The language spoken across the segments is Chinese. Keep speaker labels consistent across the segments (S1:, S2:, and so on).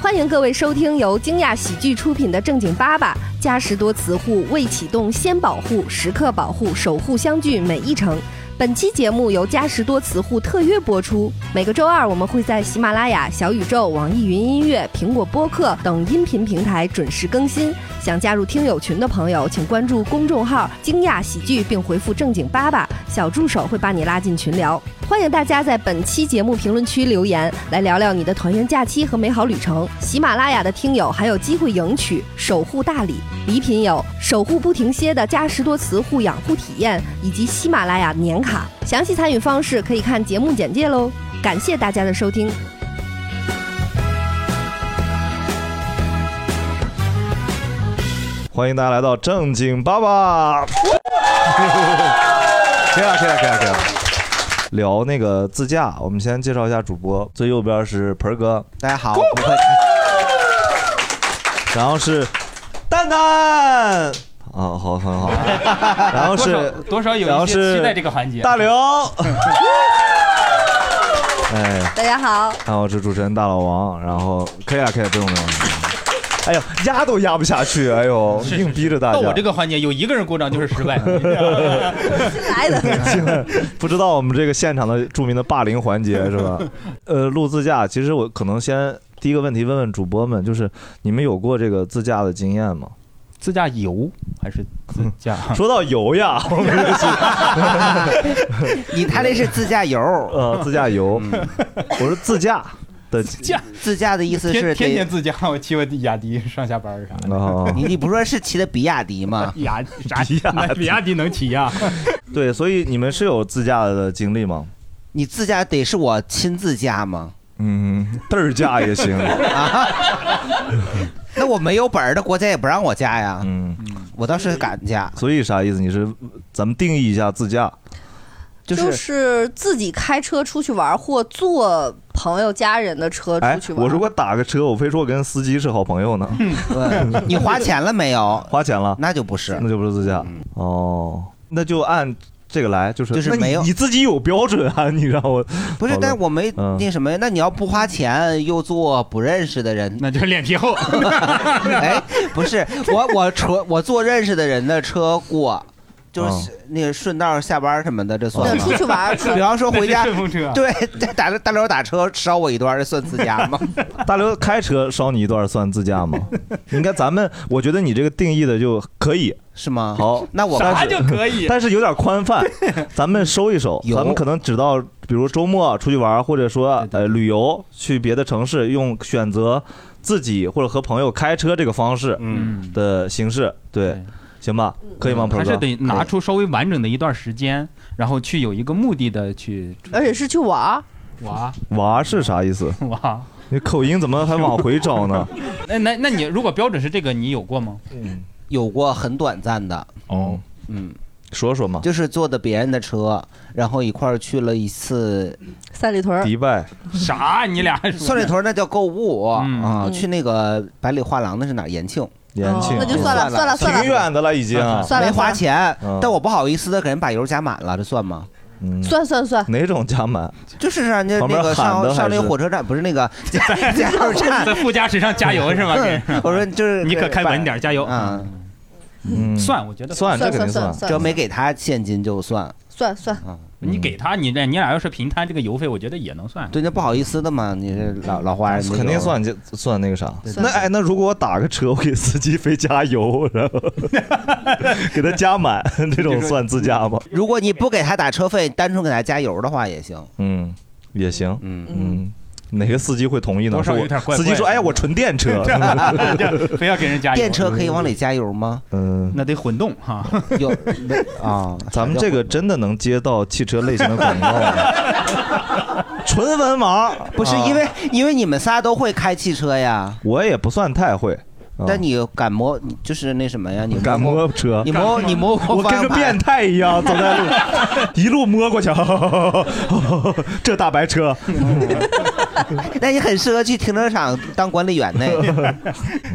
S1: 欢迎各位收听由惊讶喜剧出品的《正经爸爸》，嘉实多磁护未启动先保护，时刻保护，守护相聚每一程。本期节目由嘉实多磁护特约播出。每个周二，我们会在喜马拉雅、小宇宙、网易云音乐、苹果播客等音频平台准时更新。想加入听友群的朋友，请关注公众号“惊讶喜剧”并回复“正经爸爸”，小助手会把你拉进群聊。欢迎大家在本期节目评论区留言，来聊聊你的团圆假期和美好旅程。喜马拉雅的听友还有机会赢取守护大礼、礼品有守护不停歇的嘉实多磁护养护体验，以及喜马拉雅年卡。详细参与方式可以看节目简介喽。感谢大家的收听。
S2: 欢迎大家来到正经爸 爸。可以了，可以了，可以了，可以了。聊那个自驾，我们先介绍一下主播，最右边是盆儿哥，大家好，我会。然后是 蛋蛋，啊，好，很 好。然后
S3: 多少
S2: 是
S3: 多少有一些
S2: 然后是
S3: 期待这个环节
S2: 大 刘，哎，
S1: 大家好，
S2: 然后是主持人大老王，然后可以啊了，可以了，不用不 用。哎呦，压都压不下去，哎呦，硬逼着大家。
S3: 到我这个环节，有一个人鼓掌就是失败。
S1: 来的
S2: 不知道我们这个现场的著名的霸凌 环节是吧？呃，录自驾，其实我可能先第一个问题问问主播们，就是你们有过这个自驾的经验吗？
S3: 自驾游还是自驾？
S2: 说到游呀， 我们这期
S4: 你他那是自驾游，嗯
S2: 呃自驾游，我说自驾的
S3: 驾
S4: 自驾的意思
S3: 天
S4: 是
S3: 天天
S4: 得
S3: 自驾，我骑我雅迪上下班儿啥的。
S2: 啊，
S4: 你你不说是骑的比亚迪吗？
S3: 雅啥
S2: 比亚迪
S3: 那比亚迪能骑呀？
S2: 对，所以你们是有自驾的经历吗？
S4: 你自驾得是我亲自驾吗？
S2: 嗯，嘚儿驾也行，
S4: 那我没有本儿的国家也不让我驾呀，
S2: 嗯，
S4: 我倒是敢驾，
S2: 所以啥意思？你是呃咱们定义一下自驾，
S4: 就是
S5: 是自己开车出去玩儿，或坐朋友家人的车
S2: 哎
S5: 出去，玩儿。
S2: 我如果打个车，我非说我跟司机是好朋 友呢，
S4: 呃你花钱了没有？
S2: 花钱了。
S4: 那就不是，嗯
S2: 那就不是自驾、哦，那就按这个来，就是
S4: 就是
S2: 那你
S4: 没有
S2: 你自己有标准啊，你让我
S4: 不是
S2: 好，了
S4: 但我没
S2: 嗯
S4: 那什么，那你要不花钱又坐不认识的人，
S3: 那就是脸皮厚。
S4: 哎，不是我我坐我坐认识的人的车过，就
S2: 哦
S4: 是那个顺道下班什么的，这算
S5: 对
S4: 吗
S5: 出？去玩儿，出
S4: 比方说回
S3: 那
S4: 家
S3: 是顺风车。
S4: 对，打打大刘打车捎我一段儿，这算自驾吗？
S2: 大刘开车捎你一段算自驾吗？应该咱们，我觉得你这个定义的就可以
S4: 是吗？，
S2: 好，
S4: 那我
S3: 啥
S2: 但
S3: 就是可 以。
S2: 但是有点宽泛， 咱们收一收，
S4: 有
S2: 咱们可能只到比如周末出去玩，或者说呃旅游去别的城市，用选择自己或者和朋友开车这个方式
S3: 嗯，
S2: 的形式，对，
S3: 对
S2: 行吧，可以吗，鹏
S3: 还
S2: 哥
S3: 是？得拿出稍微完整的一段时间，然后去有一个目的的去
S5: 而且是去玩儿。
S3: 哇
S2: 娃是啥意 思？
S3: 哇。
S2: 你口音怎么还往回 找呢？
S3: 那那那你如果标准是这个，你有过吗？
S4: 有过很短暂的，
S2: 嗯哦，
S4: 嗯，
S2: 说说嘛，
S4: 就是坐的别人的车，然后一块儿去了一次
S5: 三里屯儿，
S2: 迪拜
S3: 啥？你 俩
S4: 三哎里屯儿，那叫购物
S3: 嗯
S4: 啊，
S5: 嗯
S4: 去那个百里画廊那是哪儿？延庆，
S2: 延庆，
S5: 哦那就
S4: 算
S5: 了，算了，算
S2: 挺
S5: 了，
S2: 远的了已经啊。
S5: 算了
S4: 没花钱
S2: 嗯，
S4: 但我不好意思的给人把油加满了，这算吗？
S2: 嗯，
S5: 算算算，
S2: 哪种加满？
S4: 就是人家
S2: 旁边
S4: 那个
S2: 喊
S4: 上
S2: 的还
S4: 上那
S2: 是
S4: 个火车站，不 是那个加加油站，
S3: 在副驾驶上加油是吧？给
S4: 嗯我说就是
S3: 你可开稳点，加油！
S4: 啊，
S2: 嗯，
S3: 算，我觉得
S2: 算，这肯
S5: 算算
S2: 定
S5: 算
S2: 算。
S4: 只要
S5: 算
S4: 没给他现金就算，
S5: 算算，
S3: 你给他，你俩你俩要是平摊这个油费，我觉得也能算。
S4: 对，那不好意思的嘛，你这老老花人
S2: 嗯肯定。算这算那个啥，
S5: 算
S2: 那哎，那如果我打个车，我给司机非加油，然 后给他加满，这种算自驾吗？
S4: 如果你不给他打车费，单纯给他加油的话也行，
S2: 嗯，也行。
S4: 嗯。
S2: 嗯，哪个司机会同意呢？
S3: 多少
S2: 说我
S3: 有点怪怪
S2: 司机说：“
S3: 的
S2: 哎呀，我纯电 车。
S3: 非要给人加油，
S4: 电车可以往里加油吗？”
S2: 嗯，
S3: 那得混动哈。
S4: 有没啊？
S2: 咱们这个真的能接到汽车类型的广告吗，纯文盲
S4: 不是
S2: 啊
S4: 因为因为你们仨都会开汽车呀，
S2: 我也不算太会，啊
S4: 但你敢摸你就是那什么呀？你
S2: 敢
S4: 摸
S2: 摸车
S4: 你，摸你摸过
S2: 我
S4: 方
S2: 跟
S4: 向
S2: 个变
S4: 盘？
S2: 态一样走在路， 一路摸过去， 这大白车，
S4: 那你很适合去停车场当管理 员呢，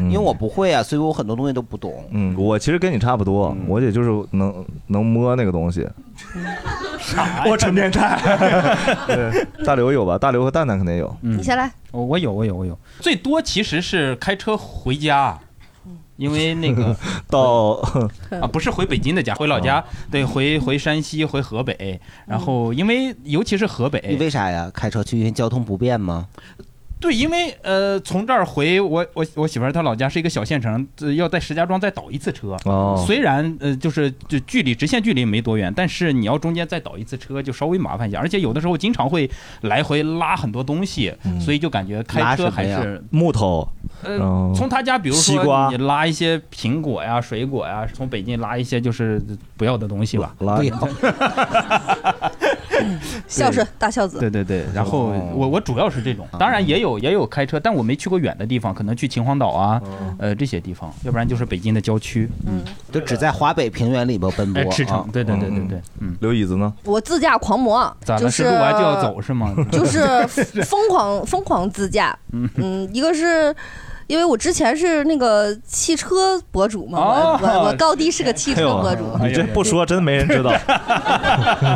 S4: 因
S2: 嗯
S4: 为我不会啊，所以我很多东西都不懂。
S3: 嗯
S2: 嗯，我其实跟你差不多，我也就是能能摸那个东西，
S3: 啥
S2: 我纯变态。对，大刘有吧？大刘和蛋蛋肯定有。
S3: 嗯
S1: 你先来，
S3: 我我有我有我有， 最多其实是开车回家，因为那个
S2: 到
S3: 啊不是回北京的家，回老家，对，回回山西，回河北，
S1: 嗯
S3: 然后因为尤其是河
S4: 你
S3: 北，
S4: 为啥呀？开车去，因为交通不便吗？
S3: 对，因为呃从这儿回我我我媳妇儿她老家是一个小县城，呃要在石家庄再倒一次车。
S2: 哦，
S3: 虽然呃，就是就距离直线距离没多远，但是你要中间再倒一次车就稍微麻烦一下，而且有的时候经常会来回拉很多东西，
S2: 嗯
S3: 所以就感觉
S4: 拉
S3: 开
S4: 什
S3: 车
S4: 么
S3: 还
S4: 呀
S3: 是
S2: 木头，
S3: 呃
S2: 然后
S3: 从他家，比如
S2: 西瓜
S3: 说你拉一些苹果呀、水果呀，从北京拉一些就是不要的东西吧。
S2: 拉
S4: 不要，
S1: 孝顺大孝子，
S3: 对对对，然后
S2: 哦
S3: 我我主要是这种，当然也有也有开车，但我没去过远的地方，可能去秦皇岛啊，呃这些地方，要不然就是北京的郊区，
S1: 嗯，
S4: 就只在华北平原里边奔波
S3: 哎，驰
S4: 啊
S3: 骋，。对对对对
S2: 嗯
S3: 对，嗯，
S2: 刘椅子呢？
S1: 我自驾狂魔，
S3: 咋
S1: 就
S3: 了？
S1: 是
S3: 十路完就要走是吗？
S1: 就是 疯狂疯狂自驾。嗯，一个是因为我之前是那个汽车博主嘛，
S3: 哦
S1: 我我我高低是个汽
S2: 哎
S1: 车
S2: 呦
S1: 博主，
S2: 你这不说真没 人知道。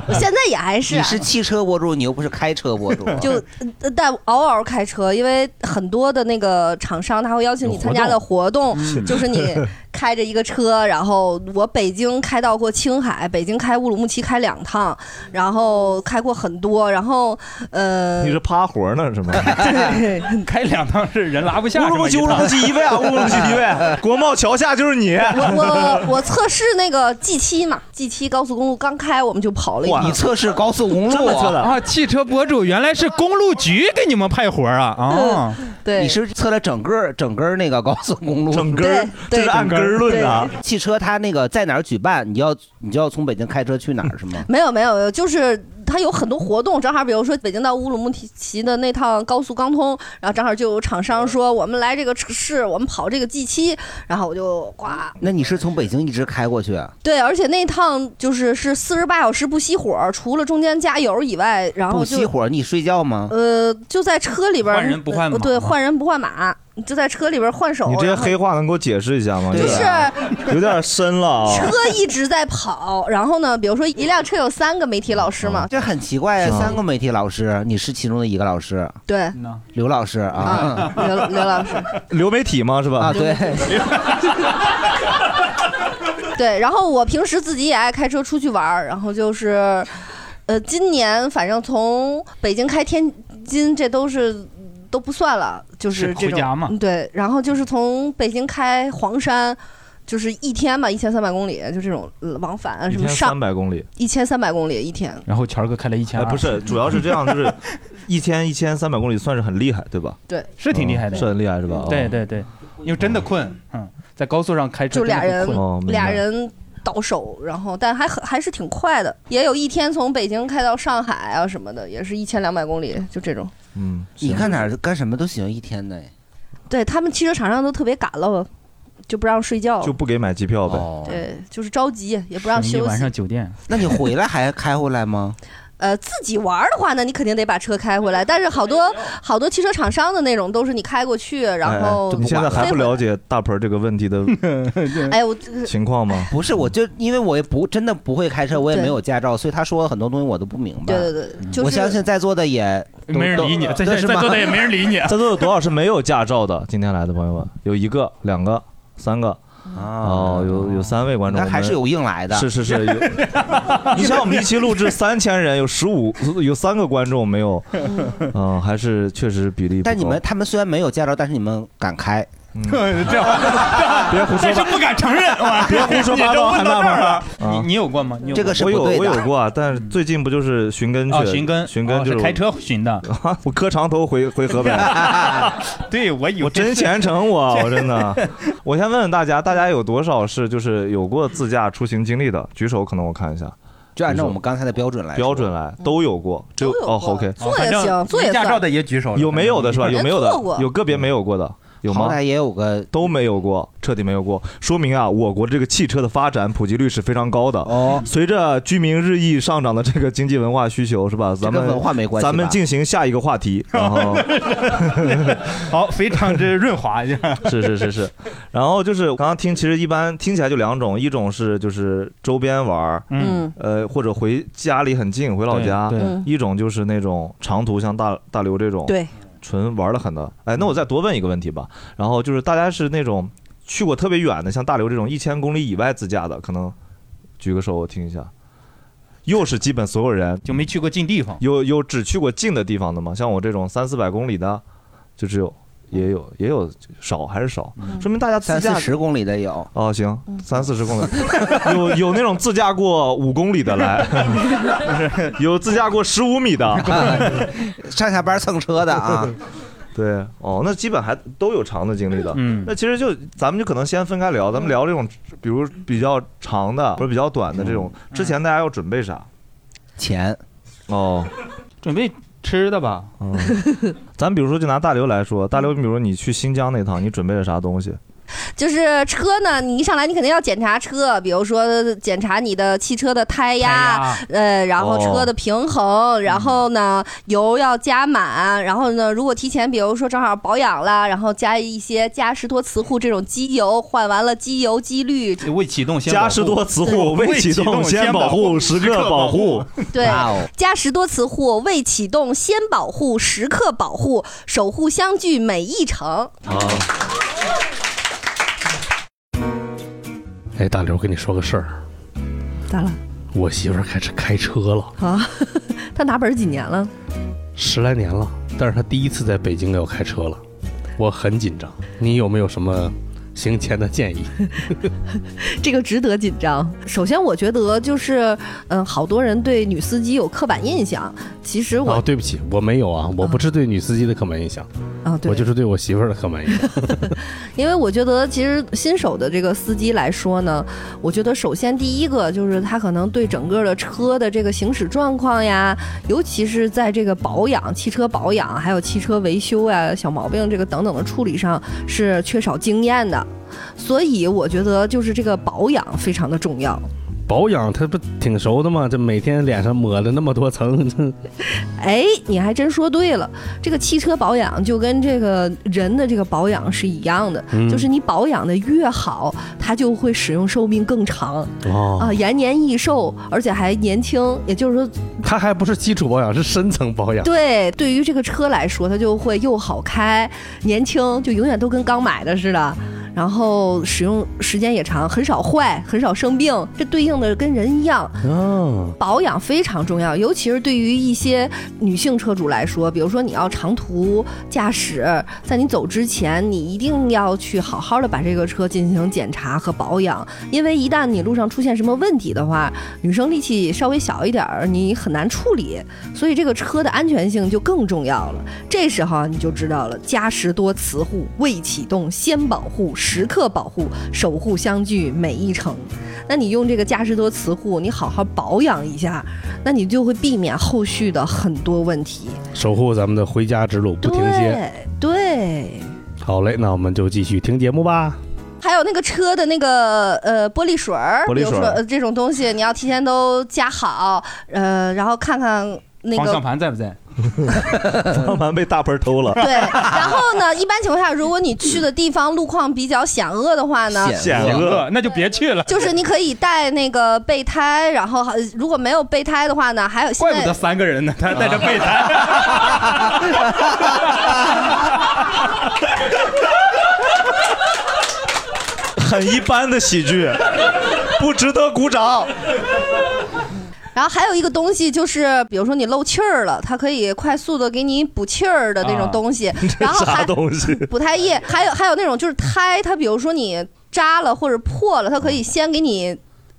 S1: 我现在也还是
S4: 你
S1: 啊。
S4: 是汽车博主，你又不是开车 博主啊。
S1: 就呃但嗷嗷开车，因为很多的那个厂商他会邀请你参加的活动，就是你开着一个车，然后我北京开到过青海，北京开乌鲁木齐开两趟，然后开过很多，然后呃
S2: 你，是趴活呢是吗？
S3: 开两趟是人拉不下，
S2: 乌鲁木齐，
S3: 是
S2: 乌
S3: 吧
S2: 鲁木齐一位 啊，乌鲁木齐一位，国贸桥下就是你。
S1: 我我我测试那个 G 七嘛，G 七高速公路刚开我们就跑了一
S2: 哇
S1: 趟
S4: 你测试高速公
S2: 真
S4: 路
S2: 的真
S4: 啊？
S2: 的，
S3: 啊，汽车博主原来是公路局给你们派活儿啊啊！
S1: 对，
S4: 你是测了整个整个那个高速公路。
S2: 整根儿，
S1: 对
S2: 这是按根儿论的啊。
S4: 汽车它那个在哪儿举办？你要你就要从北京开车去哪 儿是吗？
S1: 没有没有，就是它有很多活动，正好比如说北京到乌鲁木齐的那趟高速刚通，然后正好就有厂商说我们来这个城市，我们跑这个 G 七，然后我就呱，
S4: 那你是从北京一直开过去？啊
S1: 对，而且那趟就是是四十八小时不熄火，除了中间加油以外，然后
S4: 不熄
S1: 就
S4: 火，你睡觉吗？
S1: 呃就在车里边儿
S3: 换人不换马
S1: 呃对，
S3: 吗
S1: 换人不换马，就在车里边儿换手，
S2: 你这些
S1: 然后
S2: 黑话能给我解释一下吗？
S1: 就
S4: 对
S1: 是
S4: 啊
S2: 有点深了 啊。
S1: 车一直在跑，然后呢，比如说一辆车有三个媒体老师嘛，
S4: 哦这很奇怪呀、
S2: 是啊
S4: 三个媒体老师，你是其中的一个老师，
S1: 对，
S3: 那
S4: 刘老师啊
S1: 啊，刘刘老师，
S2: 流媒体吗？是吧？
S4: 啊，对，
S1: 对，然后我平时自己也爱开车出去玩儿，然后就是，呃，今年反正从北京开天津，这都是都不算了，就是
S3: 是
S1: 这
S3: 回
S1: 种
S3: 家嘛
S1: 嗯对，然后就是从北京开黄山。就是一天吧，一千三百公里，就这种呃往返啊，
S2: 一
S1: 什么
S2: 天
S1: 上
S2: 三百公里，
S1: 一千三百公里一天，
S3: 然后权儿哥开了一千
S2: 哎，
S3: 二，
S2: 不是，主要是这样，就是一千一千三百公里算是很厉害，对吧？嗯
S3: 是挺厉害的，
S2: 哦是很厉害是吧？
S3: 对对对，因为真的困， 嗯，在高速上
S2: 哎
S3: 开车
S1: 就俩
S3: 真的
S1: 人
S3: 很困
S2: 哦，明白
S1: 俩人倒手，然后但还很还是挺快的，也有一天从北京开到上海啊什么的，也是一千两百公里，就这种。
S2: 嗯，
S4: 你
S2: 行
S4: 看哪儿干什么都行，一天呢。
S1: 对他们汽车厂商都特别赶了，就不让睡觉，
S2: 就不给买机票呗。
S4: 哦，
S1: 对，就是着急，也不让
S3: 你
S1: 休
S3: 晚
S1: 息
S3: 上。酒店，
S4: 那你回来 还哎开回来
S2: 哎
S4: 吗？
S1: 呃，自己玩儿的话呢，你肯定得把车开回来，但是好多好多汽车厂商的那种都是你开过去，
S2: 哎
S1: 然
S2: 哎
S1: 后
S2: 你现在还
S1: 飞
S2: 不
S1: 回来
S2: 了解大盆儿这个问 题的
S1: 哎，我这个
S2: 情况吗？
S4: 不是，我就因为我也不真的不会开车，我也
S1: 对
S4: 没有驾照，所以他说的很多东西我都不明白。嗯
S1: 对对对，就是
S4: 我相信在座的也都
S3: 没人理你，
S4: 都
S3: 在在
S4: 是
S3: 在
S4: 吗
S3: 座的也没人理你。
S2: 在座有多少是没有驾照的？今天来的朋友们，有一个、两个、三个，哦，有有三位观众，
S4: 啊 那还是
S2: 我
S4: 有硬来
S2: 们
S4: 的。
S2: 是 是是，有 你像我们一期 录制三千人，有十五有三个观众没有，嗯，还是确实比例不高。
S4: 但你们他们虽然没有驾照，但是你们敢开，
S2: 嗯
S3: 这样，
S2: 别胡说
S3: 但是
S2: 八，
S3: 不敢承认， 我
S2: 别胡说八道，还慢慢来。
S3: 你
S2: 啊
S3: 你有过吗？你有
S4: 这个
S3: 过
S4: 是
S2: 我有
S4: 不对
S2: 我
S4: 的
S2: 有过啊，但是最近不就是寻根
S3: 吗
S2: 去
S3: 哦，寻根
S2: 寻根
S3: 哦
S2: 就是是
S3: 开，车寻的，
S2: 我磕长头回回 河北，
S3: 对我以为
S2: 我真虔诚我， 我真的。我先问问大家，大家有多少是就是有过自驾出行经历的？举手，可能我看一下
S4: 就按照我们刚才的标准来说。
S2: 标准来，都有过，只有
S1: 都有
S2: 哦
S1: 过
S2: ，OK，
S1: 坐也
S3: 反正
S1: 行，坐也
S3: 没驾照
S1: 算。
S3: 的也举手了，
S2: 有没有的是吧？
S1: 人
S2: 有没有的
S1: 坐过？
S2: 有个别没有过的，有吗？
S4: 好歹也有个
S2: 都没有过，彻底没有过，说明啊，我国这个汽车的发展普及率是非常高的。
S4: 哦，
S2: 随着居民日益上涨的这个经济文化需求，是吧？咱们
S4: 文化没关系吧
S2: 咱们进行下一个话题，然后。
S3: 好，非常之润滑。
S2: 是是是是，然后就是我刚刚听，其实一般听起来就两种，一种是就是周边玩儿，
S3: 嗯，
S2: 呃，或者回家里很近，回老家；
S3: 对对嗯
S2: 一种就是那种长途，像大大刘这种，
S6: 对，
S2: 纯玩的很的。哎，那我再多问一个问题吧，然后就是大家是那种去过特别远的，像大刘这种一千公里以外自驾的，可能举个手我听一下。又是基本所有人
S3: 就没去过近地方，
S2: 有有只去过近的地方的吗？像我这种三四百公里的，就只有也有也有少还是少，说明大家自
S4: 三
S2: 驾
S4: 四十公里的有。
S2: 哦，行，三四十公里，有有那种自驾过五公里的来， 有自驾过十五 米的，
S4: 上下班蹭车的啊。
S2: 对，哦，那基本还都有长的经历的。
S3: 嗯
S2: 那其实就咱们就可能先分开聊，咱们聊这种，比如比较长的或者比较短的这种，之前大家要准备啥？
S4: 嗯钱。
S2: 哦，
S3: 准备吃的吧。
S2: 嗯，咱比如说就拿大刘来说，大刘，比如说你去新疆那趟，你准备了啥东西？
S6: 就是车呢，你一上来你肯定要检查车，比如说检查你的汽车的胎压，呃，然后车的平衡，然后呢油要加满，然后呢如果提前比如说正好保养了，然后加一些嘉实多磁护这种机油，换完了机油机滤，
S3: 未启动先保护
S2: 嘉实多磁护，未启动先保护，时刻保护。
S6: 对，
S3: 哦
S1: 哦
S6: 嘉实多磁护未启动先保护，时刻保护，守护相距每一程。
S2: 啊，
S7: 哎，大刘，跟你说个事儿，
S1: 咋了？
S7: 我媳妇儿开车开车了，
S1: 啊，他拿本儿几年了？
S7: 十来年了，但是她第一次在北京给我开车了，我很紧张。你有没有什么行前的建议？
S1: 这个值得紧张。首先，我觉得就是，嗯，好多人对女司机有刻板印象。其实我
S7: 哦，对不起，我没有啊，我不是对女司机的刻板印象，
S1: 啊，对
S7: 我就是对我媳妇儿的刻板印象。
S1: 因为我觉得，其实新手的这个司机来说呢，我觉得首先第一个就是他可能对整个的车的这个行驶状况呀，尤其是在这个保养、汽车保养还有汽车维修呀、小毛病这个等等的处理上是缺少经验的，所以我觉得就是这个保养非常的重要。
S7: 保养她不挺熟的吗？这每天脸上抹了那么多层，这
S1: 哎，你还真说对了，这个汽车保养就跟这个人的这个保养是一样的，
S7: 嗯
S1: 就是你保养的越好，它就会使用寿命更长。
S7: 哦，
S1: 啊，延年益寿，而且还年轻，也就是说，
S7: 她还不是基础保养，是深层保养。
S1: 对，对于这个车来说，它就会又好开，年轻，就永远都跟刚买的似的。然后使用时间也长，很少坏，很少生病，这对应的跟人一样，
S4: 哦
S7: 嗯，
S1: 保养非常重要，尤其是对于一些女性车主来说，比如说你要长途驾驶，在你走之前，你一定要去好好的把这个车进行检查和保养，因为一旦你路上出现什么问题的话，女生力气稍微小一点儿，你很难处理，所以这个车的安全性就更重要了。这时候啊你就知道了，嘉实多磁护未启动先保护，时刻保护，守护相距每一程。那你用这个嘉实多磁护，你好好保养一下，那你就会避免后续的很多问题。
S7: 守护咱们的回家之路不停歇。
S1: 对对，
S7: 好嘞，那我们就继续听节目吧。
S6: 还有那个车的那个呃玻璃水儿，
S2: 玻璃
S6: 比如说
S2: 水儿
S6: 呃这种东西，你要提前都加好，呃，然后看看那
S3: 方
S6: 个
S3: 向盘在不在？
S2: 当然被大盆偷了。
S6: 对，然后呢，一般情况下，如果你去的地方路况比较险恶的话呢，
S2: 险
S3: 两
S2: 恶
S3: 个，那就别去了。
S6: 啊就是你可以带那个备胎，然后呃如果没有备胎的话呢，还有现
S3: 怪不得
S6: 在
S3: 三个人呢，
S6: 啊
S3: 他带着备胎。
S2: 很一般的喜剧，不值得鼓掌。
S6: 然后还有一个东西就是，比如说你漏气儿了，它可以快速的给你补气儿的那种东 西，然后还
S2: 啊啥东西？
S6: 补胎液，还有还有那种就是胎，它比如说你扎了或者破了，它可以先给你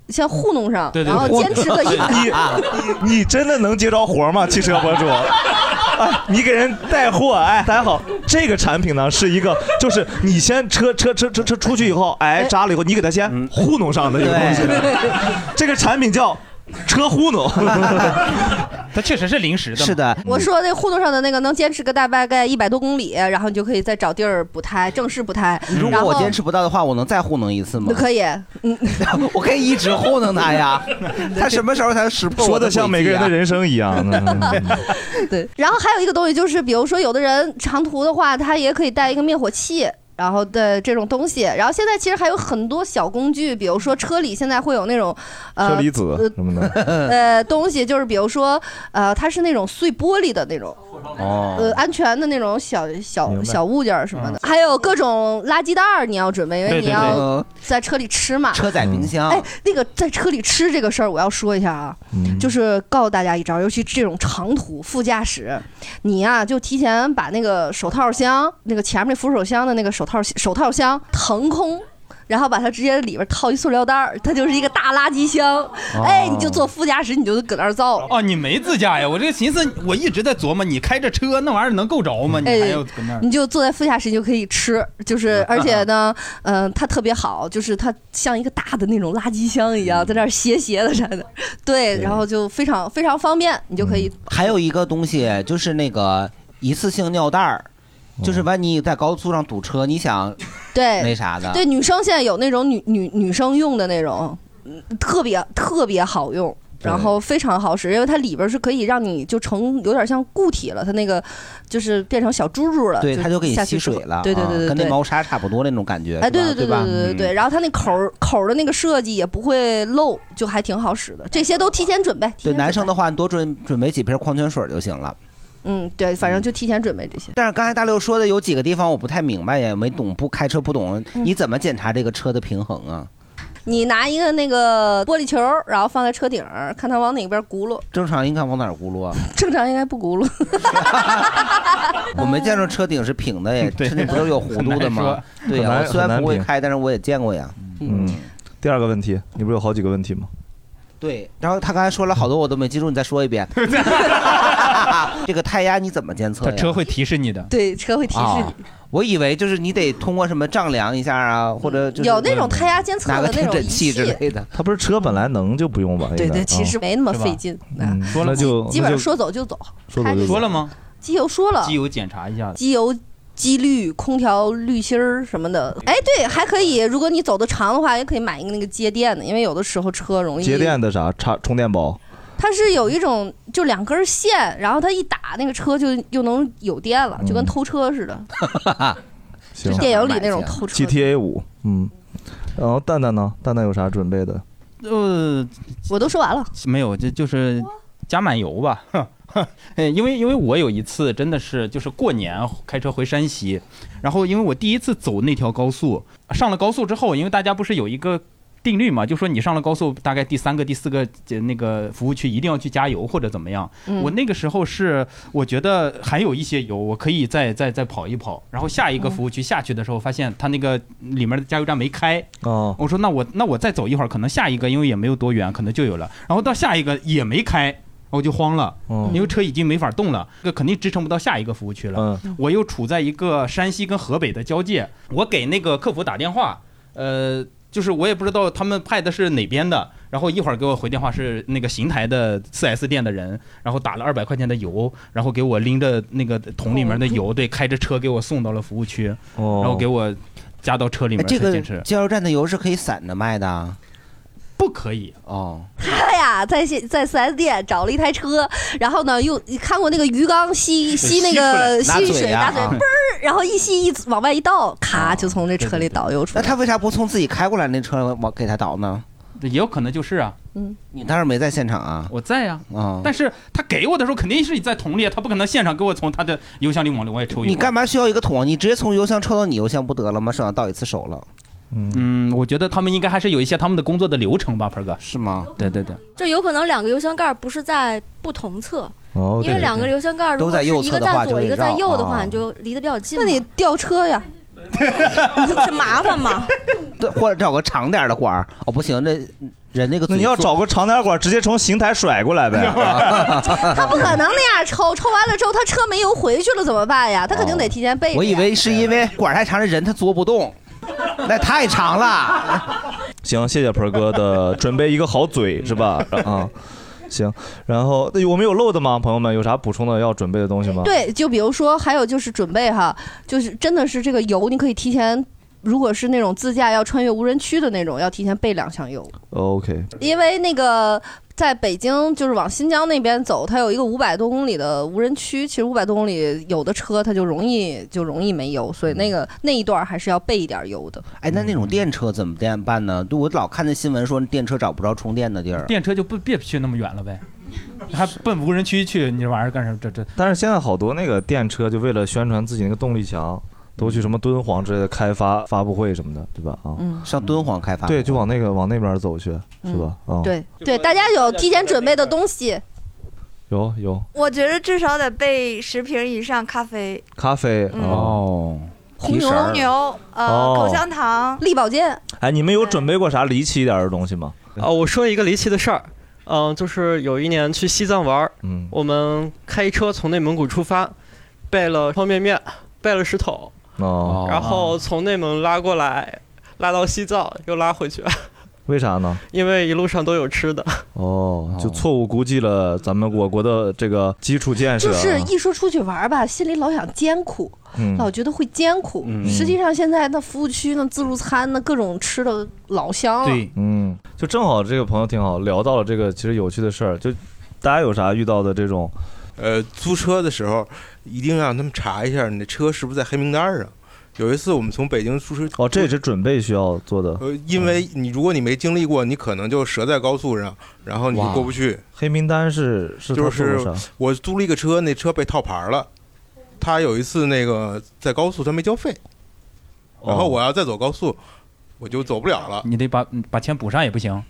S6: 先糊弄上，
S3: 对对
S6: 然后
S3: 对
S6: 坚持个 一
S4: 啊
S2: 你你真的能接着活吗？汽车 博主，哎，你给人带货，哎，大家好，这个产品呢是一个，就是你先车车车车车嗯出去以后，哎，扎了以后，你给它先糊弄上的一个东西。这个产品叫车糊弄，
S3: 它确实是临时的。
S4: 是的，
S1: 我说那糊弄上的那个能坚持个大大概一百多公里，然后你就可以再找地儿补胎，正式补胎。
S4: 如
S1: 然
S4: 果
S1: 后
S4: 我坚持不到的话，我能再糊弄一次吗？
S1: 可以，嗯，
S4: 我可以一直糊弄他呀。 他什么时候才识破
S2: 说
S4: 我的啊
S2: 的像每个人的人生一样。 嗯
S1: 对。然后还有一个东西就是，比如说有的人长途的话，他也可以带一个灭火器。然后的这种东西，然后现在其实还有很多小工具，比如说车里现在会有那种，
S2: 车
S1: 呃
S2: 厘子嗯什么的，
S1: 呃东西，就是比如说呃它是那种碎玻璃的那种，
S4: 哦
S1: 呃，安全的那种小
S2: 明
S1: 小
S2: 白
S1: 小物件儿什么的，还有各种垃圾袋儿，你要准备，因
S3: 对
S1: 为你
S3: 对
S1: 要
S4: 呃
S1: 在车里吃嘛。
S4: 车载冰箱
S1: 哎，那个在车里吃这个事儿，我要说一下啊，
S2: 嗯
S1: 就是告诉大家一招，尤其这种长途副驾驶，你呀、就提前把那个手套箱、那个前面那扶手箱的那个手套手套箱腾空。然后把它直接里边套一塑料袋儿，它就是一个大垃圾箱。哎，你就坐副驾驶，你就搁那儿造。
S3: 哦，你没自驾呀？我这个寻思，我一直在琢磨，你开着车那玩意儿能够着吗？你
S6: 哎
S3: 还要搁那儿？
S1: 哎你就坐在副驾驶，你就可以吃，就是而
S4: 啊
S1: 且呢，嗯、它特别好，就是它像一个大的那种垃圾箱一
S4: 嗯
S1: 样，在那儿斜斜的在那儿，对，然后就非常非常方便，你就可以，
S4: 还有一个东西就是那个一次性尿袋儿，就是万一在高速上堵车，你想那
S1: 对
S4: 啥的，
S1: 对，女生现在有那种女女女生用的那种，嗯特别特别好用。然后非常好使，因为它里边是可以让你就成有点像固体了，它那个就是变成小珠珠了，
S4: 对，
S1: 就
S4: 它就给你
S1: 下去
S4: 吸
S1: 之后
S4: 水了，
S1: 对对
S4: 啊
S1: 对对对，
S4: 跟那
S1: 对
S4: 猫砂差不多那种感觉，
S1: 哎，对
S4: 是吧
S1: 对对
S4: 对吧
S1: 对对对对，
S3: 嗯
S1: 然后它那口儿口儿的那个设计也不会漏，就还挺好使的。这些都提前准备。提前
S4: 对
S1: 准备
S4: 男生的，话，你多准准备几瓶矿泉水就行了。
S1: 嗯，对，反正就提前准备这些。
S4: 但是刚才大六说的有几个地方我不太明白呀，没懂不开车不懂，
S1: 嗯
S4: 你怎么检查这个车的平衡啊？
S1: 你拿一个那个玻璃球儿，然后放在车顶儿，看它往哪边轱辘。
S4: 正常应该往哪儿轱辘啊？
S1: 正常应该不轱辘。
S4: 我没见着车顶是平的耶，
S3: 嗯对
S4: 车顶不都有弧度的
S3: 很难
S4: 吗
S3: 说？
S4: 对呀、
S2: 很难
S4: 我虽
S2: 很
S4: 然
S2: 难
S4: 不会
S2: 评
S4: 开，但是我也见过呀。
S2: 嗯。第二个问题，你不是有好几个问题吗？
S4: 对，然后他刚才说了好多我都没记住，你再说 一遍。 这个胎压你怎么监测
S3: 它
S4: 呀？
S3: 车会提示你的。
S1: 对，车会提示
S4: 啊
S1: 你。
S4: 我以为就是你得通过什么丈量一下啊，或者就是
S1: 有那种胎压监测
S4: 拿个
S1: 的那
S4: 听
S1: 种
S4: 诊
S1: 仪
S4: 器
S1: 器。
S4: 之类的。
S2: 它不是车本来能就不用吧？
S1: 对
S2: 应该
S1: 对，其实
S2: 啊
S1: 没那么
S3: 是吧
S1: 费劲。啊
S2: 嗯，说了就
S1: 基本上
S2: 那就
S1: 说走就走。
S2: 说
S1: 开就
S2: 走
S1: 行
S2: 就
S3: 说
S2: 走
S3: 了吗？
S1: 机油说了
S3: 机，油检查一下。
S1: 机油。机滤、空调滤芯儿什么的，哎，对，还可以。如果你走的长的话，也可以买一个那个接电的，因为有的时候车容易
S2: 节电的啥插充电 宝，
S1: 它是有一种就两根线，然后它一打那个车就又能有电了，就跟
S2: 嗯
S1: 偷车似的，
S2: 行
S1: 电影里那种偷车。
S2: ，GTA 五，嗯。然后蛋蛋呢？蛋蛋有啥准备的？
S3: 呃，
S1: 我都说完了，
S3: 没有，这就是加满油吧。 哎因为因为我有一次真的是就是过年开车回山西，然后因为我第一次走那条高速，上了高速之后，因为大家不是有一个定律嘛，就说你上了高速，大概第三个、第四个呃那个服务区一定要去加油或者怎么样。
S1: 嗯
S3: 我那个时候是我觉得还有一些油，我可以再再再跑一跑。然后下一个服务区下去的时候，发现它那个里面的加油站没开，
S2: 哦，
S3: 我说那我那我再走一会儿，可能下一个因为也没有多远，可能就有了。然后到下一个也没开，我就慌了，
S2: 嗯
S3: 因为车已经没法动了，这个肯定支撑不到下一个服务区了。
S2: 嗯，
S3: 我又处在一个山西跟河北的交界，我给那个客服打电话，呃，就是我也不知道他们派的是哪边的，然后一会儿给我回电话是那个邢台的 4S 店的人，然后打了二百块钱的油，然后给我拎着那个桶里面
S4: 哦
S3: 的油，对，开着车给我送到了服务区，
S2: 哦，
S3: 然后给我加到车里
S4: 哎
S3: 面
S4: 这
S3: 再
S4: 个
S3: 坚持，
S4: 加油站的油是可以散着卖的啊
S3: 不可以。
S4: 哦，
S1: 他哎呀，在线在四 S 店找了一台车，然后呢又你看过那个鱼缸吸吸那个
S4: 拿
S1: 吸
S4: 嘴
S1: 水，
S4: 呀
S1: 拿嘴
S4: 啊
S1: 嘣儿，然后一吸一往外一倒，
S3: 哦
S1: 咔就从这车里导油出
S4: 那
S1: 来。
S4: 他为啥不从自己开过来那车往给他倒呢？
S3: 对也有可能就是啊，
S1: 嗯
S4: 你当时没在现场啊？
S3: 我在啊，
S4: 啊、
S3: 但是他给我的时候肯定是在桶里啊，他不可能现场给我从他的邮箱里往里外抽油。
S4: 你干？嘛需要一个桶？啊你直接从油箱抽到你邮箱不得了吗？手上倒一次手了
S3: 嗯，我觉得他们应该还是有一些他们的工作的流程吧，盆儿哥。
S4: 是吗？
S3: 对对对，
S8: 就有可能两个油箱盖儿不是在不同侧，
S2: 哦，
S8: 因为两个油箱盖儿如
S4: 都
S8: 果
S4: 在
S8: 是
S4: 右
S8: 一
S4: 侧
S8: 个
S4: 的话
S8: 在
S4: 就
S8: 左
S4: 会
S8: 一个在
S4: 绕
S8: 右的
S4: 啊
S8: 话，你就离得比较近
S1: 那
S8: 嘛。
S1: 你吊车呀，
S8: 这麻烦吗？
S4: 对，或者找个长点儿的管儿哦，不行，那人那个
S2: 那
S4: 嘴
S2: 你要
S4: 做
S2: 找个长点管，直接从邢台甩过来呗。
S1: 他不可能那样抽，抽完了之后他车没油回去了怎么办呀？他肯定
S4: 哦
S1: 得提前备着呀。
S4: 我以为是因为管儿太长的人他嘬不动，那太长了。
S2: 行，谢谢盆儿哥 的准备一个好嘴是吧？啊、行，然后那我们有漏的吗？朋友们有啥补充的要准备的东西吗？，
S1: 对，就比如说，还有就是准备哈，就是真的是这个油，你可以提前，如果是那种自驾要穿越无人区的那种，要提前备两箱油，
S2: OK，
S1: 因为那个。在北京，就是往新疆那边走，它有一个五百多公里的无人区。其实五百多公里，有的车它就容易就容易没油，所以那个那一段儿还是要备一点儿油的。
S4: 哎，那那种电车怎么电办呢？就我老看那新闻说电车找不着充电的地儿。
S3: 电车就不别去那么远了 呗，还奔无人区去，你这玩意儿干什么？这这
S2: 但是现在好多那个电车就为了宣传自己那个动力强，都去什么敦煌之类的开发发布会什么的，对吧？啊、
S1: 嗯
S4: 上敦煌开发
S2: 对，就往那个往那边走去，是吧？
S1: 嗯
S2: 啊、
S1: 对对，大家有提前准备的东西，
S2: 有有
S7: 我觉得至少得备十瓶以上咖啡、
S2: 咖啡、
S7: 嗯
S2: 哦。
S1: 红牛
S7: 红牛、呃
S2: 哦
S7: 口香糖。
S1: 力保健，
S2: 哎，你们有准备过啥离奇一点的东西吗？
S9: 啊，我说一个离奇的事儿，嗯、就是有一年去西藏玩儿，
S2: 嗯，
S9: 我们开车从内蒙古出发，备了方便面，备了石头，
S2: 哦，
S9: 然后从内蒙拉过来，拉到西藏又拉回去，
S2: 为啥呢？
S9: 因为一路上都有吃的。
S2: 哦，就错误估计了咱们我国的这个基础建设
S1: 就
S2: 啊，
S1: 是一说出去玩儿吧，心里老想艰苦，
S2: 嗯
S1: 老觉得会艰苦。
S2: 嗯
S1: 实际上现在那服务区那自助餐那各种吃的老香了。
S2: 嗯，就正好这个朋友挺好，聊到了这个其实有趣的事儿，就大家有啥遇到的这种
S10: 呃，租车的时候一定要让他们查一下你的车是不是在黑名单上。有一次我们从北京租车，
S2: 哦，这也是准备需要做的。
S10: 呃，因为你如果你没经历过，你可能就折在高速上，然后你就
S2: 哇
S10: 过不去。
S2: 黑名单是是
S10: 就
S2: 他做
S10: 是
S2: 过啥
S10: 我租了一个车，那车被套牌了。他有一次那个在高速他没交费，
S2: 哦
S10: 然后我要再走高速，我就走不了了。
S3: 你得把嗯把钱补上也不行。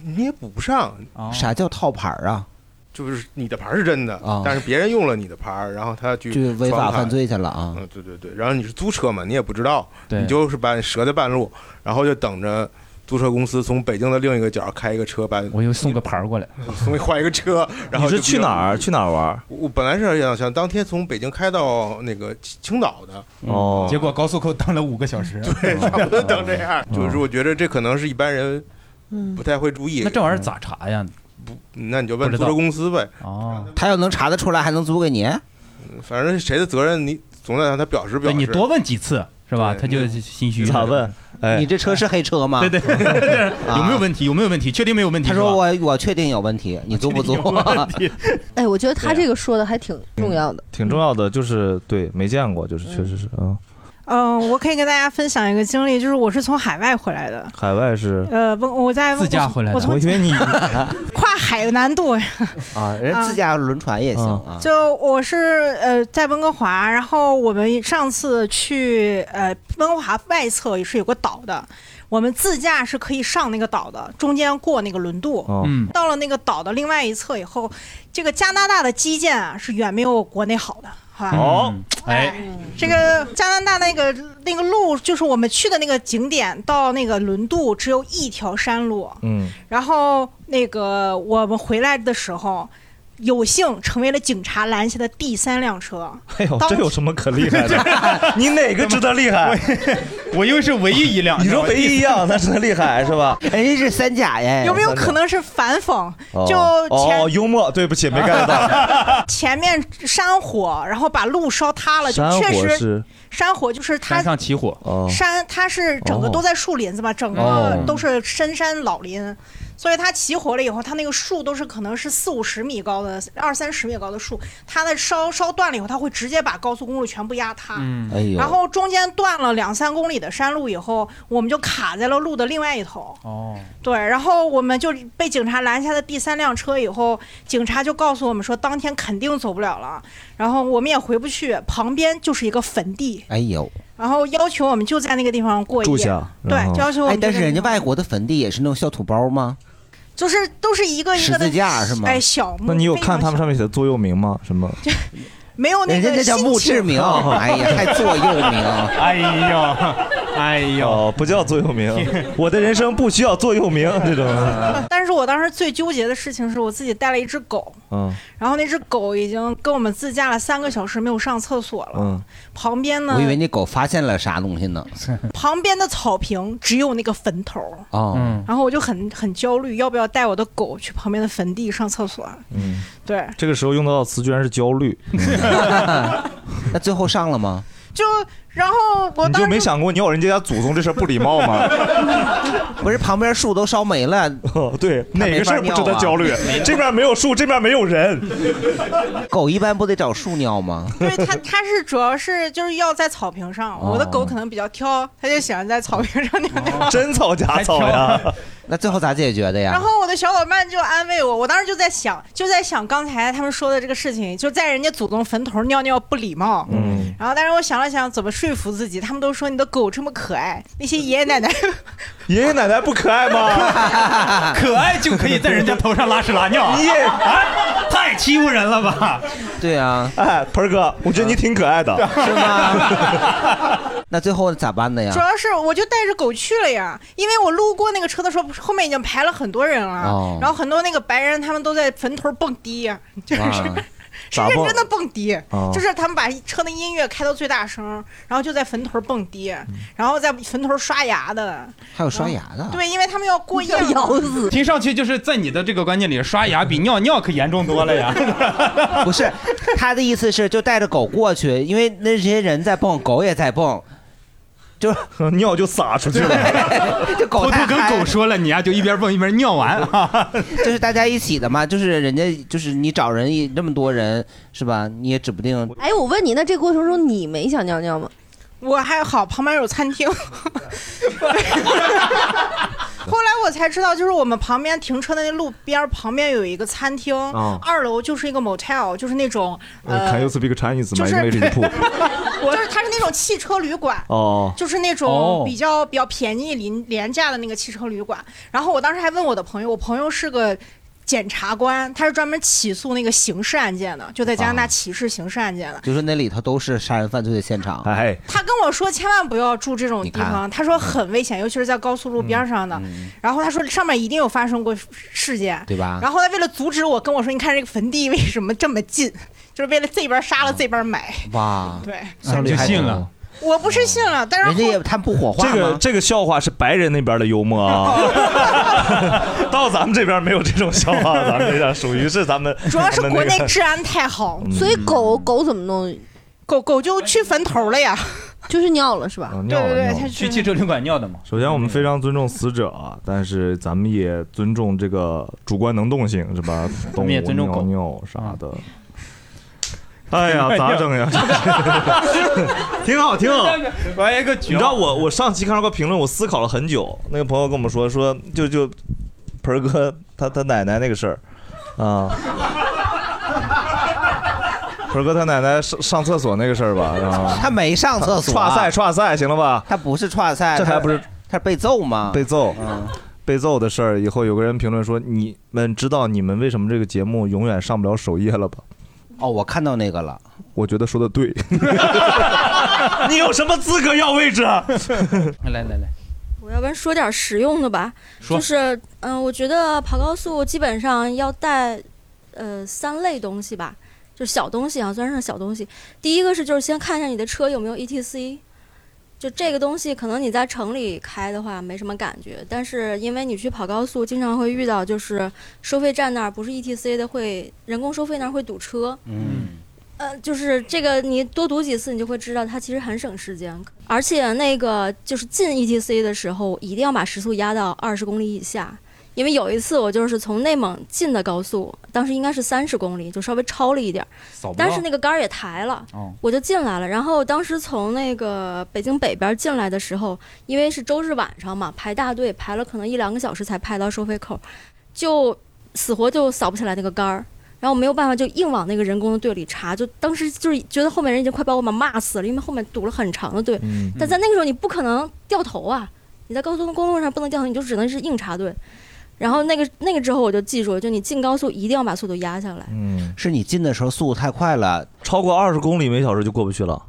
S10: 你也补不上。
S4: 哦
S2: 哦
S4: 啥叫套牌啊？
S10: 就是你的牌是真的，
S4: 啊
S2: 哦
S10: 但是别人用了你的牌，然后他去
S4: 就违法
S10: 闯卡
S4: 犯罪去了啊！
S10: 嗯，对对对，然后你是租车嘛，你也不知道，
S3: 对
S10: 你就是把折在半路，然后就等着租车公司从北京的另一个角开一个车把你
S3: 我又 送个牌儿过来，
S10: 从你换一个 车，然后
S2: 你是
S10: 就
S2: 去
S10: 比较
S2: 哪？儿去哪儿玩？
S10: 我本来是想想当天从北京开到那个青青岛的，
S2: 哦，
S3: 嗯结哦果高速口等了五个小 时。
S10: 差不多等这样。就是我觉得这可能是一般人
S4: 嗯
S10: 不太会注意
S3: 那，这玩意儿咋查呀？
S10: 那你就
S3: 不
S10: 问
S3: 知
S10: 租
S3: 道
S10: 车公司呗，嗯
S3: 哦，
S4: 他要能查得出来，还能租给你？
S10: 反正谁的责任你总得让他表示表
S3: 对
S10: 示。
S3: 你多问几次是吧？
S10: 对
S3: 他就心虚
S2: 你
S3: 了。
S2: 咋问？哎
S4: 你，这车是黑车吗？啊
S3: 对对， 有没有问题？有没有问题？确定没有问题？
S4: 他说我我确定有问题，你租不租？
S1: 哎，我觉得
S2: 啊
S1: 他这个说的还挺重要的。
S2: 挺重要的，就是对没见过，就是确实是啊，
S5: 嗯、我可以跟大家分享一个经历，就是我是从海外回来的。
S2: 海外是，
S5: 呃，不，我在
S3: 自驾回来的
S5: 我
S2: 我
S5: 从
S2: 以为你
S5: 跨海难度，
S4: 啊，人家自驾轮船也行啊。
S3: 嗯
S5: 就我是呃在温哥华，然后我们上次去呃温哥华外侧也是有个岛的，我们自驾是可以上那个岛的，中间过那个轮渡。
S2: 哦
S3: 嗯，
S5: 到了那个岛的另外一侧以后，这个加拿大的基建啊是远没有国内好的，好吧？
S2: 哦
S3: 嗯，哎，
S5: 这个加拿大那个那个路，就是我们去的那个景点到那个轮渡只有一条山路，
S2: 嗯
S5: 然后那个我们回来的时候，有幸成为了警察拦下的第三辆车。
S2: 哎呦，
S5: 当
S2: 这有什么可厉害的？ 你哪个值得厉害？
S3: 我又是唯一一辆。
S2: 你说唯一一样，那值得厉害是 吧？
S4: 人家哎是三甲
S2: 哎
S4: 耶，
S5: 有没有可能是反讽？
S2: 哦
S5: 就前、
S2: 哦，幽默，对不起，没 get 到。
S5: 前面山火，然后把路烧塌了，就
S2: 山
S5: 确
S2: 火
S5: 实
S2: 是
S5: 山火就是它
S3: 山上起火，
S2: 哦，
S5: 山，它是整个
S2: 哦
S5: 都在树林子嘛，整个
S2: 哦
S5: 都是深山老林，所以它起火了以后，它那个树都是可能是四五十米高的、二三十米高的树，它那烧烧断了以后，它会直接把高速公路全部压塌。
S3: 嗯，
S4: 哎呦，
S5: 然后中间断了两三公里的山路以后，我们就卡在了路的另外一头。
S3: 哦，
S5: 对，然后我们就被警察拦下的第三辆车以后，警察就告诉我们说，当天肯定走不了了，然后我们也回不去，旁边就是一个坟地，
S4: 哎呦，
S5: 然后要求我们就在那个地方过夜。
S2: 住下。然
S5: 对，
S2: 后
S5: 就要求我
S4: 哎，
S5: 们就在
S4: 但
S5: 那个地方。
S4: 是人家外国的坟地也是那种小土包吗？
S5: 就是都是一个一
S4: 十
S5: 个的
S4: 字架是吗
S5: 哎，小墓。
S2: 那你有
S5: 非
S2: 看
S5: 常
S2: 他们
S5: 小
S2: 上面写的座右铭吗？什么？哦
S5: 没有那
S4: 人
S5: 个
S4: 家那叫
S5: 心
S4: 墓哎
S5: 情
S4: 志铭，哎呀，还座右铭。
S3: 哎呦，哎呦，
S2: 哦不叫座右铭，我的人生不需要座右铭这种。
S5: 但是我当时最纠结的事情是我自己带了一只狗，
S2: 嗯
S5: 然后那只狗已经跟我们自驾了三个小时没有上厕所了，
S4: 嗯，
S5: 旁边呢
S4: 我以为那狗发现了啥东西 呢。
S5: 旁边的草坪只有那个坟头，
S4: 哦，嗯
S5: 然后我就很很焦虑，要不要带我的狗去旁边的坟地上厕所？啊
S2: 嗯，
S5: 对，
S2: 这个时候用到的词居然是焦虑。
S4: 那最后上了吗？
S5: 就然后我
S2: 你
S5: 当
S2: 就
S5: 时
S2: 没想过你咬人家家祖宗这事儿不礼貌吗？
S4: 不是旁边树都烧没了，
S2: 对，哪个事儿不值
S4: 啊
S2: 得焦虑？这边没有树，这边没有人。
S4: 狗一般不得找树尿 吗？
S5: 它它是主要是就是要在草坪上，
S4: 哦
S5: 我的狗可能比较挑，它就喜欢在草坪上尿尿。
S2: 真草假草呀？
S4: 那最后咋解决的呀？
S5: 然后我的小伙伴就安慰我，我当时就在想，就在想刚才他们说的这个事情，就在人家祖宗坟头尿尿不礼貌。
S2: 嗯，
S5: 然后但是我想了想怎么说服自己，他们都说你的狗这么可爱，那些爷爷奶奶
S2: 爷爷奶奶不可爱 吗？
S3: 可爱就可以在人家头上拉屎拉尿，
S2: 你也
S3: 啊，太欺负人了吧？
S4: 对啊，
S2: 哎，盆儿哥，我觉得你挺可爱的，
S4: 是吗？ 那最后咋办的呀
S5: 主？要是我就带着狗去了呀，因为我路过那个车的时候，后面已经排了很多人了，
S4: 哦
S5: 然后很多那个白人他们都在坟头蹦迪呀，就是
S2: 哇
S5: 是认真的蹦迪
S2: 哦，
S5: 就是他们把车的音乐开到最大声，然后就在坟头蹦迪，然后在坟头刷牙的，
S4: 还有刷牙的，
S5: 对，因为他们嗯啊 要 过夜嘛，
S3: 听上去就是在你的这个观念里，刷牙比尿尿可严重多了 呀。
S4: 不是，他的意思是就带着狗过去，因为那些人在蹦，狗也在蹦，就
S2: 尿就撒出 去
S4: 了。这狗
S3: 偷
S4: 太
S3: 偷跟
S4: 嗨
S3: 狗说了，你呀、就一边蹦一边尿完啊。
S4: 就是大家一起的嘛，就是人家就是你找人一那么多人是吧？你也指不定
S1: 哎，我问你，那这过程中你没想尿尿吗？
S5: 我还好，旁边有餐厅。 后来我才知道，就是我们旁边停车的那路边儿旁边有一个餐厅，
S2: 哦
S5: 二楼就是一个 motel，就是那种啊呃，
S2: Can you speak Chinese?
S5: 就是
S2: My English is poor.
S5: 就是它是那种汽车旅馆。
S2: 哦，
S5: 就是那种
S2: 哦
S5: 比较比较便宜、廉廉价的那个汽车旅馆。然后我当时还问我的朋友，我朋友是个检察官，他是专门起诉那个刑事案件的，就在加
S4: 哦
S5: 拿大起事刑事案件的。
S4: 就是那里头都是杀人犯罪的现场。
S2: 哎，
S5: 他跟我说千万不要住这种地方，
S4: 你看嗯
S5: 他说很危险，尤其是在高速路边上的。然后他说上面一定有发生过事件，
S4: 对吧
S5: 然后他为了阻止我，跟我说：“你看这个坟地为什么这么近？ 就是为了这边
S4: 哦
S5: 杀了这边埋。
S4: 哇，
S5: 对
S2: 效率还挺高就信了。
S5: 我不是信了，但是
S4: 人家也他们不火
S2: 这个这个笑话是白人那边的幽默 啊，到咱们这边没有这种笑话，咱们这边属于是咱们
S5: 主要是
S2: 咱们
S5: 国
S2: 那
S5: 内
S2: 个
S5: 治安太好，
S2: 嗯所以
S5: 狗狗怎么弄？狗狗就去坟头了呀，
S1: 就是尿了是吧？
S2: 嗯尿了尿了
S3: 去汽车旅馆尿的嘛。
S2: 首先，我们非常尊重死者啊，但是咱们也尊重这个主观能动性，是 吧？动
S3: 咱
S2: 物
S3: 们也尊重
S2: 尿
S3: 狗啊
S2: 尿啥的。哎 呀，咋整呀？ 挺好，挺好。
S3: 来一个啊
S2: 你知道我我上期看到个评论，我思考了很久。那个朋友跟我们说说，就就盆儿哥他他奶奶那个事儿啊， 盆儿哥他奶奶上上厕所那个事儿吧，然后
S4: 他没上厕 所啊
S2: 串赛串赛行了吧？
S4: 他不是串赛，
S2: 这还不是
S4: 他是被揍吗？
S2: 被揍，
S4: 嗯
S2: 被揍的事儿。以后有个人评论说：“你们知道你们为什么这个节目永远上不了首页了吧？”
S4: 哦，我看到那个了。
S2: 我觉得说的 对。你有什么资格要位置？啊
S3: 来来来，
S8: 我要不然说点实用的吧，
S3: 说
S8: 就是嗯、我觉得跑高速基本上要带呃三类东西吧，就是小东西啊，算是小东西。第一个是就是先看一下你的车有没有 ETC，就这个东西可能你在城里开的话没什么感觉，但是因为你去跑高速，经常会遇到就是收费站那儿不是 ETC 的会人工收费那儿会堵车，
S4: 嗯，
S8: 呃，就是这个，你多读几次，你就会知道它其实很省时间，而且那个就是进 ETC 的时候，一定要把时速压到二十公里以下。因为有一次我就是从内蒙进的高速，当时应该是三十公里，就稍微超了一点儿
S3: 扫，不到
S8: 但是那个杆儿也抬了，
S3: 哦
S8: 我就进来了。然后当时从那个北京北边进来的时候，因为是周日晚上嘛，排大队排了可能一两个小时才排到收费口，就死活就扫不起来那个杆儿。然后没有办法，就硬往那个人工的队里插，就当时就是觉得后面人已经快把我们骂死了，因为后面堵了很长的队。
S11: 嗯
S8: 但在那个时候你不可能掉头啊，你在高速公路上不能掉头，你就只能是硬插队。然后那个那个之后我就记住了，就你进高速一定要把速度压下来。
S2: 嗯，
S4: 是你进的时候速度太快了，
S2: 超过二十公里每小时就过不去了。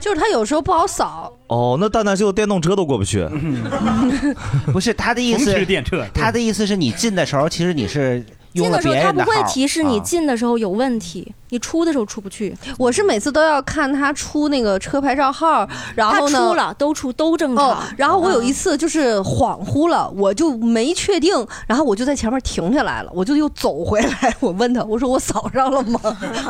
S1: 就是它有时候不好扫，
S2: 哦，那蛋蛋秀电动车都过不去。
S8: 嗯
S4: 不是他的意思
S2: 同时电车，
S4: 他的意思是你进的时候，其实你是用
S8: 进
S4: 了
S8: 的时
S4: 别
S8: 候
S4: 人
S8: 它不
S4: 的号
S8: 会提示你
S4: 啊
S8: 进的时候有问题，你出的时候出不去。
S1: 我是每次都要看他出那个车牌照号，然后呢
S8: 他出了都出都正常、嗯
S1: 哦。然后我有一次就是恍惚了，我就没确定，然后我就在前面停下来了，我就又走回来。我问他，我说我扫上了 吗？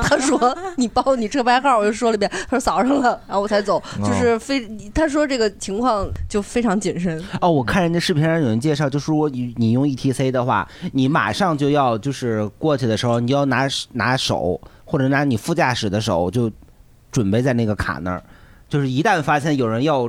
S1: 他说你报你车牌号，我就说了一遍，他说扫上了，然后我才走。就是非他说这个情况就非常谨慎。
S4: 哦，我看人家视频上有人介绍，就是如果你你用 ETC 的话，你马上就要就是过去的时候，你就要拿拿手或者拿你副驾驶的手就准备在那个卡那儿，就是一旦发现有人要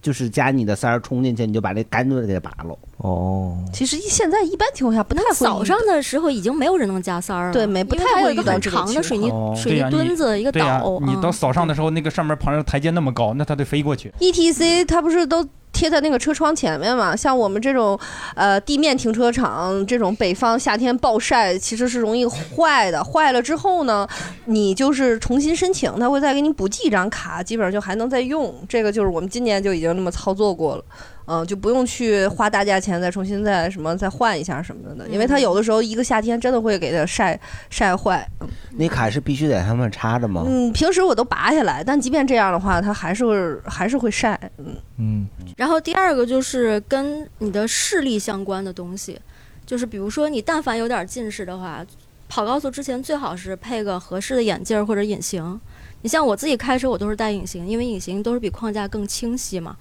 S4: 就是加你的塞儿冲进去，你就把这赶紧给拔了。
S8: 嗯
S2: 哦，
S1: 其实现在一般情况下不太会
S8: 早上的时候已经没有人能加塞儿了，
S1: 对没不
S8: 因为
S1: 太
S8: 它有
S1: 会
S8: 一个
S1: 遇到
S8: 很
S1: 这个
S8: 长的水
S1: 情
S8: 泥
S1: 况
S8: 水
S3: 哦对呀
S8: 泥，墩
S3: 你
S8: 子一个
S3: 对呀
S8: 岛，
S3: 你
S8: 嗯
S3: 到扫上的时候，那个上面旁边台阶那么高，那他得飞过去。
S1: E T C 它不是都贴在那个车窗前面嘛？像我们这种呃地面停车场这种北方夏天暴晒，其实是容易坏的。坏了之后呢，你就是重新申请，它会再给你补寄一张卡，基本上就还能再用。这个就是我们今年就已经那么操作过了。嗯，就不用去花大价钱再重新再什么再换一下什么的，因
S8: 嗯
S1: 为它有的时候一个夏天真的会给它晒晒坏。嗯
S4: 那卡是必须得他们插着吗？
S1: 嗯，平时我都拔下来，但即便这样的话，它还是会还是会晒。嗯，
S2: 嗯，
S8: 然后第二个就是跟你的视力相关的东西，就是比如说你但凡有点近视的话，跑高速之前最好是配个合适的眼镜儿或者隐形。你像我自己开车，我都是戴隐形，因为隐形都是比框架更清晰嘛。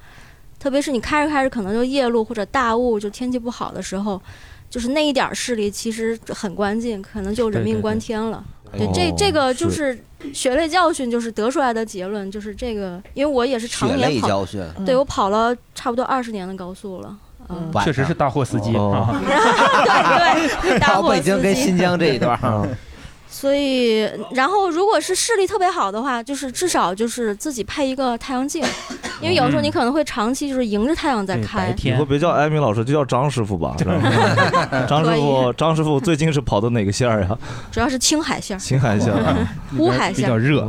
S8: 特别是你开着开着，可能就夜路或者大雾，就天气不好的时候，就是那一点儿视力其实很关键，可能就人
S1: 对对
S8: 命
S1: 对
S8: 关天了。
S1: 哦
S8: 这这个就是是血泪教训，就是得出来的结论，就是这个，因为我也是常
S4: 血
S8: 年
S4: 泪
S8: 跑，
S4: 教训
S8: 对
S4: 嗯
S8: 我跑了差不多二十年的高 速了。嗯，
S4: 晚
S3: 确实
S4: 上
S3: 是大货司机。啊嗯
S8: 对对，打
S4: 跑
S8: 火
S4: 北京
S8: 司
S4: 跟
S8: 机
S4: 新疆这一段。儿。
S8: 所以，然后如果是视力特别好的话，就是至少就是自己配一个太阳镜， 因为有时
S2: 嗯
S8: 候你可能会长期就是迎着太阳在开。
S2: 以后别叫艾米老师，就叫张师傅吧。是吧张师傅，张师傅最近是跑的哪个线儿 呀？
S8: 主要是青海线儿，，
S2: 青海线嗯儿 嗯
S8: 乌海线儿。
S2: 热。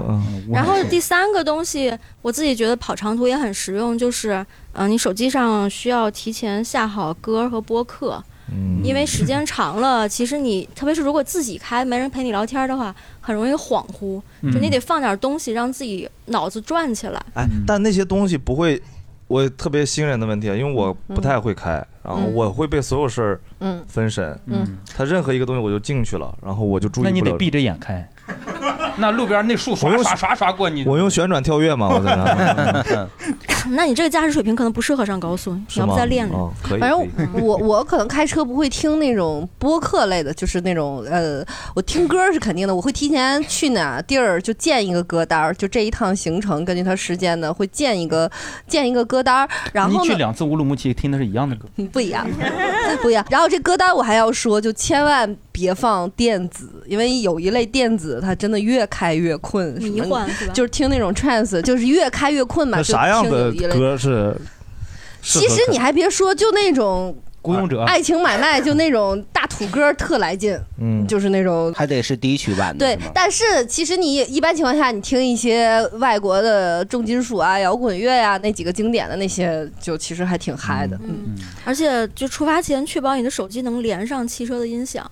S8: 然后第三个东西，我自己觉得跑长途也很实用，就是，嗯、你手机上需要提前下好歌和播客，
S2: 嗯
S8: 因为时间长了，其实你特别是如果自己开没人陪你聊天的话，很容易恍惚，就你
S2: 嗯
S8: 得放点东西让自己脑子转起来。
S2: 哎，但那些东西不会，我特别新人的问题，啊因为我不太会开，然后
S8: 嗯
S2: 我会被所有事儿
S8: 嗯
S2: 分神。
S8: 嗯，
S2: 他任何一个东西我就进去了，然后我就注意不
S3: 那
S2: 了。
S3: 你得闭着眼开。
S4: 啊
S3: 那路边那树刷刷刷刷过你，
S2: 我用旋转跳跃嘛，我在那。
S8: 那你这个驾驶水平可能不适合上高速，你
S2: 是
S8: 要不
S2: 吗
S8: 再练练。
S2: 哦可以
S1: 反正
S2: 可以
S1: 我我可能开车不会听那种播客类的，就是那种呃，我听歌是肯定的，我会提前去哪地儿就建一个歌单儿，就这一趟行程根据它时间呢会建一个建一个歌单儿，然
S3: 你
S1: 后
S3: 去
S1: 呢。
S3: 两次乌鲁木齐听的是一样的歌。
S1: 嗯不一样， 不一样。然后这歌单我还要说，就千万别放电子，因为有一类电子它真的越开越困，什么
S8: 迷幻是吧
S1: 就是听那种 trance，就是越开越困嘛。
S2: 那
S1: 就
S2: 啥样
S1: 听
S2: 的
S1: 有一类
S2: 歌是？适合
S1: 其实你
S2: 开
S1: 还别说，就那种
S3: 雇佣
S4: 嗯啊
S3: 者
S1: 爱情买卖，就那种大土歌特来劲。
S2: 嗯，
S1: 就是那种
S4: 还得是低曲版的，
S1: 对
S4: 是吗，
S1: 但是其实你一般情况下，你听一些外国的重金属啊、摇滚乐呀、那几个经典的那些，就其实还挺嗨的。嗯，
S8: 而且就出发前确保你的手机能连上汽车的音响。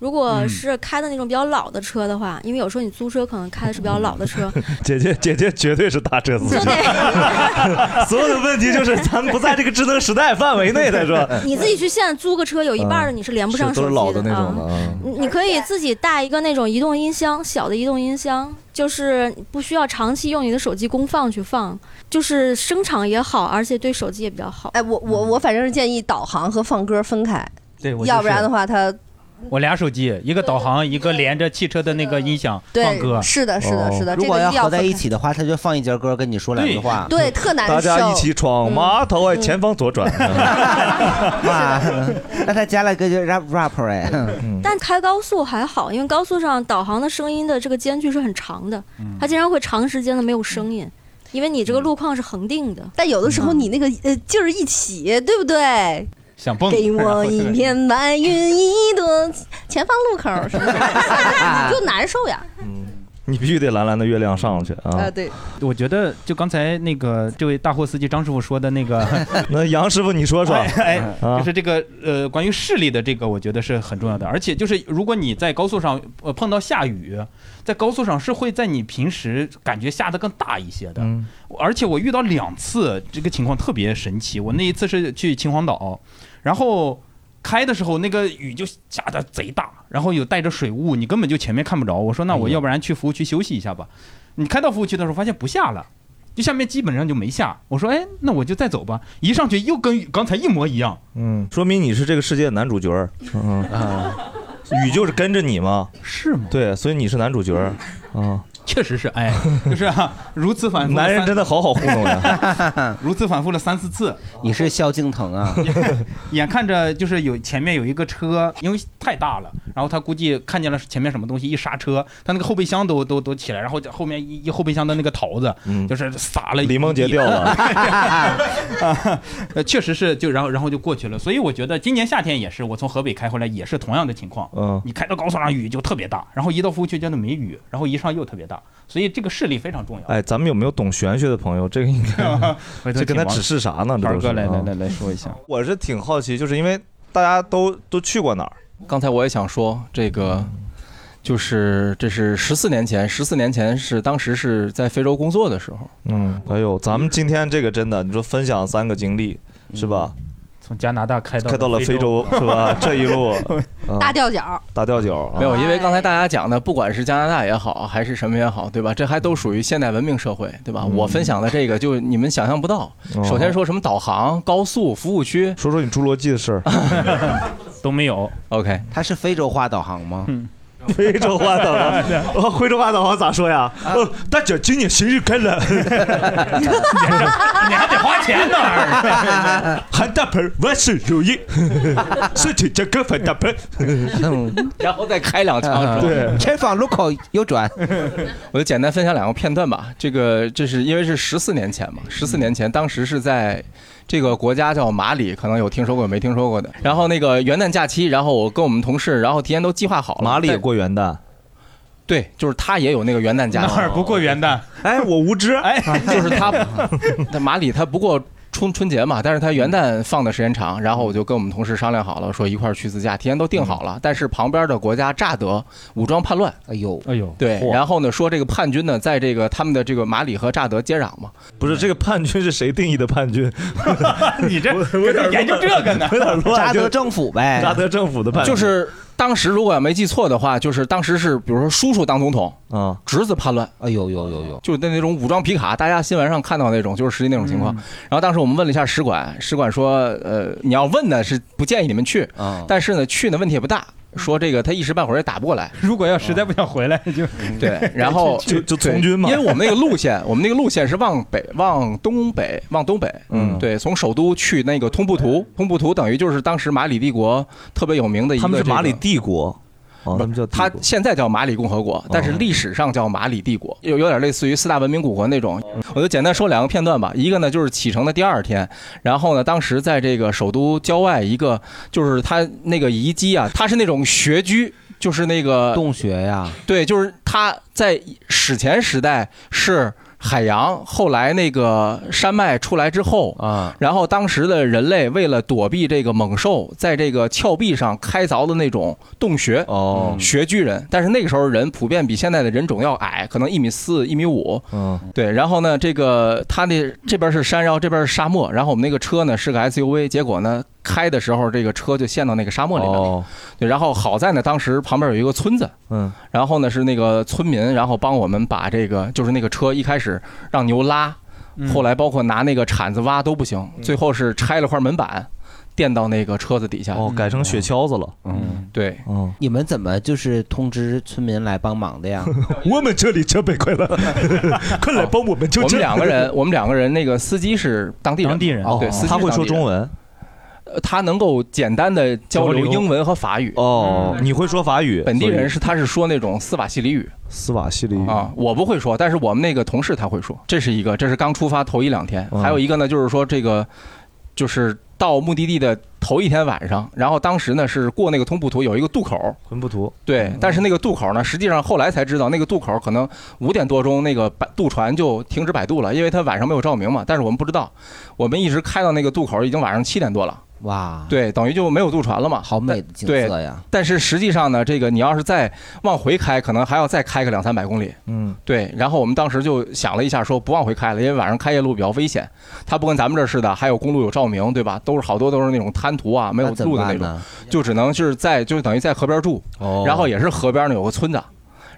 S8: 如果
S2: 嗯
S8: 是开的那种比较老的车的话，因为有时候你租车可能开的是比较老 的车，
S2: 姐姐，姐姐绝对是大车司机。 所有的问题就是咱们不在这个智能时代范围内的是吧？
S8: 你自己去现在租个车，有一半的你是连不
S2: 是
S8: 上
S2: 都嗯
S8: 手
S2: 是老
S8: 机
S2: 的那种
S8: 啊。
S2: 的啊。
S8: 你你可以自己带一个那种移动音箱，小的移动音箱，就是不需要长期用你的手机功放去放，就是声场也好，而且对手机也比较好。
S1: 哎，我我我反正是建议导航和放歌分开，
S3: 对，我就是
S1: 要不然的话它
S3: 我俩手机，一个导航，一个连着汽车的那个音响
S1: 对
S3: 放歌。哦
S1: 是的是的是的
S4: 如
S1: 这
S4: 果
S1: 个一定要
S4: 合在
S1: 分
S4: 一
S1: 开
S4: 起的啊话，他就放一节歌跟你说两句话。
S1: 对特难受。嗯
S2: 大家一起闯码头，哎，前方左转。
S4: 哇，那他加了个 rap rapper 哎，
S2: 嗯
S8: 但开高速还好，因为高速上导航的声音的这个间距是很长的，它经常会长时间的没有声音，因为你这个路况是恒定的。
S1: 但有的时候你那个呃劲儿一起，对不对？
S3: 想蹦
S1: 给我一片白 云，一朵前方路口什么的，就难受呀。
S2: 你必须得蓝蓝的月亮上去
S3: 哦
S2: 啊！，
S1: 啊，对，
S3: 我觉得就刚才那个这位大货司机张师傅说的那 个
S2: 那杨师傅你说说
S3: 哎，
S2: 啊
S3: 哎就是这个呃，关于视力的这个，我觉得是很重要的。而且就是如果你在高速上呃碰到下雨，在高速上是会在你平时感觉下的更大一些的。
S2: 嗯
S3: 而且我遇到两次这个情况特别神奇，我那一次是去秦皇岛，然后。开的时候，那个雨就下的贼大，然后有带着水雾，你根本就前面看不着。我说那我要不然去服务区休息一下吧。你开到服务区的时候，发现不下了，就下面基本上就没下。我说哎，那我就再走吧。一上去又跟刚才一模一样。
S2: 嗯，说明你是这个世界的男主角儿。嗯啊，雨就是跟着你嘛，
S3: 是吗？
S2: 对，所以你是男主角儿啊。
S3: 嗯确实是，哎， 就是、啊、如此反复。
S2: 男人真的好好糊弄呀。
S3: 如此反复了三四次，
S4: 你是萧敬腾啊？
S3: 眼看着就是有前面有一个车，因为太大了，然后他估计看见了前面什么东西，一刹车，他那个后备箱都都都起来，然后后面一一后备箱的那个桃子，
S2: 嗯
S3: 就是撒了一地。
S2: 李梦洁掉了
S3: 啊，呃 确实是，就然后然后就过去了。所以我觉得今年夏天也是，我从河北开回来也是同样的情况。
S2: 嗯
S3: 你开到高速上雨就特别大，然后一到服务区真的没雨，然后一上又特别大，所以这个视力非常重要。
S2: 哎，咱们有没有懂玄学的朋友？这个应 该
S3: 回，头
S2: 这跟他
S3: 请王
S2: 指示啥呢？这
S3: 二
S2: 都是
S3: 哥来来
S2: 啊
S3: 来来说一下。
S2: 我是挺好奇，就是因为大家都都去过哪儿？
S11: 刚才我也想说这个，就是这是十四年前，十四年前是当时是在非洲工作的时候，
S2: 嗯，哎呦，咱们今天这个真的，你说分享三个经历是吧？
S3: 嗯从加拿大开
S11: 到
S2: 开到了非洲是 吧？这一路啊
S1: 大吊脚，
S2: 大吊脚啊
S11: 没有，因为刚才大家讲的，不管是加拿大也好，还是什么也好，对吧？这还都属于现代文明社会，对吧？我分享的这个就你们想象不到。
S2: 嗯哦
S11: 首先说什么导航、高速、服务区，
S2: 说说你侏罗纪的事 儿，
S3: 都没有。
S11: OK，嗯
S4: 他是非洲话导航吗？
S2: 非洲话 导航，哦，非洲话导航咋说呀？
S3: 啊
S2: 哦，大姐，今年生日 快乐！
S3: 你还得花钱呢。
S2: 韩大盆，万事如意， 身体健康，韩大盆。
S11: 然后再开两枪，是吧
S2: 对
S4: 前方路口右转。
S11: 我就简单分享两个片段吧。这个这是因为是十四年前嘛，
S2: 嗯
S11: 十四年前当时是在这个国家叫马里，可能有听说过没听说过
S2: 嗯
S11: 的。然后那个元旦假期，然后我跟我们同事，然后提前都计划好了。
S2: 马里也
S11: 但
S2: 过元旦。
S11: 对，就是他也有那个元旦假期。
S3: 哪儿不过元旦？
S2: 哎，我无知。
S3: 哎，
S11: 就是他，他马里他不过春春节嘛，但是他元旦放的时间长。然后我就跟我们同事商量好了，说一块儿去自驾，提前都定好
S2: 嗯
S11: 了。但是旁边的国家乍得武装叛乱，
S4: 哎呦，
S3: 哎呦，
S11: 对。
S2: 嚯
S11: 然后呢，说这个叛军呢，在这个他们的这个马里和乍得接壤嘛，
S2: 不是这个叛军是谁定义的叛军？
S3: 你这
S2: 有点
S11: 研究这个呢
S2: 有点乱。
S11: 扎德
S4: 政府呗
S2: 扎德政府的叛军
S11: 就是当时如果要没记错的话，就是当时是比如说叔叔当总统，
S2: 啊，
S11: 侄子叛乱，
S4: 哎呦呦呦呦，
S11: 就是那那种武装皮卡，大家新闻上看到那种，就是实际那种情
S4: 嗯
S11: 况。然后当时我们问了一下使馆，使馆说，呃，你要问呢是不建议你们去，
S4: 嗯
S11: 但是呢去呢问题也不大，说这个他一时半会儿也打不过来。
S3: 如果要实在不想回来，就
S11: 对， 然后对因为我们那个路线，我们那个路线是往北、往东北、往东北，
S2: 嗯
S11: 对，从首都去那个通布图，通布图等于就是当时马里帝国特别有名的一个、
S2: 他们是马里帝国，哦，他们叫哦
S11: 它现在叫马里共和国，但是历史上叫马里帝国，有有点类似于四大文明古国那种。我就简单说两个片段吧，一个呢就是启程的第二天，然后呢，当时在这个首都郊外一个就是它那个遗迹啊，它是那种穴居，就是那个
S4: 洞穴
S2: 啊
S4: 呀，
S11: 对，就是它在史前时代是。海洋后来那个山脉出来之后
S4: 啊，
S11: 然后当时的人类为了躲避这个猛兽，在这个峭壁上开凿的那种洞穴
S2: 哦
S11: 穴居人，但是那个时候人普遍比现在的人种要矮，可能一米四、一米五。
S2: 嗯，
S11: 对。然后呢，这个他那这边是山，然后这边是沙漠，然后我们那个车呢是个 SUV，结果呢开的时候这个车就陷到那个沙漠里面了。对，然后好在呢，当时旁边有一个村子，
S2: 哦嗯，
S11: 然后呢是那个村民，然后帮我们把这个就是那个车一开始让牛拉，后来包括拿那个铲子挖都不行，最后是拆了块门板，垫到那个车子底下。
S2: 哦，改成雪橇子了。
S11: 嗯，对，
S2: 嗯，
S4: 你们怎么就是通知村民来帮忙的呀？
S2: 我们这里车北快乐， 快来帮我们
S11: 我们两个 人，我们两个人，那个司机是当地人，当地人对，司机是
S2: 哦他会
S11: 当
S2: 说
S11: 地人
S2: 中，文
S11: 呃他能够简单的交流英文和法语。
S2: 哦，你会说法语？
S11: 本地人
S2: 所以
S11: 是他是说那种斯瓦西里语，
S2: 斯瓦西里语
S11: 啊，我不会说，但是我们那个同事他会说，这是
S2: 嗯
S11: 一个，这是刚出发头一两天，还有一个呢，就是说这个，就是到目的地的头一天晚上，然后当时呢是过那个通布图有一个渡口，
S2: 魂不图，
S11: 对，但是那个渡口呢，实际上后来才知道，那个渡口可能五点多钟那个摆渡船就停止摆渡了，因为它晚上没有照明嘛。但是我们不知道，我们一直开到那个渡口已经晚上七点多了。
S4: 哇，
S11: 对，等于就没有渡船了嘛。好美的景
S4: 色呀！
S11: 但是实际上呢，这个你要是再往回开，可能还要再开个两三百公里。
S2: 嗯，
S11: 对，然后我们当时就想了一下，说不往回开了，因为晚上开夜路比较危险。它不跟咱们这儿似的，还有公路有照明，对吧？都是好多都是那种滩涂啊，没有
S4: 那怎么
S11: 路的那
S4: 办
S11: 种
S4: 呢，
S11: 就只能是在就是等于在河边住，
S4: 哦
S11: 然后也是河边呢有个村子。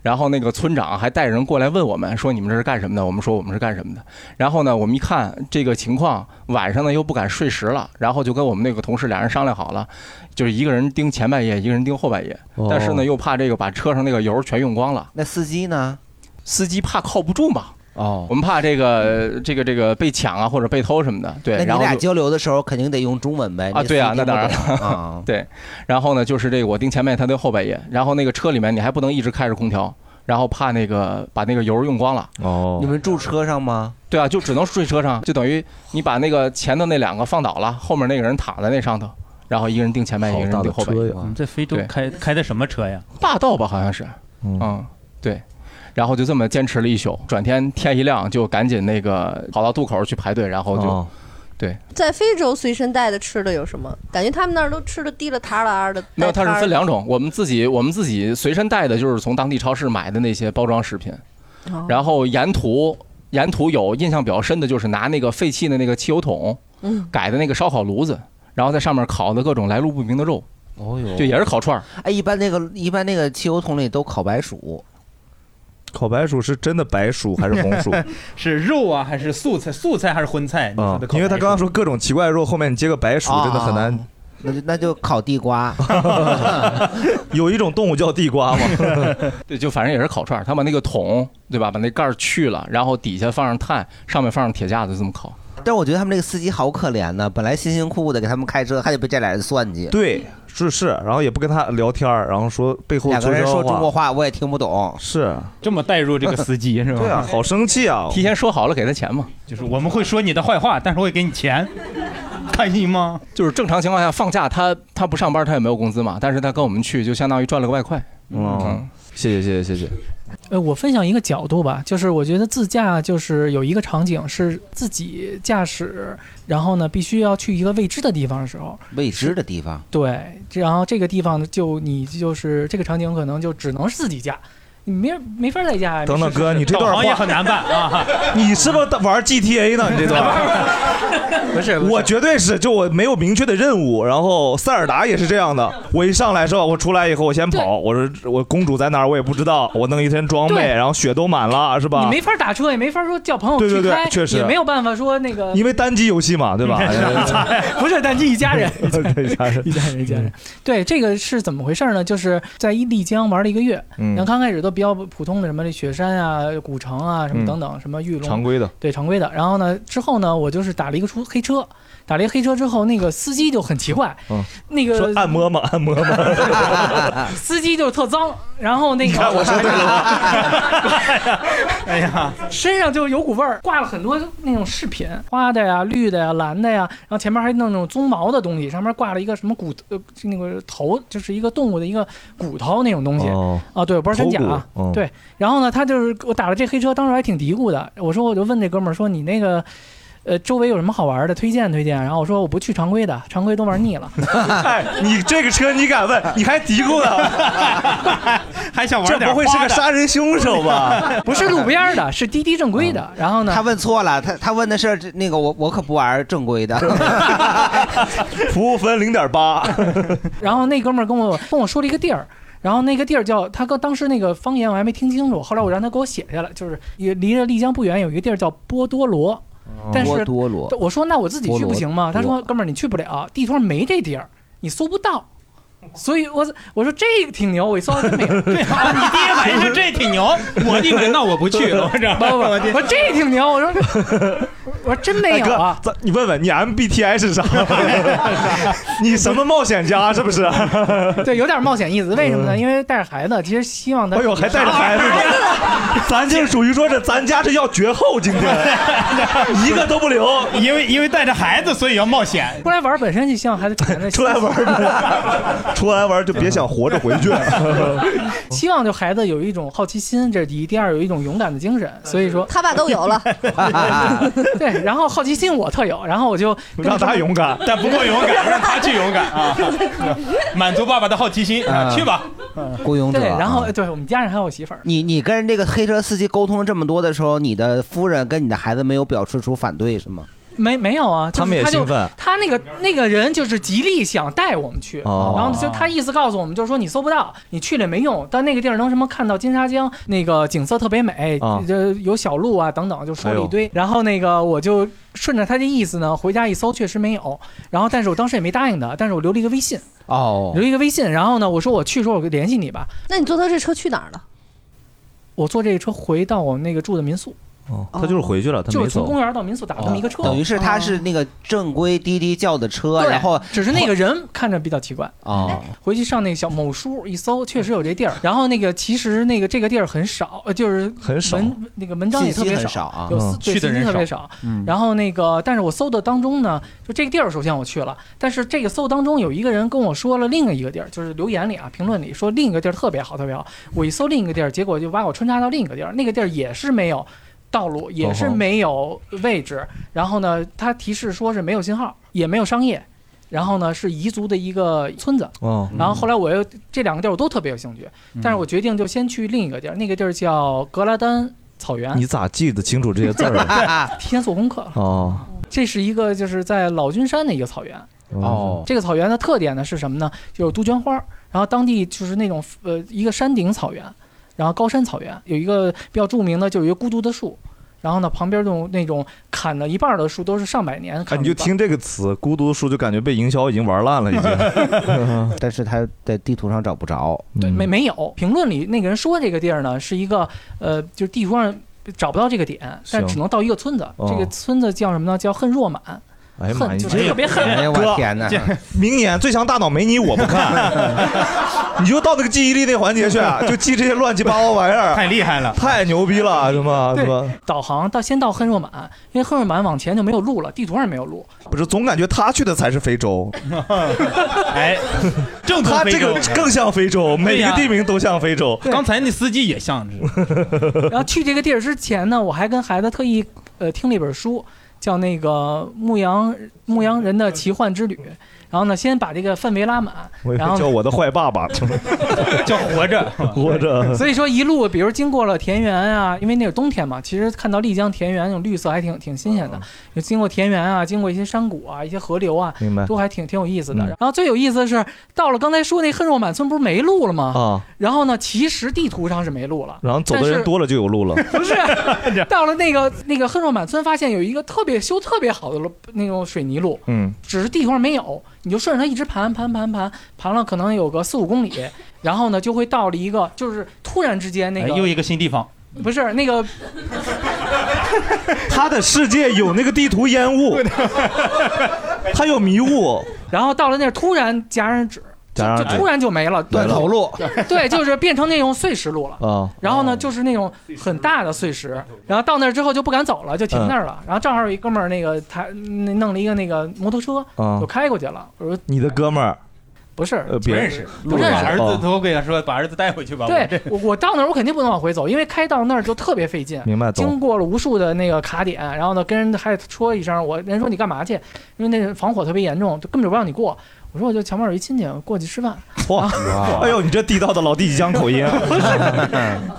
S11: 然后那个村长还带人过来问我们说你们这是干什么的？我们说我们是干什么的。然后呢，我们一看这个情况，晚上呢又不敢睡实了，然后就跟我们那个同事俩人商量好了，就是一个人盯前半夜，一个人盯后半夜
S4: 哦。
S11: 但是呢，又怕这个把车上那个油全用光了。
S4: 那司机呢？
S11: 司机怕靠不住嘛。
S4: 哦，
S11: 我们怕这个这个这个被抢啊或者被偷什么的。对，
S4: 那你
S11: 然后
S4: 俩
S11: 就
S4: 交流的时候肯定得用中文呗？
S11: 啊，
S4: 你
S11: 对啊，
S4: 司机
S11: 那当然
S4: 听
S11: 了
S4: 不懂啊。
S11: 对，然后呢，就是这个我盯前面，他盯后半夜，然后那个车里面你还不能一直开着空调，然后怕那个把那个油用光了。
S2: 哦
S4: 你们住车上吗？
S11: 对啊，就只能睡车上，就等于你把那个前头那两个放倒了，后面那个人躺在那上头，然后一个人盯前面，一个人盯后啊嗯半夜。
S3: 你在非洲
S11: 对
S3: 开开的什么车呀？
S11: 霸道吧，好像是，嗯，对。然后就这么坚持了一宿，转天天一亮就赶紧那个跑到渡口去排队，然后就，
S2: 哦
S11: 对，
S1: 在非洲随身带的吃的有什么？感觉他们那儿都吃的滴了塌啦儿的。
S11: 没有，
S1: 带
S11: 它
S1: 摊儿
S11: 是
S1: 的
S11: 分两种。我们自己我们自己随身带的就是从当地超市买的那些包装食品，
S1: 哦
S11: 然后沿途沿途有印象比较深的就是拿那个废弃的那个汽油桶
S1: 嗯
S11: 改的那个烧烤炉子，然后在上面烤的各种来路不明的肉，
S4: 哦哟，
S11: 就也是烤串儿。
S4: 哎，一般那个一般那个汽油桶里都烤白薯，
S2: 烤白薯是真的白薯还是红薯？
S3: 是肉啊，还是素菜？素菜还是荤菜？你说
S2: 啊
S3: 的，烤
S2: 因为他
S3: 白薯
S2: 刚刚说各种奇怪的肉，后面你接个白薯，真的很
S4: 哦
S2: 难。
S4: 那就那就烤地 瓜。
S2: 有一种动物叫地瓜 嘛，
S11: 对，就反正也是烤串儿，他把那个桶对吧，把那盖儿去了，然后底下放上炭，上面放上铁架子，这么烤。
S4: 但我觉得他们这个司机好可怜呐，本来辛辛苦苦的给他们开车，还得被这俩人算计。
S2: 对，是是，然后也不跟他聊天儿，然后说背后
S4: 两个人
S2: 悄悄
S4: 说中国话我也听不懂。
S2: 是
S3: 这么带入这个司机是吧？
S2: 对啊，好生气啊！
S11: 提前说好了给他钱嘛，
S3: 就是我们会说你的坏话，但是会给你钱，开心吗？
S11: 就是正常情况下放假他他不上班他也没有工资嘛，但是他跟我们去就相当于赚了个外快。
S2: 嗯，谢谢谢谢谢谢。
S12: 呃，我分享一个角度吧，就是我觉得自驾就是有一个场景是自己驾驶，然后呢必须要去一个未知的地方的时候，
S4: 未知的地方，
S12: 对，然后这个地方呢就你就是这个场景可能就只能是自己驾，你没人没法再驾。
S2: 等等
S12: 是
S2: 哥，你这段话
S3: 啊！
S2: 你是不是玩 GTA 呢？你这段
S11: 不是，
S2: 我绝对是，就我没有明确的任务。然后塞尔达也是这样的，我一上来是吧？我出来以后我先跑，我说我公主在哪儿我也不知道，我弄一身装备，
S12: 对
S2: 然后血都满了是吧？
S12: 你没法打车，也没法说叫朋友
S2: 对
S12: 去
S2: 对
S12: 开，
S2: 对确实
S12: 也没有办法说那个
S2: 因为单机游戏嘛，对 吧？哎
S12: 不是单机一家人，
S2: 一家人，
S12: 一家人，一家人。对，这个是怎么回事呢？就是在一丽江玩了一个月，
S2: 嗯
S12: 然后刚开始都比较普通的什么这雪山啊、古城啊什么等等，什么玉
S2: 嗯
S12: 龙
S2: 常规的
S12: 对常规的。然后呢，之后呢，我就是打了一个出黑车，打了一个黑车之后，那个司机就很奇怪，
S2: 嗯，
S12: 那个
S2: 说按摩嘛，按摩嘛。
S12: 司机就是特脏，然后那个
S2: 你看我说对了吧
S3: 哎呀，
S12: 身上就有股味儿，挂了很多那种饰品，花的呀、绿的呀、蓝的呀，然后前面还弄那种鬃毛的东西，上面挂了一个什么骨呃那个头，就是一个动物的一个骨头那种东西。
S2: 哦
S12: 啊，对，我不是真假啊
S2: 头骨嗯，
S12: 对。然后呢，他就是我打了这黑车，当时还挺嘀咕的，我说我就问这哥们儿说你那个。呃，周围有什么好玩的推荐推荐？然后我说我不去常规的，常规都玩腻了。
S2: 哎，你这个车你敢问？你还嘀咕呢？
S3: 还想
S2: 这不会是个杀人凶 手吧？ 嗯
S12: 不是路边儿的，是滴滴正规的。然后呢？
S4: 他问错了，他他问的是这那个我我可不玩正规的。
S2: 服务分零点 八。
S12: 然后那哥们儿跟我跟我说了一个地儿，然后那个地儿叫他跟当时那个方言我还没听清楚，后来我让他给我写下来，就是也离着丽江不远有一个地儿叫波多罗，
S2: 哦
S12: 但是
S4: 波多罗
S12: 我说那我自己去不行吗？他
S4: 波罗
S12: 说哥们儿你去不了，地图上没这地儿，你搜不到。所以我我说这个挺牛，我一搜真 没有。对
S3: 啊，你第一反应是这挺牛，哦我第一反应那我不去，我这
S12: 不不，不我这挺牛，我说 我说真没有啊。
S2: 哎咱你问问你 MBTI 是 啥？你什么冒险家是不是？
S12: 对，有点冒险意思。为什么呢？因为带着孩子，其实希望他。
S2: 嗯哎呦，还带着孩 子呢，咱这属于说是咱家这要绝后，今 天一个都不留，
S3: 因为因为带着孩子，所以要冒险。
S12: 出来玩本身就希望孩子体验 那
S2: 出来玩出来玩就别想活着回 去。
S12: 希望就孩子有一种好奇心，这是第一；第二，有一种勇敢的精神。所以说
S1: 嗯他爸都有了，
S12: 对，然后好奇心我特有，然后我就
S2: 让他勇 敢，
S3: 但不够勇敢，让他去勇敢啊！满足爸爸的好奇心啊，去吧。
S4: 孤勇者
S12: 对，然后
S4: 啊
S12: 对我们家人还有我媳妇儿，
S4: 你你跟这个黑车司机沟通了这么多的时候，你的夫人跟你的孩子没有表示出反对是吗？
S12: 没没有啊，就是
S4: 他们也
S12: 就
S4: 兴奋
S12: 他那个那个人就是极力想带我们去，
S4: 哦
S12: 然后就他意思告诉我们，就是说你搜不到，你去了也没用。但那个地儿能什么看到金沙江，那个景色特别美
S2: 啊，哎
S12: 这有小路啊等等，就说了一堆。然后那个我就顺着他的意思呢，回家一搜确实没有。然后但是我当时也没答应他，但是我留了一个微信，
S4: 哦，
S12: 留一个微信。然后呢，我说我去的时候我联系你吧。
S1: 那你坐他这车去哪儿了？
S12: 我坐这个车回到我们那个住的民宿，
S2: 哦他就是回去了，他
S12: 就
S2: 没
S12: 是从
S2: 走哦
S12: 公。园到民宿打了这么一个车，
S4: 哦等于是他是那个正规滴滴叫的车，然后
S12: 只是那个人看着比较奇怪。哎
S4: 哦，
S12: 回去上那个小某书一搜，确实有这地
S4: 嗯
S12: 儿。然后那个其实那个这个地儿很少，呃，就是
S2: 很少
S12: 文那个文章也特别
S4: 信息很少啊
S12: 有
S4: 嗯
S12: 私对
S4: 去的
S12: 信息
S4: 人
S12: 特别
S4: 少
S12: 少。
S4: 嗯
S12: 然后那个，但是我搜的当中呢，就这个地儿首先我去了，但是这个搜当中有一个人跟我说了另一个地儿，就是留言里啊评论里说另一个地儿特别好特别好。我一搜另一个地儿，结果就把我穿插到另一个地儿，那个地儿也是没有。道路也是
S2: 哦吼
S12: 没有位置，然后呢，它提示说是没有信号，也没有商业，然后呢是彝族的一个村子，
S2: 哦
S12: 然后后来我又这两个地儿我都特别有兴趣，
S2: 嗯
S12: 但是我决定就先去另一个地儿，那个地儿叫格拉丹草原。
S2: 你咋记得清楚这些字儿啊？
S12: 提前做功课了。
S2: 哦
S3: 嗯
S12: 这是一个就是在老君山的一个草原。
S2: 哦
S12: 这个草原的特点呢是什么呢？就有杜鹃花，然后当地就是那种呃一个山顶草原，然后高山草原有一个比较著名的，就有一个孤独的树。然后呢，旁边那种那种砍了一半的树都是上百年
S2: 哎，
S12: 砍了
S2: 你
S12: 一半。
S2: 就听这个词“孤独”书，就感觉被营销已经玩烂 了，已经。
S4: 但是他在地图上找不着，
S2: 嗯
S12: 对，没没有评论里那个人说这个地儿呢是一个呃，就是地图上找不到这个点，但
S2: 行
S12: 只能到一个村子。
S2: 哦
S12: 这个村子叫什么呢？叫恨若满。
S2: 哎呀妈呀，
S12: 恨
S2: 你
S12: 就是
S2: 这
S12: 特别恨。
S2: 哎呀，我天哪！明年最强大脑没你我不 看，你就到那个记忆力那环节去，啊 就记这些乱七八糟玩意儿。
S3: 太厉害了，
S2: 太牛逼了，是吗？是吧
S12: 对？， 导航到先到恨若满，因为恨若满往前就没有路了，地图上也没 有路。
S2: 不是，总感觉他去的才是非洲，
S3: 哎，正宗
S2: 他
S3: 非
S2: 这
S3: 洲
S2: 个更像非洲，
S3: 对
S2: 每
S3: 呀
S2: 个地名都像非洲。
S3: 刚才那司机也像 是，
S12: 然后去这个地儿之前呢，我还跟孩子特意呃听了一本书，叫那个《牧羊牧羊人的奇幻之旅》。然后呢，先把这个氛围拉满
S2: 我，以为
S12: 然后
S2: 叫我的坏爸爸，
S3: 叫活着，
S2: 活 着。
S12: 所以说一路，比如经过了田园啊，因为那是冬天嘛，其实看到丽江田园那种绿色还挺挺新鲜的。就经过田园啊，经过一些山谷啊，一些河流啊
S2: 哦明白，
S12: 都还挺挺有意思的。
S2: 嗯
S12: 然后最有意思的是，到了刚才说那恨若满村不是没路了吗？
S2: 啊，
S12: 然后呢，其实地图上是没路了，
S2: 然后走的人多了就有路了。
S12: 不是，到了那个那个恨若满村，发现有一个特别修特别好的路那种水泥路，
S2: 嗯，
S12: 只是地图上没有，你就顺着它一直盘盘盘盘盘了，可能有个四五公里，然后呢就会到了一个，就是突然之间那
S3: 哎
S12: 个、
S3: 又一个新地方。
S12: 不是那个
S2: 他的世界有那个地图烟雾，他有迷雾，
S12: 然后到了那儿突然戛然止，
S2: 加
S12: 就
S2: 上
S12: 突然就没了，
S2: 断头
S4: 路，
S12: 对，就是变成那种碎石路了。
S2: 啊，
S12: 然后呢，就是那种很大的碎石，然后到那儿之后就不敢走了，就停那儿了。然后正好有一哥们儿，那个他那弄了一个那个摩托车，
S2: 嗯
S12: 就开过去了。我说
S2: 你的哥们儿，
S12: 不是
S2: 呃，别人
S12: 不认识
S3: 把儿子
S2: 哦
S3: 都给他说，把儿子带回去吧。我
S12: 对
S3: 这
S12: 我，我到那儿我肯定不能往回走，因为开到那儿就特别费劲。
S2: 明白懂
S12: 经过了无数的那个卡点，然后呢，跟人还说一声，我人说你干嘛去？因为那防火特别严重，就根本就不让你过。我说我就前面有一亲戚，我过去吃饭。
S2: 哇，哎呦，你这地道的老地江口音，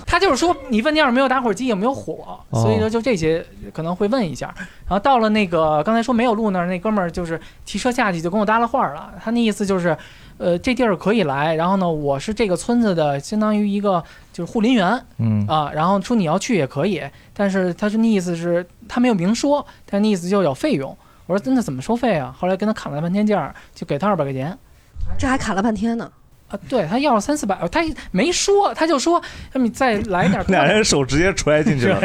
S12: 他就是说你问店有没有打火机，有没有火，
S2: 哦
S12: 所以说就这些可能会问一下。然后到了那个刚才说没有路那儿，那哥们儿就是骑车下去就跟我搭了话儿了。他那意思就是，呃，这地儿可以来，然后呢，我是这个村子的相当于一个就是护林员，
S2: 嗯
S12: 啊，然后说你要去也可以，但是他说那意思是他没有明说，但那意思就要有费用。我说那怎么收费啊？后来跟他砍了半天价儿，就给他二百块钱。
S1: 这还卡了半天呢。
S12: 啊，对他要了三四百，哦他没说，他就说，那你再 来点多
S2: 俩
S12: 的。
S2: 人手直接揣进去了。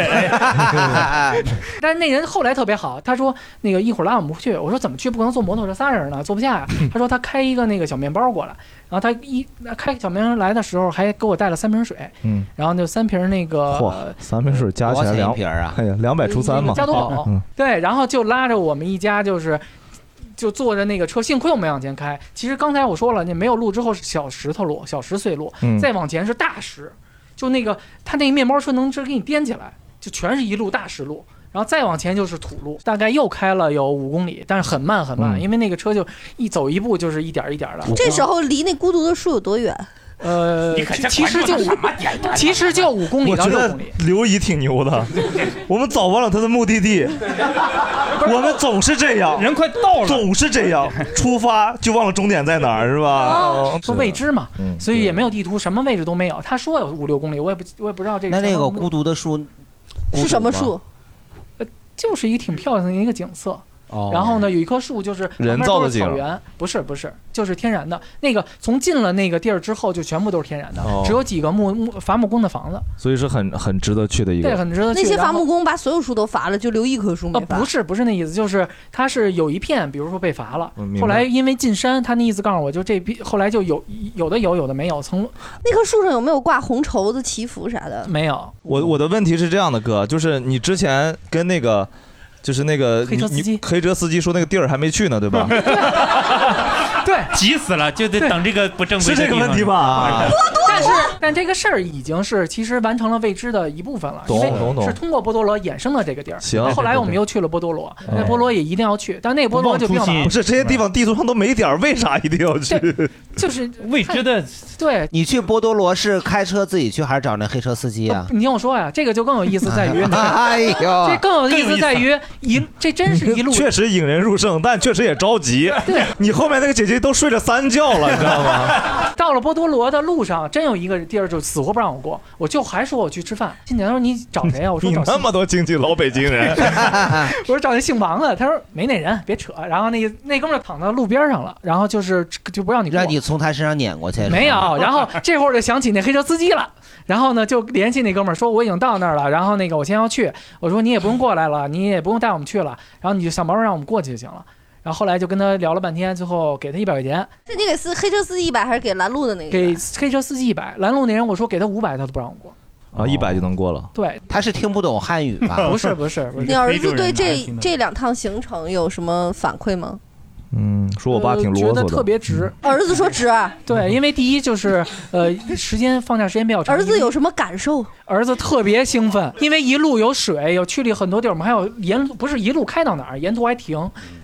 S12: 但是那人后来特别好，他说那个一会儿拉我们去，我说怎么去？不可能坐摩托车仨人呢，坐不下呀、
S2: 嗯
S12: 他说他开一个那个小面包过来，然后他一开小面包来的时候还给我带了三瓶水，
S2: 嗯，
S12: 然后就三瓶那
S2: 嚯
S12: 个，
S2: 三瓶水加起来
S12: 多少钱
S2: 两
S12: 一瓶
S2: 啊，哎呀，两百除三嘛，
S12: 加多宝，
S2: 嗯
S12: 对，然后就拉着我们一家就是。就坐着那个车，幸亏我没往前开。其实刚才我说了，那没有路之后是小石头路、小石碎路，
S13: 嗯
S12: 再往前是大石，就那个他那个面包车能直接给你颠起来，就全是一路大石路。然后再往前就是土路，大概又开了有五公里，但是很慢很慢，
S1: 嗯
S12: 因为那个车就一走一步就是一点儿一点儿的。
S1: 这时候离那孤独的树有多远？
S12: 呃，
S1: 你可
S12: 其
S1: 这
S12: 其实就
S1: 管住
S12: 五
S1: 了什么，啊
S12: 其实就五公里
S2: 我
S12: 到
S2: 觉
S12: 六
S2: 得
S12: 公里。
S2: 刘姨挺牛 的，我们早忘了她的目的地，我们总是这样，人
S3: 快到了，
S2: 总是这 样，出发就忘了终点在哪儿，是
S4: 哦
S2: 吧？
S12: 说哦未知嘛，
S2: 嗯
S12: 所以也没有地图，什么位置都没有。他说有五六公里，我也不我也不知道这个。
S4: 那那个孤独的树
S12: 是什么
S4: 孤独吗
S12: 树？呃，就是一个挺漂亮的一个景色。
S4: 哦
S12: 然后呢，有一棵树就是旁边
S2: 人造的
S12: 都是草
S2: 景
S12: 原，不是不是，就是天然的。那个从进了那个地儿之后，就全部都是天然的，
S2: 哦
S12: 只有几个木木伐木工的房子。
S2: 所以是很很值得去的一个，
S12: 对，很值得去。
S1: 那些伐木
S12: 工。
S1: 工把所有树都伐了，就留一棵树没伐。
S12: 不是不是那意思，就是它是有一片，比如说被罚了
S1: 嗯明，白
S12: 后来因为进山，他那意思告诉我就这批，后来就有有的有，有的没有，从
S1: 那棵树上有没有挂红绸子、祈福啥的？
S12: 没有。
S2: 我我的问题是这样的，哥，就是你之前跟那个，就是那个
S12: 黑车司
S2: 机，你黑车司机说那个地儿还没去呢，对吧？
S12: 对，
S14: 急死了，就得等这个不正规
S2: 是这个
S14: 地方
S2: 问题吧？
S12: 但是但这个事儿已经是其实完成了未知的一部分了，
S2: 懂
S12: 因为
S2: 懂懂
S12: 是通过波多罗衍生的这个地儿。
S2: 行
S12: 后来我们又去了波多罗，
S2: 对对对
S12: 那波罗也一定要去，但那波罗就比较麻
S2: 不是这些地方地图上都没点儿，为啥一定要去？
S12: 就是
S14: 未知的。
S12: 对，
S4: 你去波多罗是开车自己去还是找那黑车司机啊？
S12: 你听我说呀，这个就更有意思在于，
S4: 哎呦
S12: 这更有意思在于一，这真是一路
S2: 确实引人入胜，但确实也着急。
S12: 对，
S2: 你后面那个姐姐都睡了三觉了，你知道吗？
S12: 到了波多罗的路上，真有一个地儿就死活不让我过，我就还说我去吃饭。今年说你找谁呀、啊我说
S2: 你
S12: 找
S2: 那么多亲戚，老北京人，
S12: 我说找那姓王的，他说没那人，别扯。然后那那哥们儿躺到路边上了，然后就是就不让你
S4: 让你从他身上碾过去是吧
S12: 没有。 然后这会儿就想起那黑车司机了，然后呢就联系那哥们儿说我已经到那儿了，然后那个我先要去，我说你也不用过来了，你也不用带我们去了，然后你就想办法让我们过去就行了。然后后来就跟他聊了半天，最后给他一百块钱，
S1: 是你给司黑车司机一百，还是给拦路的那个？
S12: 给黑车司机一百，拦路那人我说给他五百，他都不让我过。
S2: 啊，一百就能过了。
S12: 对，
S4: 他是听不懂汉语吧？
S12: 不是不是不是
S1: 你儿子对这这两趟行程有什么反馈吗？
S2: 嗯，说我爸挺
S12: 觉
S2: 啰
S12: 得
S2: 嗦
S12: 特
S2: 的。
S12: 别值。
S1: 儿子说值，
S12: 对，因为第一就是呃，时间放假时间比较长。儿子有
S1: 什么感受？
S12: 儿子特别兴奋，因为一路有水，有去了很多地儿，我们还有沿不是一路开到哪儿，沿途还停。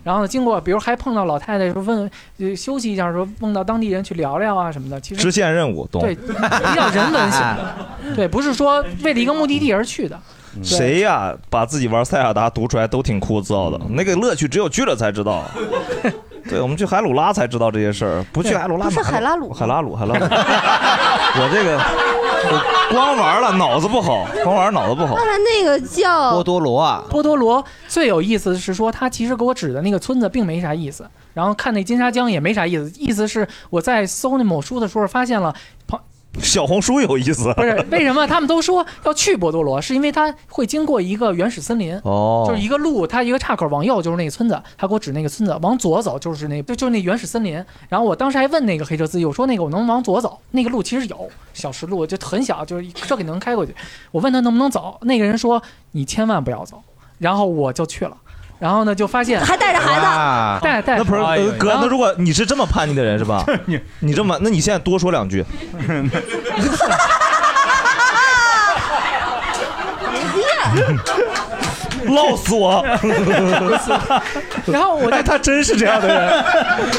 S12: 然后呢，经过比如还碰到老太太说问呃休息一下，说碰到当地人去聊聊啊什么的。其实
S2: 支线任务，懂？
S12: 对比较人文型的，对，不是说为了一个目的地而去的。
S1: 嗯
S12: 对
S2: 谁呀？把自己玩塞尔达读出来都挺枯燥的，
S1: 嗯
S2: 那个乐趣只有去了才 知道。对，我们去海鲁拉才知道这些事儿，不去海鲁拉
S1: 不是
S2: 哪儿
S1: 海拉鲁
S2: 海拉鲁，海拉鲁。 我这个我光玩了，脑子不好，光玩脑子不好
S1: 刚。才那个叫
S4: 多罗啊，
S12: 波多罗最有意思的是说，他其实给我指的那个村子并没啥意思，然后看那金沙江也没啥意思，意思是我在搜那某书的时候发现了旁。
S2: 小红书有意思，
S12: 不是为什么他们都说要去波多罗，是因为它会经过一个原始森林，
S2: 哦
S12: 就是一个路，它一个岔口往右就是那个村子，他给我指那个村子，往左走就是那就就是那原始森林。然后我当时还问那个黑车司机，我说那个我能往左走，那个路其实有小石路，就很小，就是车给能开过去。我问他能不能走，那个人说你千万不要走，然后我就去了。然后呢，就发现
S1: 还带着孩子
S2: 啊
S12: 带带
S2: 那不是
S12: 哎呦
S2: 呃哥，
S12: 然后
S2: 那如果你是这么叛逆的人是吧？你这么，那你现在多说两句。唠死我！
S12: 然后我就
S2: 哎，他真是这样的人，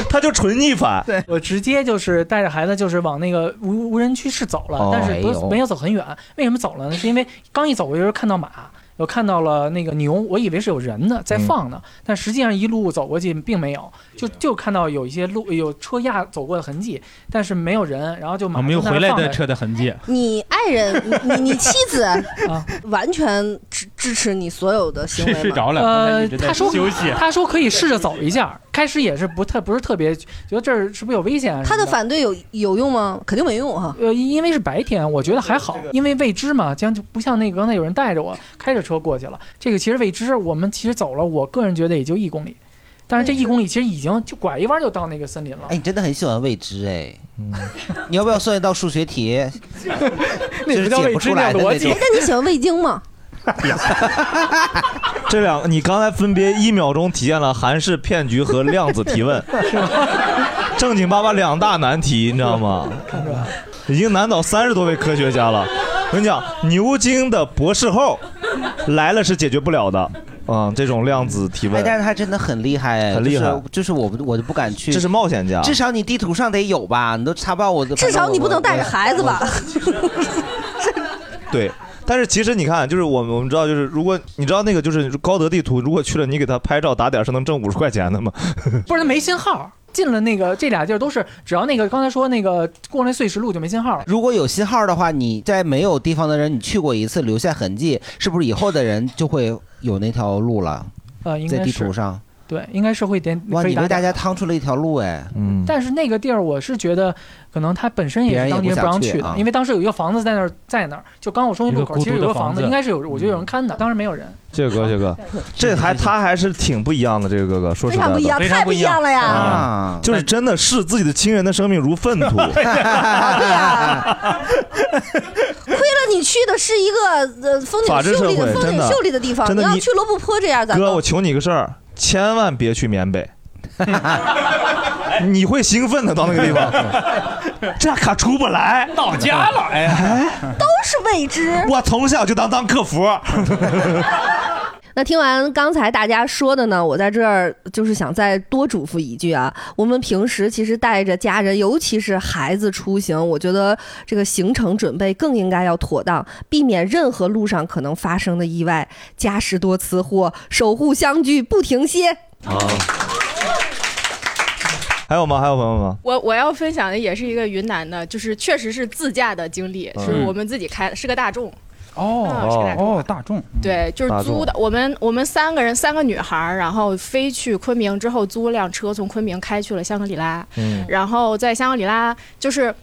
S2: 他就纯逆反。
S12: 对啊我直接就是带着孩子就是往那个无无人区是走了，
S2: 哦
S12: 但是不
S2: 哎呦
S12: 没有走很远。为什么走了呢？是因为刚一走过去就看到马，有看到了那个牛，我以为是有人呢在放
S14: 嗯
S12: 呢，但实际上一路走过去并没有，就就看到有一些路有车压走过的痕迹，但是没有人，然后就马
S14: 我啊们有
S12: 就在
S14: 回
S12: 那
S14: 来
S12: 儿放
S14: 的
S12: 着哎
S14: 车的痕迹。
S1: 你爱人，呃 你你你妻子
S12: 啊
S1: 完全 支支持你所有的行为吗？
S12: 呃，他说他说可以试着走一下，开始也是不特不是特别觉得这儿是不是有危险啊什么？
S1: 他的反对有有用吗？嗯肯定没用哈。
S12: 呃，因为是白天，我觉得还好
S1: 这个，
S12: 因为未知嘛，将就不像那个刚才有人带着我开着车过去了。这个其实未知，我们其实走了，我个人觉得也就一公里，但是这一公里其实已经就拐一弯就到那个森 林了。
S4: 哎，你真的很喜欢未知哎， 你要不要算一道数学题？就是解不出来的那种
S1: 哎。那你喜欢味精吗？
S2: 这两个，你刚才分别一秒钟体验了韩式骗局和量子提 问，正经八百两大难题，你知道吗？已经难倒三十多位科学家了。我跟你讲，牛津的博士后来了是解决不了的。啊、这种量子提
S4: 哎，
S2: 问，
S4: 但是他真的很厉害哎，
S2: 很厉害
S4: 就是就是我不我就不敢去。
S2: 这是冒险家
S4: 至少你地图上得有吧？你都查不到我的。
S1: 至少你不能带着孩子吧？
S2: 对，但是其实你看，就是我们我们知道，就是如果你知道那个就是高德地图，如果去了你给他拍照打点是能挣五十块钱的吗？
S12: 不是他没信号，进了那个这俩地儿都是，只要那个刚才说那个过那碎石路就没信号了。
S4: 如果有信号的话，你在没有地方的人，你去过一次留下痕迹，是不是以后的人就会有那条路了？
S12: 呃，应该
S4: 在
S12: 是
S4: 地图上。
S12: 对，应该是会点
S4: 哇，
S12: 可以
S4: 你
S12: 打
S4: 为大
S12: 点
S4: 家趟出了一条路哎。
S2: 嗯。
S12: 但是那个地儿，我是觉得可能它本身
S4: 别
S12: 也
S4: 人
S12: 是
S4: 也
S12: 当地人
S4: 不
S12: 不让
S4: 想去
S12: 去
S4: 啊
S12: 的，因为当时有一个房子在那儿，在那儿，就刚我说那路口，
S2: 一个孤独
S12: 其实有一
S2: 的
S12: 个
S2: 房
S12: 房子，
S2: 子嗯
S12: 应该是有，我觉得有人看的，当时没有人。
S2: 这个哥，这个，这还他还是挺不一样的。这个哥哥，说实在的，
S12: 非常不一样太不一样了呀啊
S2: 就是真的视自己的亲人的生命如粪 土。
S1: 亏了你去的是一个呃风景
S2: 法治
S1: 秀
S2: 社
S1: 丽
S2: 会
S1: 的风
S2: 真
S1: 景
S2: 的
S1: 秀丽的地方，
S2: 真的
S1: 你要
S2: 你
S1: 去罗布泊这样，啊咱
S2: 哥，
S1: 们
S2: 我求你个事儿，千万别去缅 北，你会兴奋的到那个地方， 这可出不来。
S14: 到家了，哎呀，
S1: 都是未知。
S2: 我从小就当当客 服。啊
S1: 那听完刚才大家说的呢，我在这儿就是想再多嘱咐一句啊，我们平时其实带着家人，尤其是孩子出行，我觉得这个行程准备更应该要妥当，避免任何路上可能发生的意外。家事多辞或守护相聚不停歇。
S2: 啊，还有吗？还有朋友吗？
S13: 我我要分享的也是一个云南的，就是确实是自驾的经历，
S2: 嗯
S13: 是我们自己开，是个大众。
S3: 哦
S13: 嗯是个大众
S3: 哦，大众，
S13: 对，就是租的。我们我们三个人，三个女孩儿，然后飞去昆明之后，租辆车从昆明开去了香格里拉。
S2: 嗯
S13: 然后在香格里拉，就是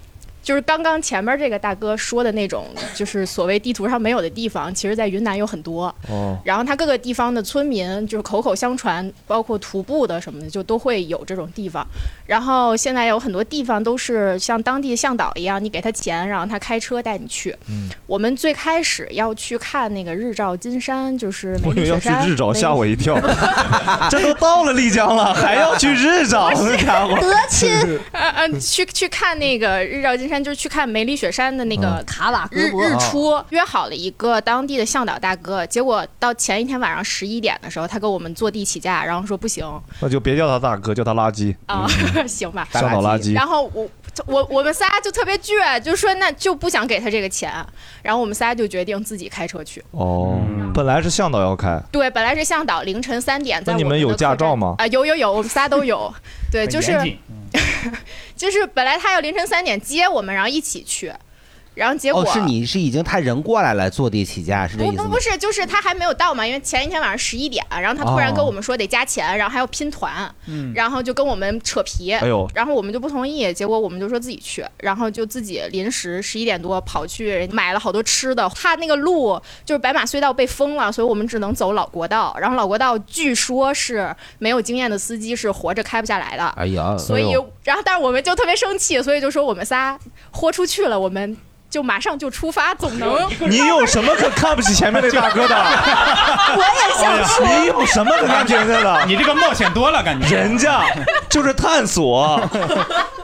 S13: 就是刚刚前面这个大哥说的那种，就是所谓地图上没有的地方，其实在云南有很多。
S2: 哦
S13: 然后它各个地方的村民就是口口相传，包括徒步的什么的，就都会有这种地方。然后现在有很多地方都是像当地向导一样，你给他钱，然后他开车带你去。
S2: 嗯，
S13: 我们最开始要去看那个日照金山，就是
S2: 我以
S13: 梅里
S2: 为要
S13: 雪
S2: 去
S13: 山。
S2: 日照，
S13: 梅里
S2: 吓我 一跳。这都到了丽江了，还要去日照，
S13: 不
S2: 这
S13: 是
S2: 家伙
S13: 德钦，呃呃，去去看那个日照金山，就是去看梅里雪山的那个
S2: 嗯
S1: 卡瓦
S13: 日
S1: 格博
S13: 日出。约好了一个当地的向导大哥，结果到前一天晚上十一点的时候，他跟我们坐地起价，然后说不行
S2: 那就别叫他大哥，叫他垃圾。
S12: 嗯
S13: 啊，
S4: 嗯
S13: 行吧，
S2: 向导垃圾
S13: 然后我我我们仨就特别倔，就说那就不想给他这个钱，然后我们仨就决定自己开车去。
S2: 哦，本来是向导要开，
S13: 对，本来是向导凌晨三点在
S2: 那
S13: 我
S2: 你
S13: 们
S2: 们有
S13: 的
S2: 驾照吗
S13: 啊、？有有有，我们仨都有。对，
S2: 很
S13: 就是
S2: 严谨嗯
S13: 就是本来他要凌晨三点接我们，然后一起去，然后结果、
S4: 哦，是你是已经他人过来了，坐地起价是这
S13: 不
S4: 意思
S13: 不
S4: 吗
S13: 不？是，就是他还没有到嘛，因为前一天晚上十一点，然后他突
S4: 哦
S13: 然跟我们说得加钱，然后还要拼团，
S2: 嗯
S13: 然后就跟我们扯皮，
S2: 哎呦
S13: 然后我们就不同意，结果我们就说自己去，然后就自己临时十一点多跑去买了好多吃的。他那个路就是白马隧道被封了，所以我们只能走老国道，然后老国道据说是没有经验的司机是活着开不下来的，
S4: 哎呀，
S13: 所以，然后但是我们就特别生气，所以就说我们仨豁出去了，我们就马上就出发，总能。
S2: 你有什么可看不起前面那大哥的？
S13: 我也想 说
S2: 你有什么可看不起人家的？
S14: 你这个冒险多了，感觉
S2: 人家就是探 索，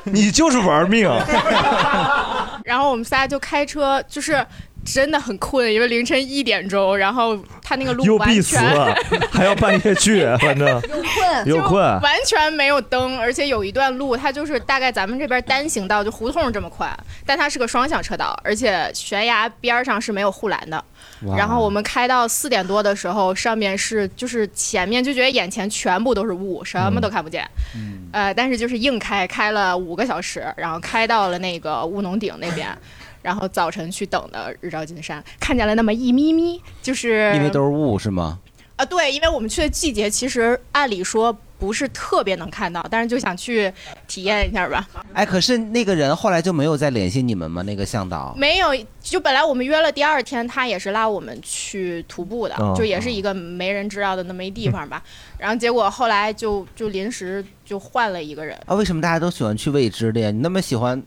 S2: 你就是玩命。
S13: 然后我们仨就开车，就是真的很困，因为凌晨一点钟，然后他那个路
S2: 又
S13: 完
S2: 必死
S13: 全
S2: 还要半夜去，反正又困
S13: 完全没有灯，而且有一段路它就是大概咱们这边单行道就胡同这么宽，但它是个双向车道，而且悬崖边儿上是没有护栏的
S15: 嗯
S6: 哇。
S13: 然后我们开到四点多的时候，上面是就是前面就觉得眼前全部都是雾，什
S2: 嗯
S13: 么都看不见。呃，但是就是硬开，开了五个小时，然后开到了那个乌农顶那边， 然后早晨去等的日照金山，看见了那么一咪咪，就是呃
S4: 因为都是雾是吗？
S13: 啊，对，因为我们去的季节其实按理说不是特别能看到，但是就想去体验一下吧。
S4: 哎，可是那个人后来就没有再联系你们吗？那个向导，
S13: 没有，就本来我们约了第二天，他也是拉我们去徒步的，
S4: 哦嗯
S13: 就也是一个没人知道的那么一地方吧。然后结果后来就就临时就换了一个人，
S4: 啊，为什么大家都喜欢去未知的呀？你那么喜欢，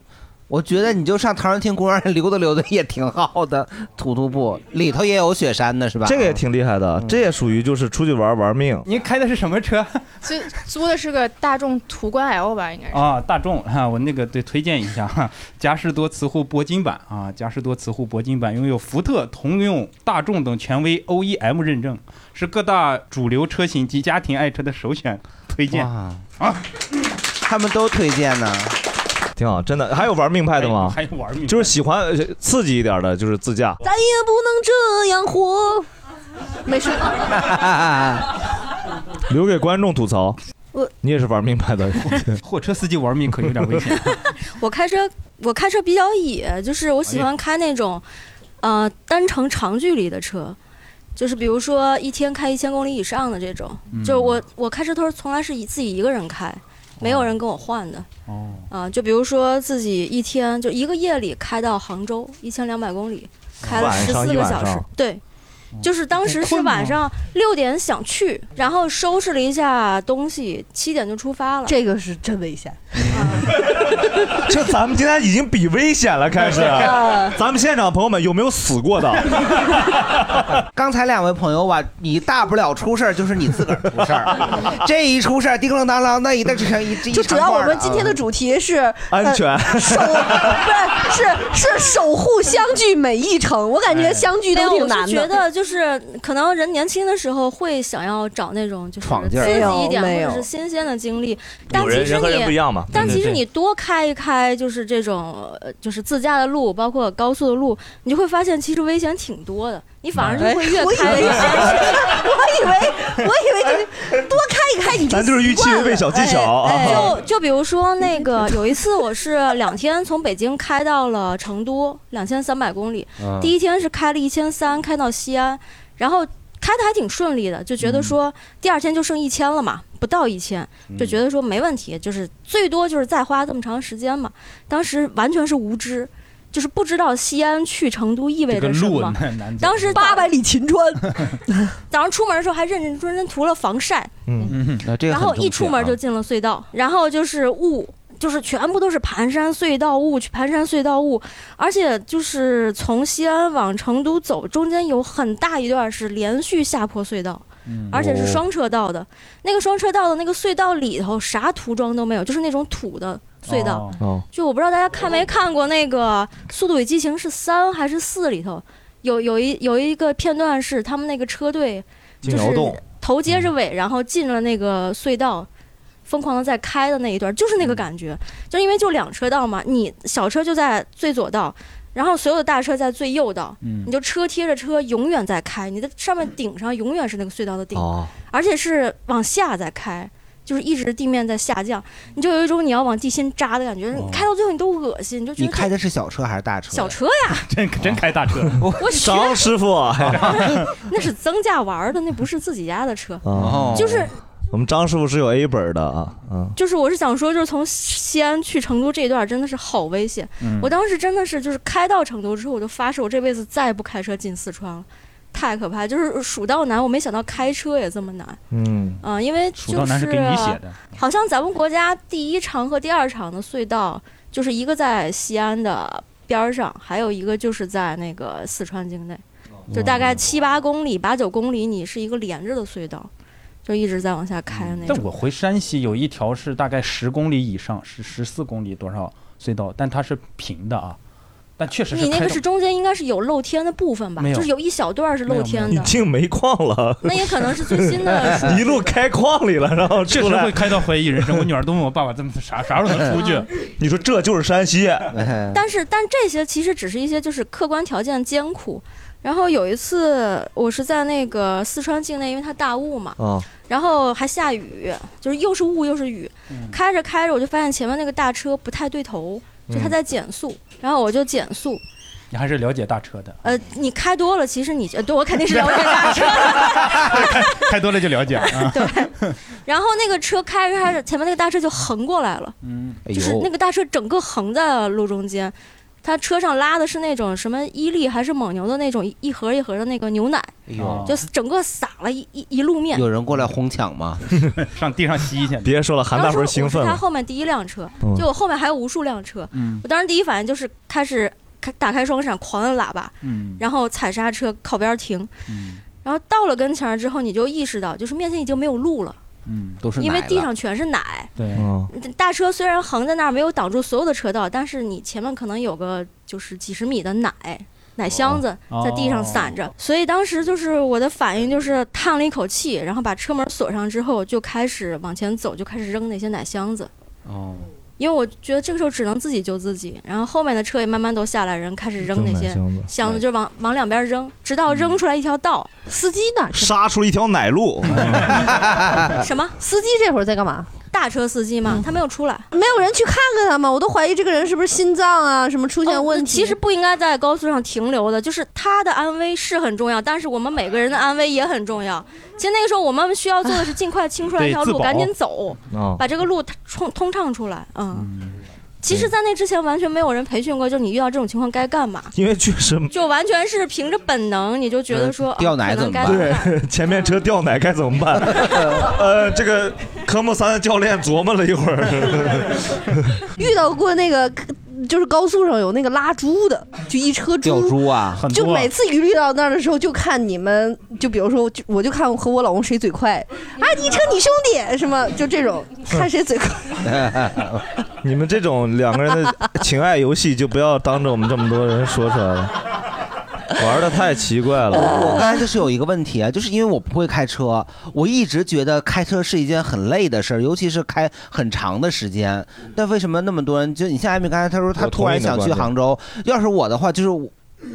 S4: 我觉得你就上唐人街公园 溜达溜达也挺好的，徒徒步里头也有雪山呢，是吧？
S2: 这个也挺厉害的，这也属于就是出去玩玩命。
S3: 您开的是什么车？
S13: 所以租的是个大众途观 L 吧，应该是。
S3: 啊，大众哈、我那个对推荐一下哈，嘉实多磁护铂金版啊，嘉实多磁护铂金版拥有福特、通用、大众等权威 OEM 认证，是各大主流车型及家庭爱车的首选，推荐
S4: 啊。
S3: 他
S4: 们都推荐呢，
S2: 挺好，真的。还有玩命派的吗？
S3: 还有还有玩命派
S2: 就是喜欢呃刺激一点的，就是自驾。
S1: 咱也不能这样活。没事，
S2: 留给观众吐槽。
S8: 我
S2: 你也是玩命派的，
S3: 货车司机玩命可有点危 险。
S8: 我开车，我开车比较野，就是我喜
S3: 哎
S8: 欢开那种，呃，单程长距离的车，就是比如说一天开一千公里以上的这种。
S6: 嗯
S8: 就是我我开车都是从来是以自己一个人开，没有人跟我换的。
S3: 哦，
S8: 啊、就比如说自己一天就一个夜里开到杭州一千两百公里，开了
S6: 哦晚
S8: 十
S6: 上
S8: 四
S6: 一
S8: 个
S6: 晚
S8: 小时
S6: 上，哦
S8: 对。就是当时是晚上六点想去，然后收拾了一下东西，七点就出发了。这个是真危险。
S2: 就咱们今天已经比危险了，开 始
S8: 啊。
S2: 咱们现场朋友们有没有死过 的？
S4: 刚才两位朋友吧，你大不了出事儿就是你自个儿 出事儿，这一出事儿叮铃当啷，那一大成一
S1: 就主
S4: 啊
S1: 要我们今天的主题是
S4: 安全
S1: 呃守不是是是守护相聚每一程。我感
S2: 哎
S1: 觉相聚
S8: 没有
S1: 都挺
S8: 哎我
S1: 难
S8: 是
S1: 的。
S8: 觉得就是可能人年轻的时候会想要找那种就是
S2: 闯劲儿
S8: 刺激一点
S2: 没有
S8: 或者是新鲜的经历，但
S2: 有
S8: 其
S2: 人
S8: 实
S2: 人和人不一
S8: 你。
S2: 样嘛。
S8: 但
S2: 对
S8: 其实
S2: 对
S8: 你多开一开，就是这种呃就是自驾的路，包括高速的路，你就会发现其实危险挺多的。你反而就会越
S1: 哎我以
S8: 开
S1: 为
S8: 越安全。
S1: 我以为我以为就是多开一开你就
S2: 咱就是预期
S1: 习惯
S2: 违背小技
S1: 了
S2: 巧
S1: 哎哎
S8: 就就比如说那个，有一次我是两天从北京开到了成都，两千三百公里
S6: 嗯。
S8: 第一天是开了一千三，开到西安，然后开的还挺顺利的，就觉得说第二天就剩一千了嘛，不到一千，就觉得说没问题，就是最多就是再花这么长时间嘛。当时完全是无知。就是不知道西安去成都意味
S3: 这个
S8: 着什
S3: 路
S2: 啊
S8: 么
S3: 那难，走
S8: 当时八百里秦 川，早上出门的时候还认认真真涂了防晒，
S4: 嗯，那这个
S8: 然
S4: 很
S8: 后
S4: 正确
S8: 一出门
S4: 啊
S8: 就进了隧道，然后就是雾，就是全部都是盘山隧道雾，去盘山隧道雾，而且就是从西安往成都走，中间有很大一段是连续下坡隧道。
S4: 嗯
S8: 而且是双车道的，那个双车道的那个隧道里头啥涂装都没有，就是那种土的隧道。
S2: 哦，
S8: 就我不知道大家看没看过那个《速度与激情》是三还是四里头，有有一有一个片段是他们那个车队
S2: 进
S8: 就
S2: 窑
S8: 是
S2: 洞嗯
S8: 头接着尾，然后进了那个隧道。疯狂的在开的那一段，就是
S2: 嗯
S8: 那个感觉，就是因为就两车道嘛，你小车就在最左道，然后所有的大车在最右道，
S6: 嗯
S8: 你就车贴着车永远在开，你的上面顶上永远是那个隧道的顶，
S6: 哦
S8: 而且是往下在开，就是一直地面在下降，你就有一种你要往地心扎的感觉，你开到最后你都恶心，你就
S4: 哦
S8: 觉
S4: 你
S8: 得
S4: 开的是小车还是大车？
S8: 小车呀，
S3: 真真开大车，
S8: 我学张
S2: 师傅，啊
S8: 那是增驾玩儿的，那不是自己家 的车，
S2: 哦
S8: 就是
S2: 我们张师傅是有 A 本的啊，嗯，
S8: 就是我是想说，就是从西安去成都这一段真的是好危险。
S2: 嗯
S8: 我当时真的是就是开到成都之后，我就发誓我这辈子再也不开车进四川了，太可怕！就是蜀道难，我没想到开车也这么难。
S2: 嗯
S8: 嗯、因为就是
S6: 蜀道难是给你写的
S8: 好像咱们国家第一长和第二长的隧道，就是一个在西安的边儿上，还有一个就是在那个四川境内，就大概七八公里、八九公里，你是一个连着的隧道，就一直在往下开的那种。
S3: 但我回山西有一条是大概十公里以上，是十四公里多少隧道，但它是平的啊，但确实是
S8: 你那
S3: 开
S8: 个
S3: 到
S8: 是中间应该是有露天的部分吧？
S3: 没有
S8: 就是有一小段是露天
S2: 你
S8: 的。
S2: 进煤矿了，，
S8: 那也可能是最新的
S2: 一路开矿里了，然后
S3: 确
S2: 出
S3: 实
S2: 来
S3: 会开到怀疑人生。我女儿都问我爸爸怎么啥啥时候能出
S8: 嗯
S3: 去，
S2: 你说这就是山 西，
S8: 但是但这些其实只是一些就是客观条件艰苦。然后有一次我是在那个四川境内，因为它大雾嘛，
S16: 哦
S2: 啊，
S8: 然后还下雨，就是又是雾又是雨，
S2: 嗯
S8: 开
S2: 嗯
S8: 着开着我就发现前面那个大车不太对头，就它在减速，然后我就减速，
S3: 你还是了解大 车的，
S8: 呃，你开多了，其实你呃对我肯定是了解 大车。
S3: 开多了就了解啊。
S8: 然后那个车开着开着，前面那个大车就横过来了，
S3: 嗯，
S2: 哎
S7: 哎
S8: 就是那个大车整个横在路中间。他车上拉的是那种什么伊利还是蒙牛的那种一一盒一盒的那个牛奶，
S4: 哎呦
S8: 就整个撒了一一一路面。
S4: 有人过来哄抢吗？
S3: 上地上吸去。
S2: 别说了，韩大
S8: 当时
S2: 文
S8: 我
S2: 兴
S8: 是
S2: 奋
S8: 他
S2: 了。
S8: 后面第一辆车
S2: 嗯，
S8: 就我后面还有无数辆车。
S2: 嗯
S8: 我当时第一反应就是开始开打开双闪，狂摁喇叭，
S3: 嗯
S8: 然后踩刹车靠边停。
S4: 嗯
S8: 然后到了跟前儿之后，你就意识到，就是面前已经没有路了，
S3: 嗯，
S4: 都是
S8: 因为
S4: 奶
S8: 地
S4: 了
S8: 上全是奶。
S3: 对，
S8: 大车虽然横在那儿，没有挡住所有的车道，但是你前面可能有个就是几十米的奶奶箱子
S13: 哦
S8: 在地上散着，所以当时就是我的反应就是叹了一口气，然后把车门锁上之后就开始往前走，就开始扔那些奶箱子。
S3: 哦，
S8: 因为我觉得这个时候只能自己救自己，然后后面的车也慢慢都下来，人开始扔那些
S2: 扔奶箱子
S8: 箱子，就往往两边扔，直到扔出来一条道。司机呢？
S2: 杀出了一条奶路，
S8: 什么？
S1: 司机这会儿在干嘛？嗯
S8: 大车司机嘛，他没有出来，
S1: 没有人去看看他吗？我都怀疑这个人是不是心脏啊什么出现问题。
S8: 哦其实不应该在高速上停留的，就是他的安危是很重要，但是我们每个人的安危也很重要。其实那个时候我们需要做的是尽快清出来一条
S13: 得自
S8: 路，
S13: 保
S8: 赶紧走，
S13: 哦
S8: 把这个路通通畅出来。嗯，其实，在那之前完全没有人培训过，就是你遇到这种情况该干嘛。
S2: 因为确实
S8: 就完全是凭着本能，你就觉得说、啊
S2: 掉奶
S8: 可能该
S2: 对，前面车掉奶该怎么办？ 呃，这个科目三的教练琢磨了一会儿，
S1: 遇到过那个，就是高速上有那个拉猪的，就一车
S4: 掉
S1: 猪。
S4: 猪啊，
S1: 就每次一遇到那儿的时候，就看你们，就比如说，就我就看我和我老公谁嘴快，
S4: 嗯
S1: 啊，你车你兄弟什么，就这种，
S2: 嗯
S1: 看谁嘴快。
S2: 你们这种两个人的情爱游戏，就不要当着我们这么多人说出来了，玩的太奇怪
S4: 我
S2: 了。
S4: 刚才就是有一个问题啊，就是因为我不会开车，我一直觉得开车是一件很累的事儿，尤其是开很长的时间。但为什么那么多人？就你像艾米刚才他说他
S11: 我同
S4: 突
S11: 意
S4: 然
S11: 你的
S4: 想去
S11: 观点
S4: 杭州，要是我的话，就是我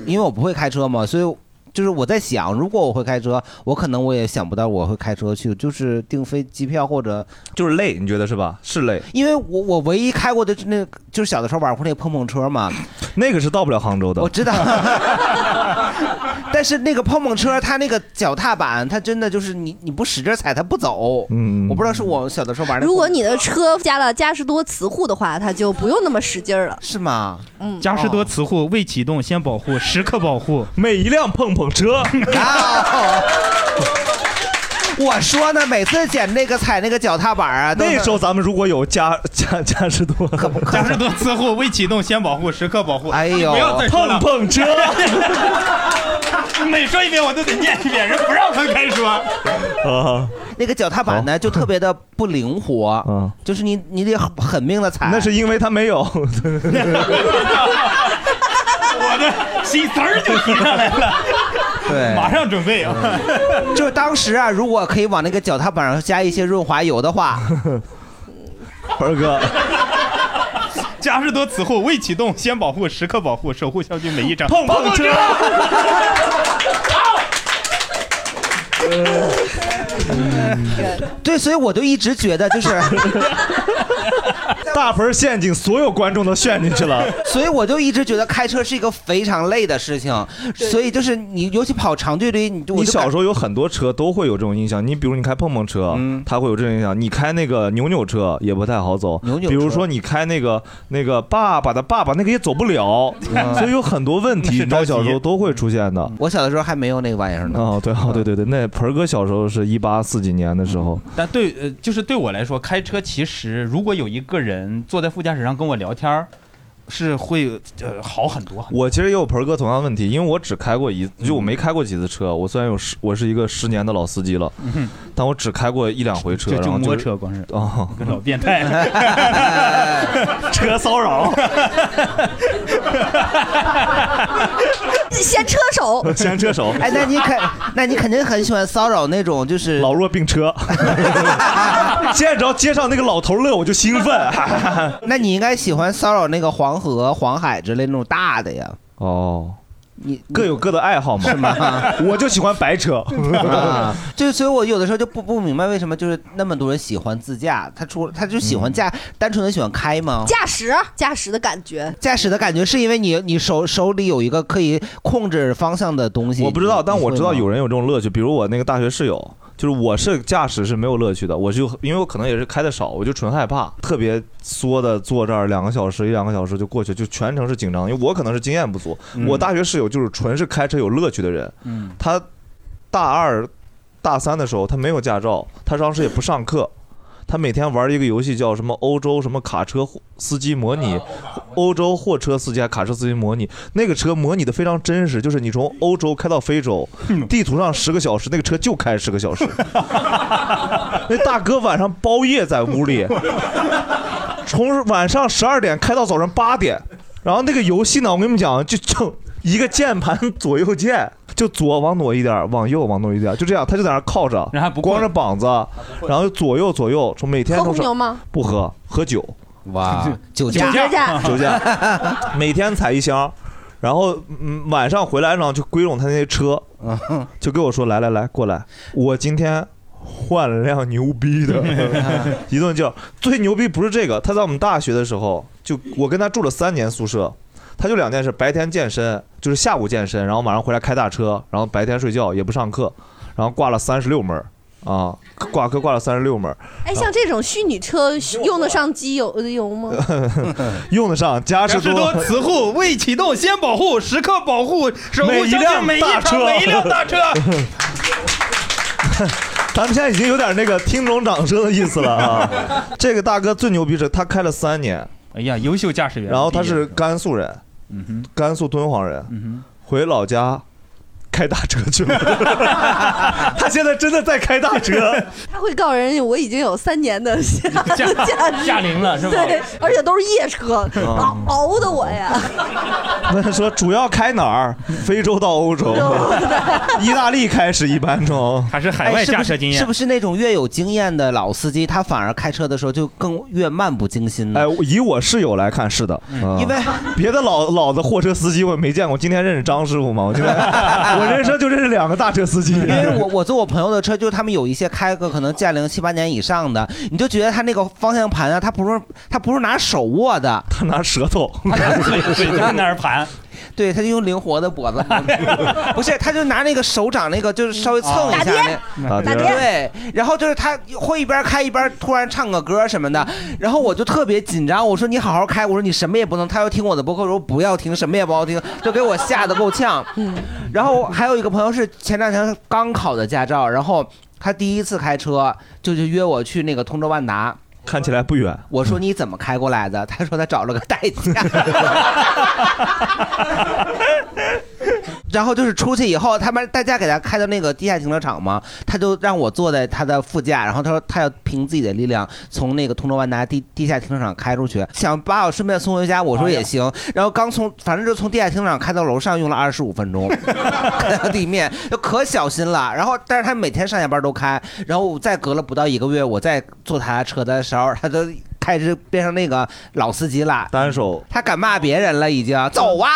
S4: 因为我不会开车嘛，所以。就是我在想，如果我会开车，我可能我也想不到我会开车去，就是订飞机票或者
S2: 就是累，你觉得是吧？是累，
S4: 因为我我唯一开过的那就是小的时候玩过那个碰碰车嘛，
S2: 那个是到不了杭州的。
S4: 我 知道，但是那个碰碰车它那个脚踏板，它真的就是你你不使劲踩它不走。嗯，我不知道是我小的时候玩的。
S1: 如果你的车加了嘉实多磁护的话，它就不用那么使劲儿了。
S4: 是吗？
S1: 嗯，
S3: 嘉实多磁护未启动先保 护，时刻保护
S2: 每一辆碰碰车。
S4: 我说呢，每次捡那个踩那个脚踏板啊，都是
S2: 那时候咱们如果有加加加士多，
S3: 嘉实多磁护未启动先保护，时刻保护。哎
S4: 呦
S3: 不要再说了
S2: 碰碰车
S3: 每说一遍我都得念一遍，人不让分开说。
S2: 啊，
S4: 那个脚踏板呢就特别的不灵活，
S2: 嗯，
S4: 就是你你得狠狠命的踩。那
S2: 是因为它没有。
S3: 我的心词儿就提上来了，
S4: 对，
S3: 马上准备啊。
S4: 就是当时啊，如果可以往那个脚踏板上加一些润滑油的 话，
S2: 盆哥，
S3: 嘉实多磁护未启动先保护，时刻保护，守护小区每一张。
S2: 碰碰车。
S4: 对，所以我就一直觉得就是。
S2: 大盆陷阱，所有观众都陷进去了。
S4: 所以我就一直觉得开车是一个非常累的事情，所以 就是你尤其跑长距离，你就我
S2: 你
S4: 就感
S2: 小时候有很多车都会有这种印象，你比如你开碰碰车，
S4: 嗯
S2: 它会有这种印象；你开那个扭扭车也不太好走，扭扭比如说你开那个那个爸爸的爸爸那个也走不了，
S4: 嗯
S2: 所以有很多问 题，你知道小时候都会出现的。
S4: 我小的时候还没有那个玩意儿呢。嗯
S2: 哦，对，哦，对对对，那盆儿哥小时候是一八四几年的时候，
S3: 但对，呃，就是对我来说，开车其实如果有一个人坐在副驾驶上跟我聊天儿，是会呃好很多。
S2: 我其实也有盆儿哥同样的问题，因为我只开过一，就我没开过几次车。我虽然有十，我是一个十年的老司机了，
S4: 嗯
S3: 哼
S2: 但我只开过一两回车，
S3: 就就
S2: 然后
S3: 摸
S2: 是
S3: 车光是
S2: 哦，
S3: 跟老变态
S2: 车 骚扰，
S1: 先车手，
S2: 先车手
S4: 哎，那你肯， 那你肯定很喜欢骚扰那种就是
S2: 老弱 病车。现在只要街上那个老头乐，我就兴奋。
S4: 那你应该喜欢骚扰那个黄河、黄海之类那种大的呀。
S2: 哦，
S4: 你
S2: 各有各的爱好嘛，
S4: 是吗？
S2: 我就喜欢白车
S4: 啊，就是所以，我有的时候就不不明白为什么就是那么多人喜欢自驾，他除他就
S2: 嗯
S4: 喜欢驾，单纯的喜欢开吗？
S1: 驾驶驾驶的感觉，
S4: 驾驶的感觉是因为你你手手里有一个可以控制方向的东西，
S2: 我不知道，但我知道
S4: 你会吗
S2: 有人有这种乐趣，比如我那个大学室友，就是我是驾驶是没有乐趣的，我就因为我可能也是开的少，我就纯害怕，特别缩的坐这儿两个小时一两个小时就过去，就全程是紧张，因为我可能是经验不足，
S10: 嗯
S2: 我大学室友就是纯是开车有乐趣的人，
S3: 嗯
S7: 嗯
S2: 他大二、大三的时候，他没有驾照，他当时也不上课，他每天玩一个游戏叫什么欧洲什么卡车司机模拟，欧洲货车司机还卡车司机模拟，那个车模拟的非常真实，就是你从欧洲开到非洲，地图上十个小时，那个车就开十个小时，那大哥晚上包夜在屋里，从晚上十二点开到早上八点，然后那个游戏呢，我跟你们讲，就就一个键盘左右键，就左往左一点儿，往右往左一点儿，就这样，他就在那儿靠着，然后不啊光着膀子，然后左右左右，从每天
S1: 喝
S2: 都
S1: 红
S2: 是
S1: 牛吗？
S2: 不喝，喝酒。
S4: 哇 酒驾
S1: 酒驾
S2: 酒驾， 每天踩一箱，然后嗯晚上回来呢就归拢他那 些车，就跟我说来来来过来，我今天换了辆牛 逼的，一顿叫。最牛逼不是这个，他在我们大学的时候，就我跟他住了三年宿舍，他就两件事：白天健身，就是下午健身，然后晚上回来开大车，然后白天睡觉也不上课，然后挂了三十六门儿啊，挂科挂了三十六门儿。
S1: 哎，像这种虚拟车用得上机油油吗？
S2: 用得上，嘉实
S14: 嘉实多磁护
S2: 未启动先保护，时刻保护，
S14: 守护
S2: 每一
S14: 相信
S2: 辆
S14: 每一
S2: 大
S14: 场
S2: 车，
S14: 每一辆大车。
S2: 咱们现在已经有点那个听懂掌声的意思了啊！这个大哥最牛逼是，他开了三年，
S3: 哎呀，优秀驾驶员。
S2: 然后他是甘肃人，甘肃敦煌人，回老家开大车去了。 他现在真的在开大车，
S1: 他会告人，我已经有三年的 驾驶
S2: 驾龄了是吗
S1: 对，而且都是夜车，
S2: 啊
S1: 熬熬的我 呀。
S2: 问他说主要开哪儿？非洲到欧洲， 意大利开始一般从，
S14: 还是
S4: 哎是不是是不是那种越有经验的老司机，他反而开车的时候就更越漫不经心呢？
S2: 哎，以我室友来看是的，嗯
S4: 因为
S2: 别的老老的货车司机我也没见过，今天认识张师傅嘛，我今天我人生就认识两个大车司机，因
S4: 因为我我坐我朋友的车，就他们有一些开个可能驾龄七八年以上的，你就觉得他那个方向盘啊，他不是他不是拿手握的，
S2: 他拿舌头，
S4: 他拿
S14: 嘴嘴在那儿盘，
S4: 对，他就用灵活的脖子， 不是，他就拿那个手掌那个就是稍微蹭一下那，
S2: 打碟打碟
S4: 对，然后就是他会一边开一边突然唱个歌什么的，然后我就特别紧张，我说你好好开，我说你什么也不能，他要听我的博客，我说不要听，什么也不要听，就给我吓得够呛。 然后还有一个朋友是前两天刚考的驾照，然后他第一次开车就就约我去那个通州万达。
S2: 看起来不远。
S4: 我说你怎么开过来的？他说他找了个代驾。然后就是出去以后，他们代驾给他开到那个地下停车场嘛，他就让我坐在他的副驾，然后他说他要凭自己的力量从那个通州万达地地下停车场开出去，想把我顺便送回家，我说也行。然后刚从反正就从地下停车场开到楼上用了二十五分钟，开到地面就可小心了。然后但是他每天上下班都开，然后我再隔了不到一个月，我再坐他车的时候，他都。开始变成那个老司机了，
S2: 单手，
S4: 他敢骂别人了，已经走啊，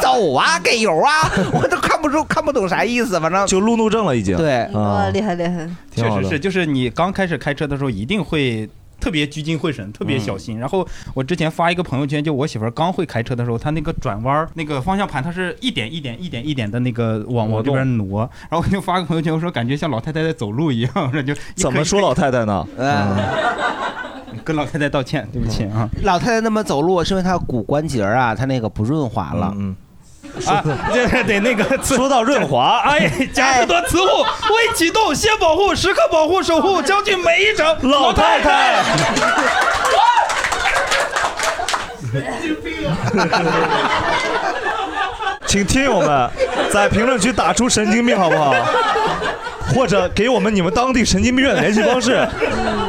S4: 走啊，给油啊，我都看不出看不懂啥意思，反正
S2: 就路怒症了已经嗯
S4: 对，
S1: 哇，厉害厉害！
S3: 确
S2: 好
S3: 实
S2: 的
S3: 是，就是你刚开始开车的时候一定会。特别聚精会神，特别小
S2: 嗯
S3: 心。然后我之前发一个朋友圈，就我媳妇儿刚会开车的时候，她那个转弯儿那个方向盘，它是一点一点一点一点的那个往往这边挪。然后我就发个朋友圈，我说感觉像老太太在走路一样，我说就
S2: 怎么说老太太呢？
S3: 跟老太太道歉，对不起 啊。
S4: 老太太那么走路，是因为她骨关节啊，她那个不润滑了。
S2: 嗯，
S14: 啊，这是得那个
S2: 说到润滑，哎
S14: 哎，加斯多磁护未启动，先保护，时刻保护，守护将军每一程。 老太太，
S2: 请听友们在评论区打出“神经病”好 不好？或者给我们你们当地神经病院的联系 方式，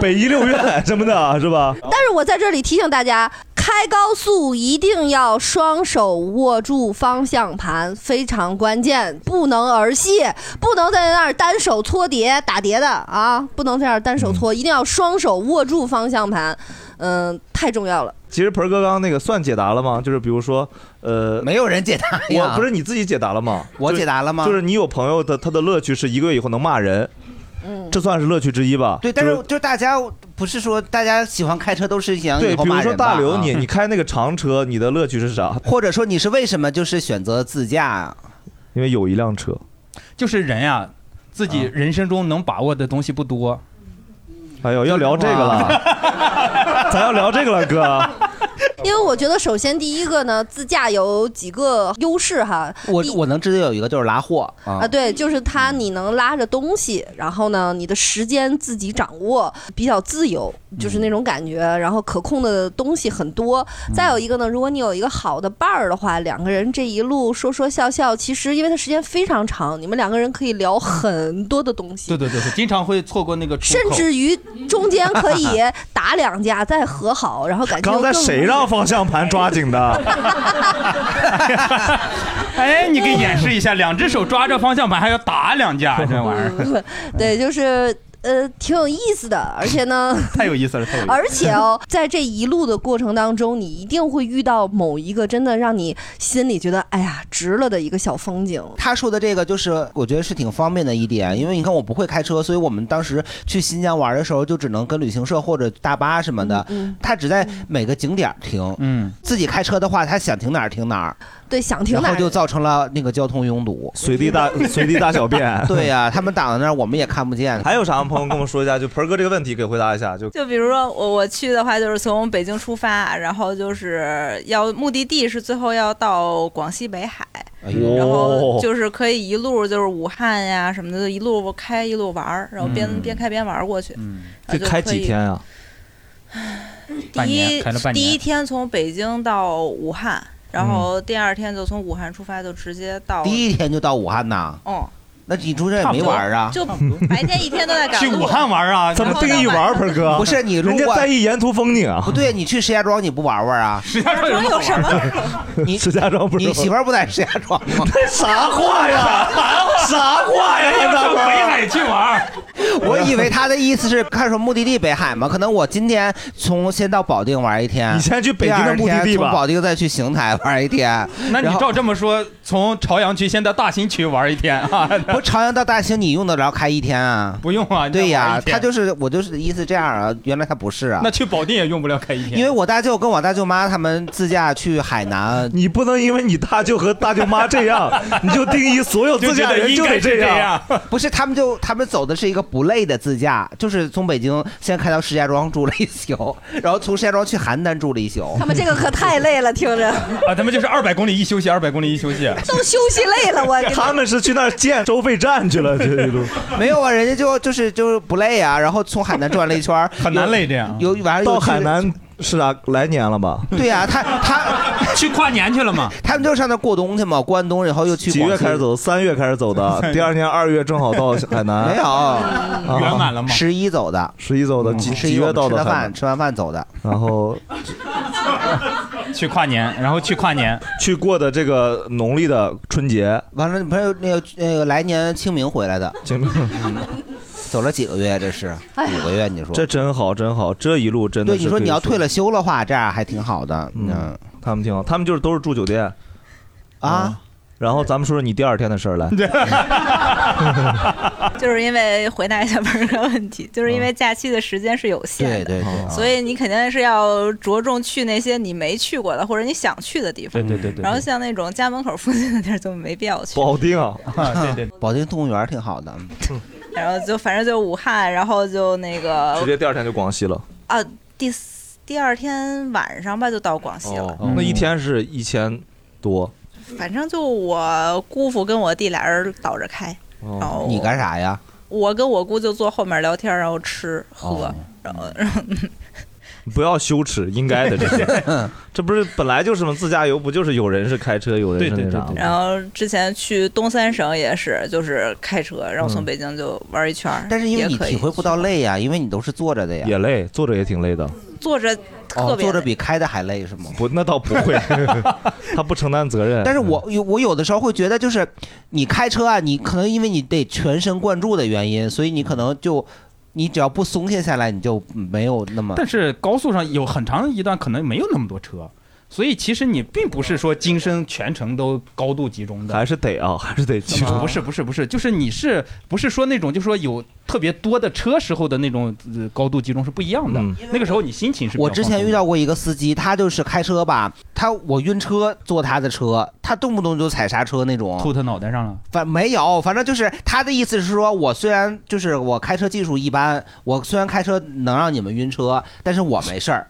S2: 北医六院什么的，是吧？
S1: 嗯但是我在这里提醒大家，开高速一定要双手握住方向盘，非常关键，不能儿戏，不能在那儿单手搓碟打碟的啊，不能在那儿单手搓，一定要双手握住方向盘，嗯、太重要了。
S2: 其实盆儿哥刚刚那个算解答了吗？就是比如说，呃，
S4: 没有人解答呀
S2: 我不是你自己解答了吗？
S4: 我解答了吗
S2: 就是就是你有朋友的，他的乐趣是一个月以后能骂人，
S4: 嗯
S2: 这算是乐趣之一吧？
S4: 对，但是就大家不是说大家喜欢开车都是想
S2: 对，
S4: 以后
S2: 比如
S4: 骂
S2: 说
S4: 人吧
S2: 大刘，
S4: 啊
S2: 你你开那个长车，你的乐趣是啥？
S4: 或者说你是为什么就是选择自驾？啊
S2: 因为有一辆车。
S3: 就是人呀、自己
S2: 啊
S3: 人生中能把握的东西不多。
S2: 哎呦，要聊这个了， 咱要聊这个了，哥。
S1: 因为我觉得，首先第一个呢，自驾有几个优势哈。
S4: 我我能知道有一个就是拉货
S1: 啊，对，就是
S2: 嗯
S1: 它你能拉着东西，然后呢，你的时间自己掌握，比较自由，
S2: 嗯
S1: 就是那种感觉，然后可控的东西很多。再有一个呢，如果你有一个好的伴儿的话，两个人这一路说说笑笑，其实因为它时间非常长，你们两个人可以聊很多的东西。
S3: 对对对，对经常会错过那个出
S1: 甚
S3: 口。
S1: 至于中间可以打两架再和好，然后感情
S2: 刚
S1: 又
S2: 才
S1: 更
S2: 谁让 方向盘抓紧的？
S3: 哎，你给演示一下，两只手抓着方向盘还要打两下，这玩 意儿
S1: 对，就是呃挺有意思的，而且呢，
S3: 太有意思了，太有意思了。
S1: 而且哦，在这一路的过程当中，你一定会遇到某一个真的让你心里觉得哎呀值了的一个小风景。
S4: 他说的这个就是，我觉得是挺方便的一点，因为你看我不会开车，所以我们当时去新疆玩的时候，就只能跟旅行社或者大巴什么的，
S2: 嗯
S4: 他只在每个景点停。
S3: 嗯，
S4: 自己开车的话，他想停哪儿停哪儿。
S1: 对，想停哪
S4: 然后就
S1: 儿。
S4: 造成了那个交通拥堵，
S2: 随 地 大随地大小便
S4: 对呀、他们挡在那儿，我们也看不见。
S2: 还有啥朋友跟我们说一下？就盆儿哥这个问题，给回答一下。就
S6: 就比如说我我去的话，就是从北京出发，然后就是要目的地是最后要到广西北海，
S17: 哎
S2: 呦
S6: 然
S17: 哦
S6: 后就是可以一路就是武汉呀什么的，就一路开一路玩儿，然后边、
S2: 嗯
S6: 边开边玩儿过去。
S2: 这
S6: 就
S2: 开
S6: 可以
S2: 几天啊？
S6: 第
S2: 半
S6: 一
S2: 年开了半年
S6: 第一天从北京到武汉，然后第二天就从武汉出发，就直接到
S4: 第一天就到武汉呐，
S6: 哦，
S4: 那你中间也没玩啊？
S6: 就白天一天都在赶路。
S3: 玩啊？
S4: 怎
S6: 么定义玩 儿盆儿哥
S4: 不是你路过，
S6: 人家在
S2: 意沿途风景啊。
S4: 不对，你去石家庄你不玩玩啊？
S3: 石家
S6: 庄有什么？
S4: 你
S2: 石家庄不
S4: 是？你媳妇儿不在石家庄吗？
S2: 啥话 呀？啥话呀？
S4: 大
S3: 上
S4: 哥
S3: 北海去玩儿，
S4: 我以为他的意思是看什么目的地北海嘛，可能我今天从先到保定玩一天，
S3: 你先去北京的目的地吧
S4: 第二天从保定再去邢台玩一天。
S3: 那你
S4: 然后
S3: 照这么说，从朝阳区先到大兴区玩一天啊？
S4: 不朝阳到大兴你用得着开一天啊？
S3: 不用啊，
S4: 对
S3: 你再玩
S4: 呀
S3: 一，天
S4: 他就是我就是意思这样啊， 原来他不是啊。
S3: 那去保定也用不了开一天。
S4: 因为我大舅跟我大舅妈他们自驾去海南，
S2: 你不能因为你大舅和大舅妈 这样你就定义所有自驾人就得这样。
S4: 不是他们就他们走的是一个不累的自驾，就是从北京先开到石家庄住了一宿， 然后从石家庄去邯郸住了一宿。
S1: 他们这个可太累了，听着
S3: 啊，他们就是二百公里一休息，二百公里一休 息。
S1: 都休息累了， 我跟你
S2: 他们是去那儿建收费站去了，这一路。
S4: 没有啊，人家就就是就是不累啊，然后从海南转了一圈儿，
S2: 很难累这
S4: 样。有晚上
S2: 到海南是啥？来年了吧？
S4: 对呀、他 他
S3: 去跨年去了嘛？
S4: 他们就上那儿过冬去嘛，过完冬以后又去
S2: 几
S4: 广
S2: 月
S4: 西
S2: 开始走？三月开始 走的，啊第二 年二月正好到海南。
S4: 没有
S2: 圆满了吗
S4: 十一走的，
S2: 十一
S3: 嗯
S2: 走的，啊几
S4: 十
S2: 几
S4: 嗯一
S2: 月到
S4: 吃
S2: 的
S4: 的
S2: 海
S4: 饭，
S2: 南？
S4: 吃完饭走的。
S2: 然后
S3: 去跨年，然后去跨年，
S2: 去过的这个农历的春节，
S4: 完了，朋友那个那个呃来年清明回来的，嗯
S2: 清明
S4: 走了几个月？这是
S1: 哎呀
S4: 五个月？你说
S2: 这真好，真好，这一路 真的
S4: 对，
S2: 是
S4: 你说
S2: 可以
S4: 你要退了休的话，这样还挺好的。嗯，
S2: 他们挺好，他们就是都是住酒店嗯
S4: 啊。
S2: 然后咱们说说你第二天的事 儿来，
S6: 就是因为回答一下本儿哥问题，就是
S2: 嗯
S6: 因为假期的时间是有限的，
S4: 对
S2: 啊
S4: 对
S6: 所以你肯定是要着重去那些你没去过的或者你想去的地方。
S2: 对对对对对
S6: 然后像那种家门口附近的地儿就没必要 去。
S2: 保定啊，
S3: 对对，
S4: 保定动物园挺好的。
S6: 然后就反正就武汉，然后就那
S2: 直
S6: 个
S2: 接第二天就广西了。
S6: 啊第四第二天晚上吧就到广西了。
S2: 哦那一天是一千多。
S6: 反正就我姑父跟我弟俩人倒着开，哦
S4: 你干啥呀？
S6: 我跟我姑就坐后面聊天，然后吃喝，
S2: 哦
S6: 然后然后。
S2: 不要羞耻，应该的，这些，这不是本来就是吗？自驾游不就是有人是开车，有人是那啥吗？
S6: 然后之前去东三省也是，就是开车，然后从
S2: 嗯
S6: 北京就玩一圈儿、
S4: 但是因为
S6: 也
S4: 你
S6: 可以
S4: 体会不到累呀，因为你都是坐着的呀。
S2: 也累，坐着也挺累的。
S6: 坐着特别、
S4: 哦坐着比开的还累是吗？
S2: 不，那倒不 会，他不承担责任。
S4: 但是我
S3: 嗯
S4: 有我有的时候会觉得，就是你开车啊，你可能因为你得全神贯注的原因，所以你可能就。你只要不松懈下来，你就没有那么。
S3: 但是高速上有很长一段可能没有那么多车，所以其实你并不是说今生全程都高度集中的，
S2: 还是得啊，还是得集中。
S3: 不是不是不是，就是你是不是说那种就说有特别多的车时候的那种呃高度集中是不一样的，那个时候你心情是比较
S4: 我之前遇到过一个司机，他就是开车吧，他我晕车坐他的车，他动不动就踩刹车那种，
S3: 吐他脑袋上了。
S4: 反没有，反正就是他的意思是说，我虽然就是我开车技术一般，我虽然开车能让你们晕车，但是我没事儿，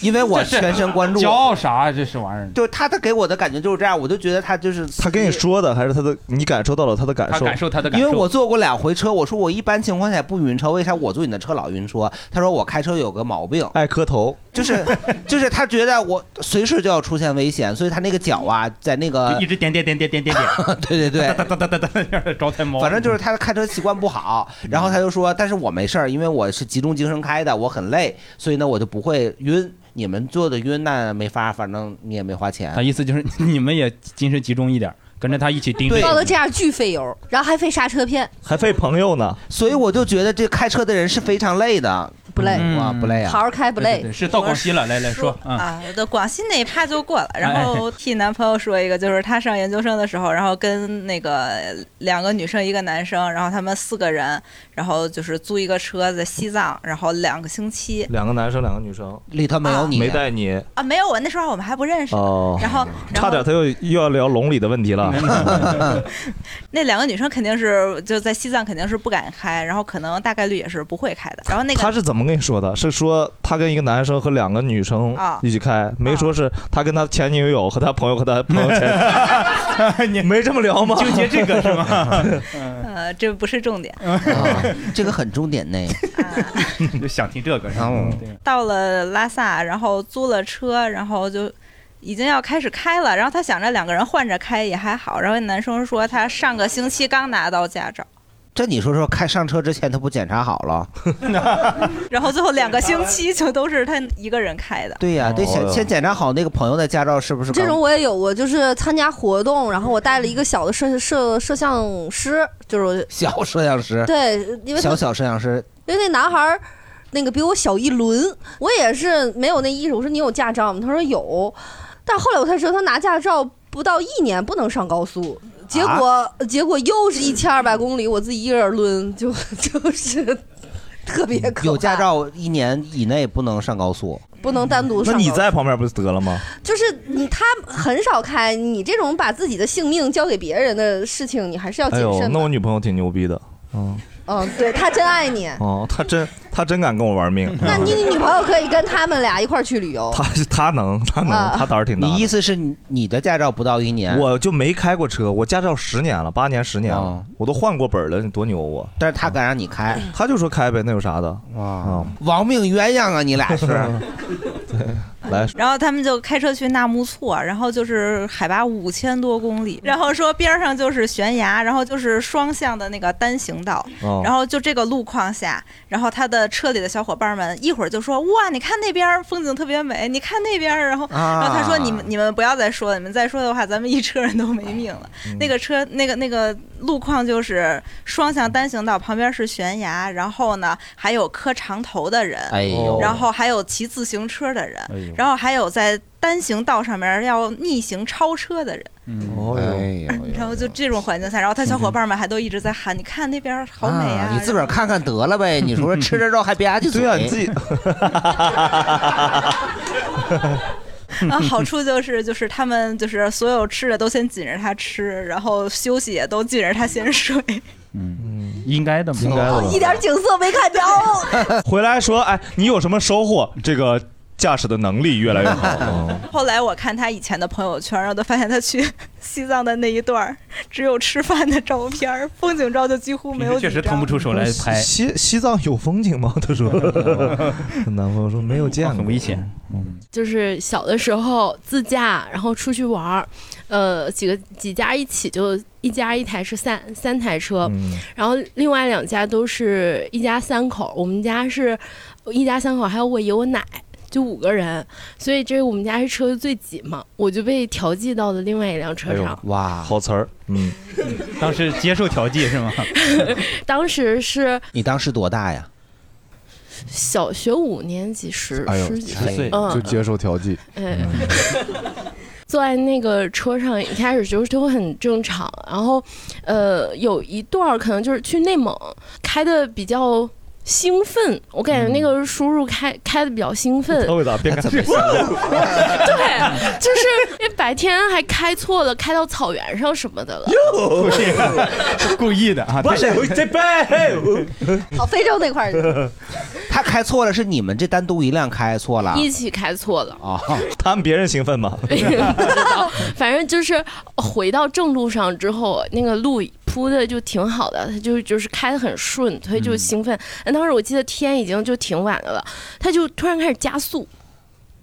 S4: 因为我
S3: 这是
S4: 全神贯注。
S3: 骄傲啥？这是玩意儿。
S4: 就他的给我的感觉就是这样，我就觉得他就是
S2: 他跟你说的还是他的，你感受到了他的感受，
S4: 因为我坐过两回车，我说我一般情况下不晕车，为啥我坐你的车老晕车？他说我开车有个毛病，
S2: 爱磕头，
S4: 就是 就是他觉得我随时就要出现危险，所以他那个脚啊，在那个
S3: 就一直点点点点点点点，
S4: 对对对，
S3: 哒哒哒哒哒，招财猫。
S4: 反正就是他的开车习惯不好，然后他就
S2: 嗯
S4: 说，但是我没事儿，因为我是集中精神开的，我很累，所以呢我就不会晕。你们坐的晕那没法，反正你也没花钱。
S3: 他意思就是你们也精神集中一点，跟着他一起盯着。
S1: 报的这样巨费油，然后还费刹车片，
S2: 还费朋友呢，
S4: 所以我就觉得这开车的人是非常累的，
S1: 不累
S4: 哇，
S2: 嗯
S4: 不累啊，
S1: 好好开不累。
S3: 是到广西了，来来说，嗯，
S6: 啊，对，广西那一趴就过了。然后替男朋友说一个，就是他上研究生的时候，然后跟那个两个女生一个男生，然后他们四个人，然后就是租一个车在西藏，然后两个星期。
S2: 两个男生，两个女生，
S4: 里头没有你
S2: 没带你
S6: 啊，没有，我那时候我们还不认识。
S2: 哦，
S6: 然后，然
S2: 差
S6: 后
S2: 点他又又要聊龙里的问题了，
S6: 那两个女生肯定是就在西藏肯定是不敢开，然后可能大概率也是不会开的。然后 那个
S2: 他是怎么跟你说的？是说他跟一个男生和两个女生
S6: 啊
S2: 一起开，没说是他跟他前女友和他朋友和他朋友 前，你 没这么聊吗？
S3: 纠结这个是 吗？
S6: 呃，这不是重点。
S4: 这个很重 点呢。哦
S3: 就想听这个是
S4: 吧？
S2: 嗯
S6: 到了拉萨，然后租了车，然后就已经要开始开了。然后他想着两个人换着开也还好。然后那男生说他上个星期刚拿到驾照，
S4: 这你说说，开上车之前他不检查好了？
S6: 然后最后两个星期就都是他一个人开的。
S4: 对呀、得
S6: 哦
S4: 先先检查好那个朋友的驾照是不是刚
S1: 这种我也有过，就是参加活动，然后我带了一个小的摄摄摄像师，就是我
S4: 小摄像师，
S1: 对因为他
S4: 小小摄像师，
S1: 因为那男孩儿那个比我小一轮，我也是没有那意识。我说你有驾照吗？他说有，但后来我才知道他拿驾照不到一年不能上高速。结果、
S2: 啊
S1: 结果又是一千二百公里，我自己一个人抡，就 就是特别可
S4: 有驾照一年以内不能上高速。
S1: 不能单独上高速。
S2: 那你在旁边不是得了吗？
S1: 就是你他很少开，你这种把自己的性命交给别人的事情，你还是要谨
S2: 哎呦，
S1: 慎
S2: 那
S1: 的。
S2: 我女朋友挺牛逼的，嗯，
S1: 嗯，对他真爱你。
S2: 哦，她真她真敢跟我玩命，
S1: 那你女朋友可以跟他们俩一块儿去旅游。
S2: 她她能她
S1: 哦啊
S2: 能她胆儿挺大。
S4: 你意思是你的驾照不到一年？
S2: 我就没开过车，我驾照十年了，八年十年了，我都换过本儿了，你多牛啊我！
S4: 哦但是他敢让你开，
S2: 他就说开呗，那有啥的啊？
S4: 亡命鸳鸯啊，你俩是
S2: 对， 来，
S6: 然后他们就开车去纳木错，然后就是海拔五千多公里，然后说边上就是悬崖，然后就是双向的那个单行道，
S15: 哦
S6: 然后就这个路况下，然后他的车里的小伙伴们一会儿就说哇，你看那边风景特别美，你看那边，然后、
S15: 啊
S6: 然后他说你们你们不要再说了，你们再说的话，咱们一车人都没命了。
S15: 嗯
S6: 那个车那个那个路况就是双向单行道，旁边是悬崖，然后呢还有磕长头的人，
S15: 哎呦
S6: 然后还有骑自行车的人，
S15: 哎呦
S6: 然后还有在单行道上面要逆行超车的人，
S4: 哎呦，
S6: 然后就这种环境下，然后他小伙伴们还都一直在喊：“你看那边好美
S4: 啊！你自个儿看看得了呗。你说吃着肉还吧唧嘴，
S6: 对啊你自
S4: 己
S6: 啊！”好处就是就是他们就是所有吃的都先紧着他吃，然后休息也都紧着他先睡。
S3: 应该的嘛，应该
S2: 的
S1: 一点景色没看着。
S2: 回来说，哎，你有什么收获？这个驾驶的能力越 来越好。嗯
S6: 后来我看他以前的朋友圈，然后都发现他去西藏的那一段儿只有吃饭的照片儿，风景照就几乎没有。
S3: 确实腾不出手来拍
S2: 西西藏有风景吗？他说，男朋友说没有见过，很危
S3: 险。
S15: 就是小的时候自驾，然后出去玩儿，呃，几个几家一起就一家一台车，三三台车，
S11: 嗯
S2: 嗯
S15: 然后另外两家都是一家三口，我们家是一家三口，还有我爷我奶。就五个人，所以这我们家是车最挤嘛，我就被调剂到了另外一辆
S11: 哎
S15: 车上。
S4: 哇，
S2: 好词儿，嗯，
S3: 当时接受调剂是吗？
S15: 当时是
S4: 你当时多大呀？
S15: 小学五年级十
S11: 哎呦，
S15: 十几岁，嗯，
S11: 就接受调剂，
S15: 哎， 坐在那个车上，一开始就是都很正常，然后呃，有一段儿可能就是去内蒙开的比较。兴奋，我感觉那个叔叔开、开的比较兴奋，
S2: 他会咋边 开边笑？
S15: 对，就是因为白天还开错了，开到草原上什么的了。
S3: 故意的，故意的 啊！
S4: 我 是会这
S1: 跑非洲那块儿去。
S4: 他开错了，是你们这单独一辆开错了，
S15: 一起开错了
S4: 啊？
S2: 他们别人兴奋吗？
S15: 不知道。 反正就是呃回到正路上之后，那个路铺的就挺好的，他就就是开的很顺，所以就兴奋。但当时我记得天已经就挺晚的了，他就突然开始加速。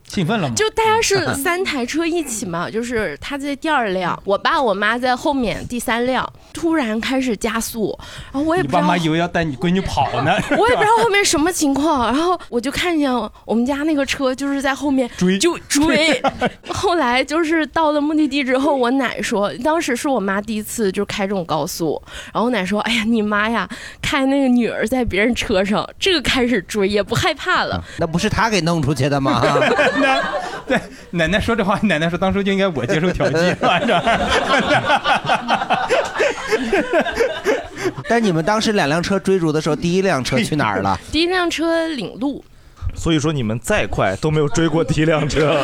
S3: 兴奋了吗？
S15: 就大家是三台车一起嘛，就是他在第二辆，我爸我妈在后面第三辆，突然开始加速，然后我也
S3: 你
S15: 不知
S3: 爸
S15: 道
S3: 妈以为要带你闺女跑呢，
S15: 我也不知道后面什么情况，然后我就看见我们家那个车就是在后面
S3: 追
S15: 就 追。后来就是到了目的地之后，我奶说，当时是我妈第一次就开这种高速，然后我奶说：“哎呀，你妈呀，开那个女儿在别人车上，这个开始追也不害怕了。
S4: 那不是他给弄出去 的吗？
S3: 奶奶说这话，奶奶说当初就应该我接受调剂，反正
S4: 但你们当时两辆车追逐的时候，第一辆车去哪儿了？
S15: 第一辆车领路，
S2: 所以说你们再快都没有追过第一辆车，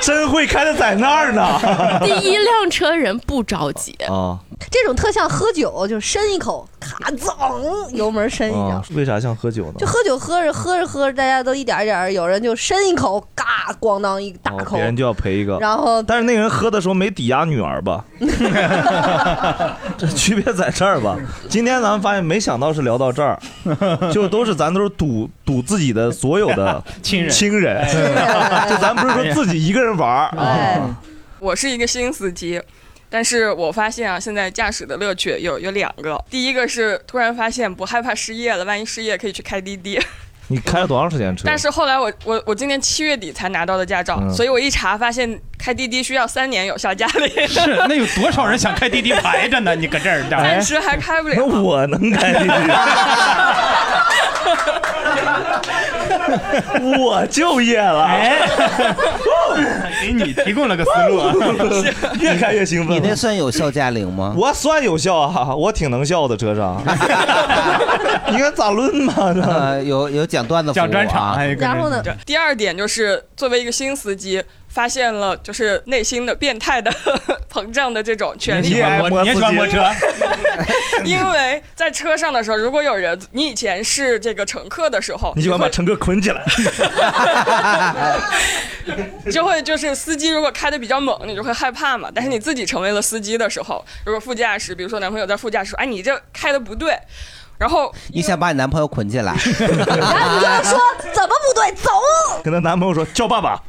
S2: 真会开的在那儿呢。
S15: 第一辆车人不着急，
S2: 啊
S1: 这种特像喝酒，就深一口，咔噌，油门深一下。
S2: 啊，为啥像喝酒呢？
S1: 哎就喝酒喝着喝着喝着，大家都一点儿一点儿，有人就深一口，嘎，咣当一大
S2: 哦
S1: 口。
S2: 别人就要赔一个。
S1: 然后
S2: 但是那个人喝的时候没抵押女儿吧？ 这区别在这儿吧？今天咱们发现，没想到是聊到这儿，就都是咱都是赌赌自己的所有的
S3: 亲人
S2: 亲人， 就咱不是说自己一个人玩儿
S16: 哎
S2: 啊。
S16: 呃我是一个新司机，但是我发现啊，现在驾驶的乐趣有有两个，第一个是突然发现不害怕失业了，万一失业可以去开滴滴。
S2: 你开了多长时间车？
S16: 但是后来我我我今年七月底才拿到的驾照，
S2: 嗯
S16: 所以我一查发现开滴滴需要三年有效 驾龄，
S3: 是那有多少人想开滴滴排着呢？ 你搁这儿，
S16: 暂时还开不了。
S2: 哎那我能 开滴滴， 我就业了。
S3: 哎 给你提供了个思路啊
S2: 越开越兴奋了。
S4: 你那算有效驾龄吗？
S2: 我算有效啊，我挺能笑的，车上。你看咋论嘛？
S4: 呃有有讲段子，
S2: 讲专
S4: 啊
S2: 场还有一个然 后呢
S16: 第二点就是，作为一个新司机，发现了就是内心的变态的 膨胀的这种权利
S3: 你也喜欢摸你也喜欢摸车
S16: 因为在车上的时候，如果有人，你以前是这个乘客的时候，
S2: 你喜欢把乘客捆起 来，
S16: 就会就是司机如果开的比较猛，你就会害怕嘛。但是你自己成为了司机的时候，如果副驾驶，比如说男朋友在副驾驶，哎，你这开的不对，然后
S4: 你想把你男朋友捆起来？
S1: 然后你就说怎么不对，走。
S2: 跟她男朋友说叫 爸 爸。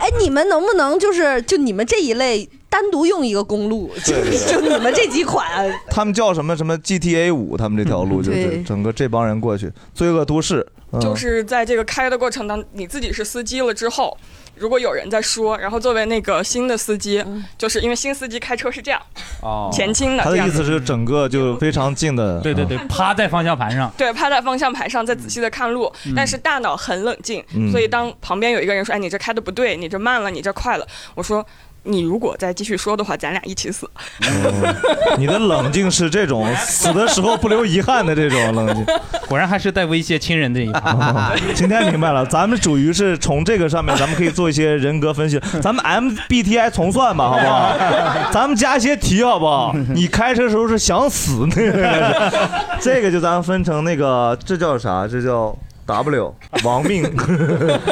S1: 哎，你们能不能就是就你们这一类单独用一个公路，就
S2: 对对对
S1: 就你们这几款，
S2: 他们叫什么什么 GTA 五，他们这条路就是
S1: 对
S2: 整个这帮人过去，《罪恶都市》嗯
S16: 嗯就是在这个开的过程当，你自己是司机了之后，如果有人在说，然后作为那个新的司机，
S2: 嗯
S16: 就是因为新司机开车是这样，
S3: 哦
S16: 前倾的嗯
S2: 他的
S16: 这样
S2: 意
S16: 子
S2: 思是整个就非常近的。
S3: 对对对，趴在方向盘上。
S16: 对，趴在方向盘上，再仔细的看路，
S3: 嗯
S16: 但是大脑很冷静，
S2: 嗯
S16: 所以当旁边有一个人说：“哎，你这开的不对，你这慢了，你这快了。”我说：“你如果再继续说的话，咱俩一起死。
S2: 嗯你的冷静是这种，死的时候不留遗憾的这种冷静。
S3: 果然还是带威胁亲人这一趴。
S2: 今天明白了，咱们属于是从这个上面，咱们可以做一些人格分 析。咱们 MBTI 重算吧，好不好？咱们加一些题，好不好？你开车时候是想死那个开始， 这个就咱们分成那个，这叫啥？这叫 W 亡命，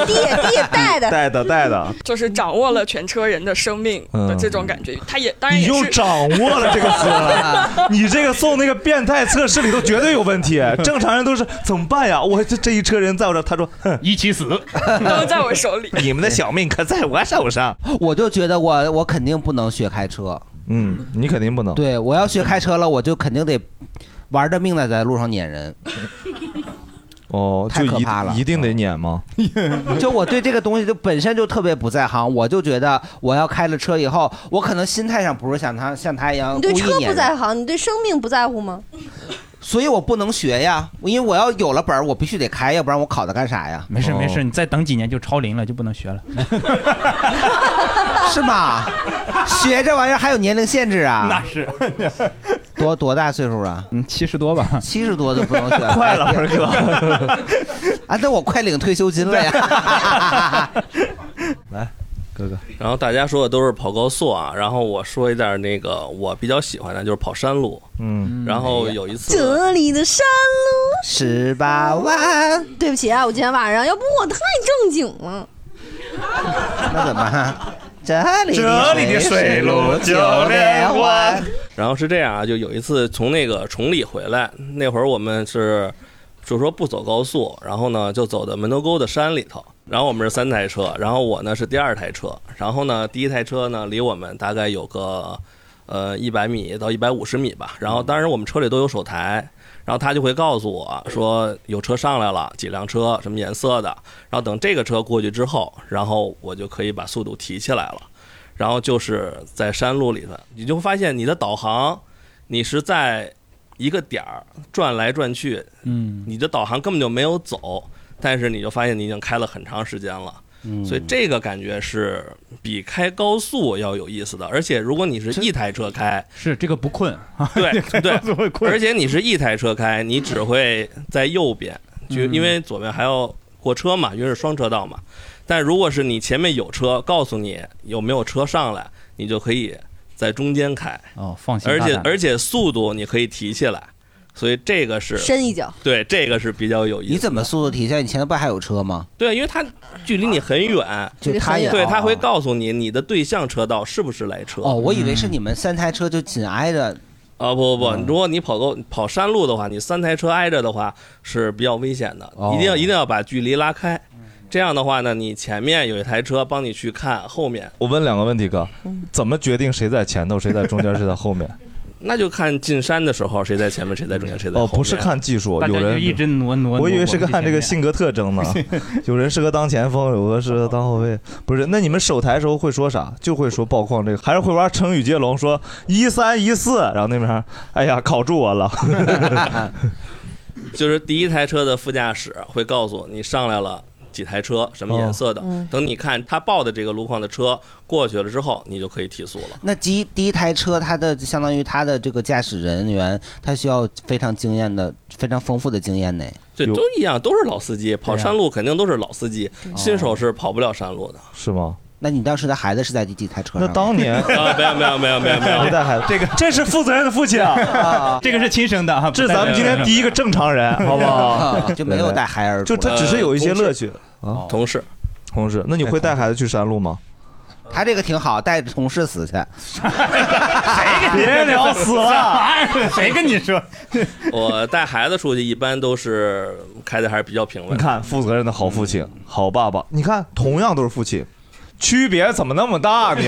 S16: 带的
S2: 带的带的。”
S16: 就是掌握了全车人的生命的这种感觉。他也当然
S2: 嗯你
S16: 也 是
S2: 又掌握了这个词了，你这个送那个变态测试里头绝对有问题。正常人都是怎么办呀？我这这一车人在我这儿，他说哼
S3: 一起死，
S16: 都在我手里。
S2: 你们的小命可在我手上。
S4: 我就觉得我我肯定不能学开车。
S2: 嗯，你肯定不能。
S4: 对，我要学开车了，我就肯定得玩着命的在路上撵人。
S2: 哦，就
S4: 太可
S2: 一
S4: 怕了嗯
S2: 一定得撵吗？
S4: 就我对这个东西就本身就特别不在行，我就觉得我要开了车以后，我可能心态上不是像他像他一样
S1: 你
S4: 故
S1: 对
S4: 意
S1: 车
S4: 撵
S1: 不在
S4: 人。
S1: 行，你对生命不在乎吗？
S4: 所以我不能学呀，因为我要有了本儿，我必须得开，要不然我考它干啥呀？
S3: 没事没事，你再等几年就超龄了，就不能 学了。
S4: 是吗？学这玩意儿还有年龄限制啊？
S3: 那是，
S4: 多多大岁数啊？
S3: 嗯，七十多吧。
S4: 七十多就不能 学了，
S3: 快了二哥
S4: 啊，那我快领退休金 了呀！
S2: 哥哥，
S18: 然后大家说的都是跑高速啊，然后我说一点那个我比较喜欢的，就是跑山路。
S2: 嗯，
S18: 然后有一次，
S1: 这里的山路
S4: 十八
S1: 弯。对不起啊，我今天晚上，要不我太正经了。
S4: 那怎么？这里
S18: 这里的水路九连
S4: 环。
S18: 然后是这样啊，就有一次从那个崇礼回来，那会儿我们是就说不走高速，然后呢就走的门头沟的山里头。然后我们是三台车，然后我呢是第二台车，然后呢第一台车呢离我们大概有个呃一百米到一百五十米吧。然后当然我们车里都有手台，然后他就会告诉我说有车上来了，几辆车，什么颜色的。然后等这个车过去之后，然后我就可以把速度提起来了。然后就是在山路里头，你就会发现你的导航，你是在一个点儿转来转去，
S3: 嗯，
S18: 你的导航根本就没有走，但是你就发现你已经开了很长时间了。
S3: 嗯
S18: 所以这个感觉是比开高速要有意思的，而且如果你是一台车开，
S3: 是这个不困啊，
S18: 对对，而且你是一台车开，你只会在右边，就
S3: 嗯
S18: 因为左边还要过车嘛，因为是双车道嘛。但如果是你前面有车，告诉你有没有车上来，你就可以在中间开，
S3: 哦，放心
S18: 而
S3: 大胆。
S18: 且而且速度你可以提起来，所以这个是
S1: 深一脚，
S18: 对，这个是比较有意思。
S4: 你怎么速度提下？你前面不还有车吗？
S18: 对，因为它距离你很远，
S4: 啊距离很远
S18: 对，它会告诉你你的对向车道是不是来车。
S4: 哦，我以为是你们三台车就紧挨着。哦
S18: 啊、不不不，如果你跑够跑山路的话，你三台车挨着的话是比较危险的，
S4: 哦
S18: 一定要一定要把距离拉开。这样的话呢，你前面有一台车帮你去看，后面
S2: 我问两个问题，哥，
S4: 嗯
S2: 怎么决定谁在前头，谁 在中间，谁在后面？
S18: 那就看进山的时候谁在前面，谁在中间，谁在后
S2: 哦，
S18: 面。
S2: 不是看技术，有人
S3: 挪挪
S2: 我以为是
S18: 挪
S2: 看这个性格特征呢。 有人适合当前锋，有的适合当后卫。不是，那你们守台时候会说啥？就会说爆框这个，还是会玩成语接龙，说一三一四，然后那边哎呀考住我了。
S18: 就是第一台车的副驾驶会告诉你上来了几台车，什么颜色的。
S4: 哦嗯
S18: 等你看他报的这个路况的车过去了之后，你就可以提速了。
S4: 那第一第一台车，它的相当于它的这个驾驶人员，他需要非常经验的、非常丰富的经验呢。
S18: 对，都一样，都是老司机，跑
S4: 对呀
S18: 山路肯定都是老司机，
S2: 啊
S18: 新手是跑不了山路的。
S2: 是吗？
S4: 那你当时的孩子是在第几台车上？
S2: 那当 年
S18: 啊，没有没有没有没有没有，
S2: 不带孩子，这个 这是负责任的父亲 啊，
S3: 这个是亲生的啊，
S2: 这是咱们今天第一个正常人，好 不好？
S4: 啊就没有带孩儿
S2: 就他只是有一些乐趣啊。
S18: 哦同事，
S2: 同事，那你会带孩子去山路吗？
S4: 他这个挺好，带着同事死去。
S18: 哎
S2: 别聊死了
S3: 谁跟 你说？
S18: 我带孩子出去一般都是开的还是比较平
S2: 你
S18: 稳。
S2: 看，负责任的好父亲，
S18: 嗯
S2: 好爸爸。你看，同样都是 父亲，区别怎么那么大呢？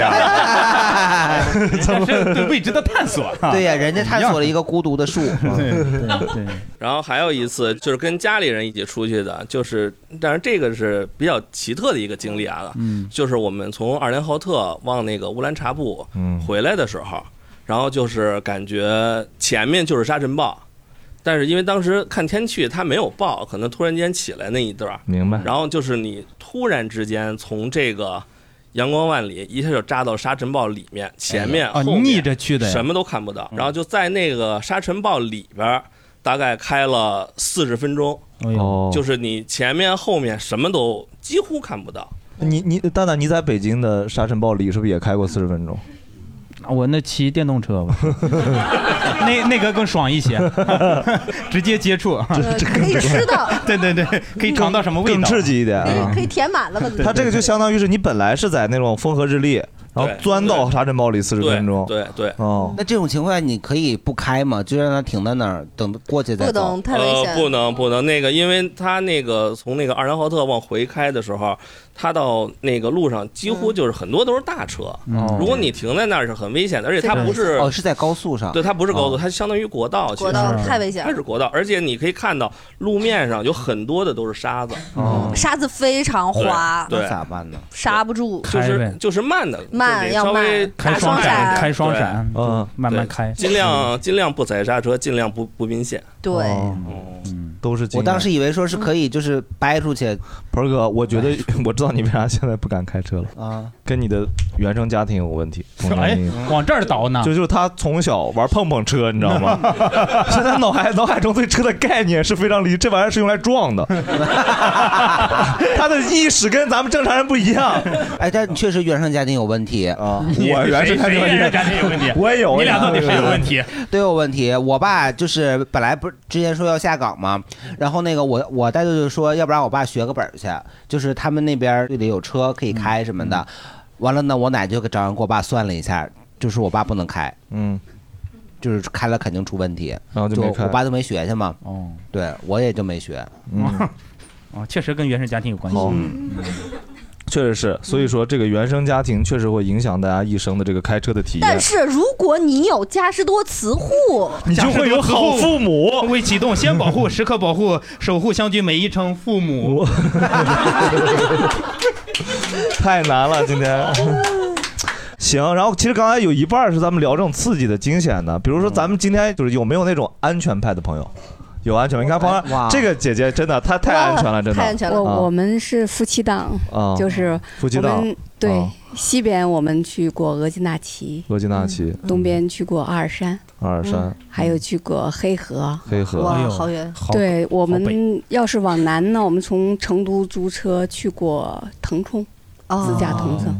S3: 这是对未知的探索。啊
S4: 对呀、人家探索了一个孤独的树。
S3: 对，
S18: 然后还有一次就是跟家里人一起出去的，就是，但是这个是比较奇特的一个经历啊，
S3: 嗯
S18: 就是我们从二连浩特往那个乌兰察布
S2: 嗯
S18: 回来的时候，然后就是感觉前面就是沙尘暴，但是因为当时看天气它没有暴，可能突然间起来那一段，
S2: 明白
S18: 然后就是你突然之间从这个阳光万里一下就扎到沙尘暴里面，前面、
S3: 啊，
S18: 后面
S3: 逆着去的呀，
S18: 什么都看不
S4: 嗯
S18: 到。然后就在那个沙尘暴里边儿，大概开了四十分钟，
S2: 哦
S18: 就是你前面后面什么都几乎看不到。
S2: 你你蛋蛋，你在北京的沙尘暴里是不是也开过四十分钟？
S3: 啊我那骑电动 车吧，那那个更爽一些， 直接 接触，
S1: 可以吃到，
S3: 对对对，可以尝到什么味道，
S2: 更刺激一点
S1: 可
S2: 啊
S1: 以可！以填满 了吧？
S2: 它这个就相当于是你本来是在那种风和日丽，然后钻到沙尘暴里四十分钟。
S18: 对对。
S2: 哦，
S4: 那这种情况下你可以不开吗？就让它停在那儿，等过去再走。
S18: 呃，不能不能，那个，因为他那个从那个二良浩特往回开的时候，他到那个路上几乎就是很多都是大车，
S4: 嗯
S18: 如果你停在那儿是很危险的，而且它不是
S4: 哦，是在高速上。
S18: 对，它不是高速，
S4: 哦
S18: 它相当于国道。其实
S1: 国道太危险了
S18: 它是国道，而且你可以看到路面上有很多的都是沙子，
S1: 沙子非常滑，
S18: 对，对
S4: 哦办呢？
S1: 刹不住，
S18: 就是就是慢的，
S1: 慢慢
S18: 得
S1: 要
S18: 稍微
S1: 慢
S18: 开
S1: 打双
S18: 闪
S3: 开双
S18: 对
S3: 闪，嗯，慢慢开，
S18: 尽量尽量不踩刹车，尽量不不并线。
S1: 对，
S2: 嗯都是
S4: 我当时以为说是可以，就是掰出去。哎
S2: 鹏哥，我觉得 我知道你为啥现在不敢开车了
S4: 啊，
S2: 跟你的原生家庭有问题。童年阴影
S3: 哎往这儿倒呢
S2: 就就是他从小玩碰碰车，你知道吗？现在脑海脑海中对车的概念是非常离，这玩意儿是用来撞的， 他的意识跟咱们正常人不一样。
S4: 哎，但确实原生家庭有问题
S2: 啊
S14: 我原生家庭有问题谁谁原生家庭有问题我也有你俩到底谁有问题？
S4: 都有问题。我爸就是本来不是之前说要下岗嘛，然后那个我我大舅就说，要不然我爸学个本儿去，就是他们那边队里有车可以开什么
S14: 嗯
S4: 的。嗯完了呢，我奶就给找人给我爸算了一下，就是我爸不能开，
S2: 嗯，
S4: 就是开了肯定出问题，
S2: 然后
S3: 就没开
S4: 我爸就没学去嘛。
S3: 哦，
S4: 对我也就没学。
S14: 嗯
S2: 嗯
S3: 哦，确实跟原生家庭有关系。
S2: 哦
S3: 嗯
S2: 确实是，所以说这个原生家庭确实会影响大家一生的这个开车的体验。
S1: 但是如果你有嘉实多磁护，
S2: 你就会有 好父母。
S3: 为启动先保护，时刻保护，守护相聚每一程父 母。
S2: 太难了，今天。 行，然后其实刚才有一半是咱们聊这种刺激的、惊险的，比如说咱们今天就是有没有那种安全派的朋友？有安全派，你看
S3: 哎
S2: 旁边这个姐姐真的她太安全了，真的。啊
S19: 我我们是夫妻档
S2: 啊，
S19: 就是
S2: 夫妻档
S19: 我们对
S2: 啊
S19: 西边我们去过额济纳旗，
S2: 额济纳旗、
S19: 东边去过阿尔山，
S2: 嗯阿尔山
S19: 嗯还有去过黑河。
S2: 黑河，
S19: 哇哎呦好
S1: 远
S19: 对我们要是往南呢，我们从成都租车去过腾冲，
S1: 哦
S19: 自驾腾冲。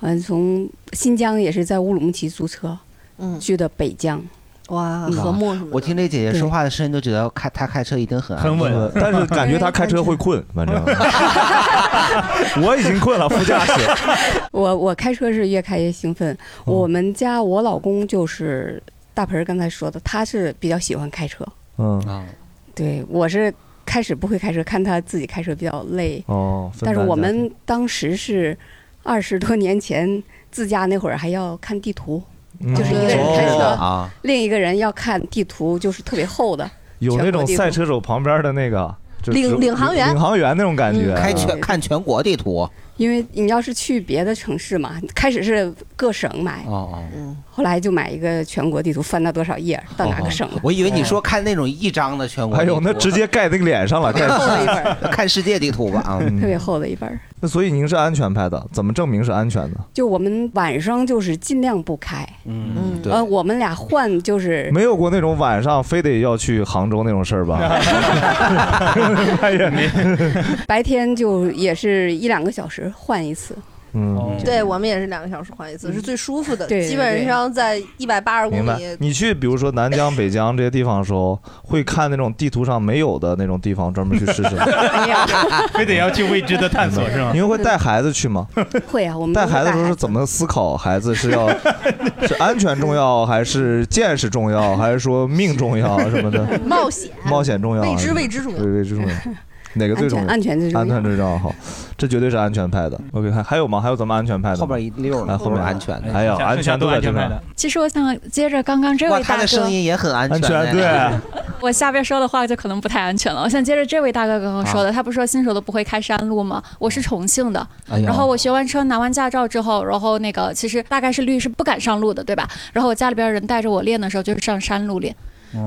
S19: 嗯，从新疆也是在乌鲁木齐租车，嗯，去的北疆。嗯
S1: 哇
S4: 和
S1: 睦什么
S4: 嗯我听这姐姐说话的声音，就觉得开她开车一定很安
S2: 很稳
S4: 全
S2: 但 是 感觉她开车会困， 反正我已经困了，副驾驶。
S19: 我我开车是越开越兴奋。
S2: 嗯
S19: 我们家我老公就是大盆儿刚才说的，他是比较喜欢开车，
S4: 哦
S2: 嗯
S19: 对我是开始不会开车，看他自己开车比较累。
S2: 哦，分
S19: 但是
S2: 担
S19: 我
S2: 一下
S19: 们当时是二十多年前自驾那会儿还要看地图，
S2: 嗯
S19: 就是一个人开车，
S4: 啊
S2: 哦
S19: 另一个人要看地图，就是特别厚的。
S2: 有那
S19: 全
S2: 种
S19: 国地图
S2: 赛车手旁边的那个就
S19: 领
S2: 是
S19: 领航员
S2: 领航员那种感
S19: 嗯
S2: 觉，
S19: 开全
S2: 啊
S4: 看全国地图。
S19: 因为你要是去别的城市嘛，开始是各省买，
S2: 嗯
S4: 哦
S19: 哦，后来就买一个全国地图，翻到多少页儿，到哪个 省了。
S4: 我以为你说看那种一张的全国地
S2: 哎
S4: 图，
S2: 呦，那直接盖那个脸上了，盖
S4: 看世界地图吧啊！
S19: 特别厚的一本儿。
S2: 嗯那所以您是安全派的，怎么证明是安全的？
S19: 就我们晚上就是尽量不开，
S2: 嗯对
S19: 呃，我们俩换 就是
S2: 没有过那种晚上非得要去杭州那种事儿 吧？半夜
S19: 白天就也是一两个小时换一次，
S4: 哦
S19: 嗯
S2: 嗯，
S1: 对我们也是两个小时换一次，是最舒服的，
S19: 对
S1: 基本上在一百八十公
S2: 明白
S1: 里。。
S2: 你去比如说南疆、北疆这些地方的时候，会看那种地图上没有的那种地方，专门去 试试。
S3: 非得要去未知的探 索是吗？
S2: 您会带孩子 去吗？
S19: 会啊，我们
S2: 带
S19: 都
S2: 孩子的时候
S19: 带
S2: 是怎么思考？孩子是 要是安全重要，还是见识重要，还是说命重 要什么的？
S19: 冒险
S2: 冒险重要，
S19: 未知未知重要
S2: 对未知重 要。哪个最重要？
S19: 安全安全最重要
S2: 安全最重要。好，这绝对是安全派的。OK，还还有吗？还有咱们安全派的吗？后边
S4: 一溜
S2: 呢，后面安
S4: 全
S2: 还有
S3: 剩下
S2: 安全都在这
S3: 剩下都安全派
S2: 边
S3: 的。
S17: 其实我想接着刚刚这
S4: 哇，
S17: 位
S4: 他
S17: 大
S4: 的
S17: 哥
S4: 声，音也很安全，
S2: 安全对。
S17: 我下边说的话就可能不太安全了。我想接着这位大哥刚刚说的，他不是说新手都不会开山路吗？我是重庆的，
S20: 哎呀
S17: 然后我学完车拿完驾照之后，然后那个其实大概是率是不敢上路的，对吧？然后我家里边人带着我练的时候，就是上山路练。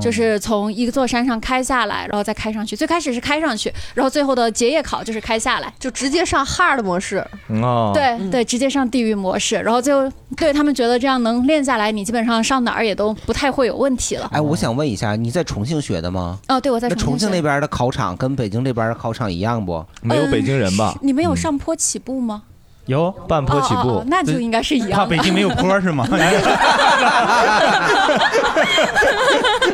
S17: 就是从一座山上开下来，然后再开上去。最开始是开上去，然后最后的结业考就是开下来，
S1: 就直接上 hard 模式。
S2: 嗯哦，
S17: 对对，直接上地狱模式，然后就对他们觉得这样能练下来，你基本上上哪儿也都不太会有问题了。
S4: 哎，我想问一下，你在重庆学的吗？
S17: 哦，对，我在
S4: 那重
S17: 庆
S4: 庆
S17: 学
S4: 那边的考场跟北京这边的考场一样不？
S17: 没有北京人
S4: 吧
S17: 嗯呃
S4: 嗯
S17: 你们有上坡起步吗？
S2: 嗯
S4: 有
S2: 半
S17: 坡起步哦哦哦那就应该是一样的
S3: 怕北京没有坡是 吗？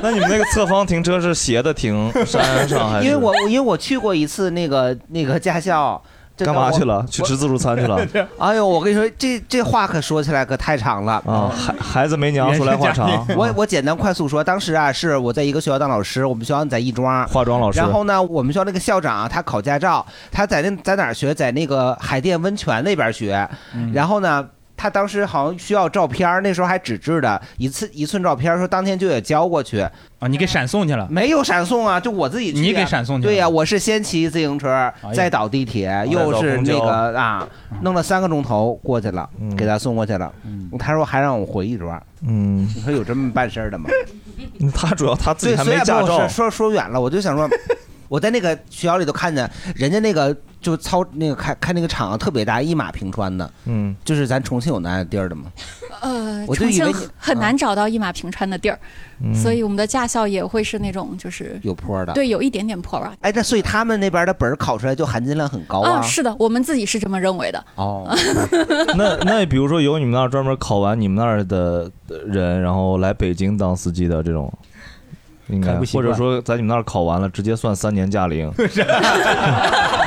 S2: 那你们那个侧方停车是斜的停，山上还是？
S4: 因为我因为我去过一次那个那个驾校。真的
S2: 干嘛
S4: 我
S2: 去了去吃自助餐去了
S4: 哎呦，我跟你说，这这话可说起来可太长了
S2: 啊！孩孩子没娘，说来话长。
S4: 我我简单快速说，当时啊，是我在一个学校当老师，我们学校在亦庄，
S2: 化妆老师
S4: 然后呢，我们学校那个校长啊他考
S2: 嗯
S4: 驾照，他在那在哪儿学？在那个海淀温泉那边学。然后呢，他当时好像需要照片儿，那时候还纸质的，一次一寸照片儿，说当天就得交过去。
S3: 啊，你给闪送去了？
S4: 没有闪送啊，就我自己去啊、
S3: 你给闪送去了哎
S4: 对呀、我是先骑自行车，
S3: 呀
S4: 再倒地铁，又是那个啊，弄了三个钟头过去了，
S3: 嗯
S4: 给他送过去了。他说还让我回一抓，
S2: 嗯，
S4: 你说有这么办事 儿的吗？
S2: 他主要他自己
S4: 对
S2: 还
S4: 虽
S2: 没
S4: 然
S2: 驾
S4: 不
S2: 照
S4: 是，说说远了，我就想 说，我在那个学校里头看见人家那个就操那个开开那个厂特别大，一马平川的，
S2: 嗯，
S4: 就是咱重庆有那样的地儿的吗？
S17: 呃，
S4: 我就
S17: 重
S4: 以为
S17: 庆
S4: 你
S17: 很难找到一马平川的地儿，
S4: 嗯
S17: 所以我们的驾校也会是那种就是
S4: 有坡的。
S17: 对，有一点点坡吧。
S4: 哎，那所以他们那边的本儿考出来就含金量很高啊。
S17: 啊，是的，我们自己是这么认为的。
S4: 哦，
S2: 那那比如说有你们那儿专门考完你们那儿的人，然后来北京当司机的这种，应该
S3: 开不习
S2: 或
S3: 惯
S2: 者说在你们那儿考完了，直接算三年 驾龄，直接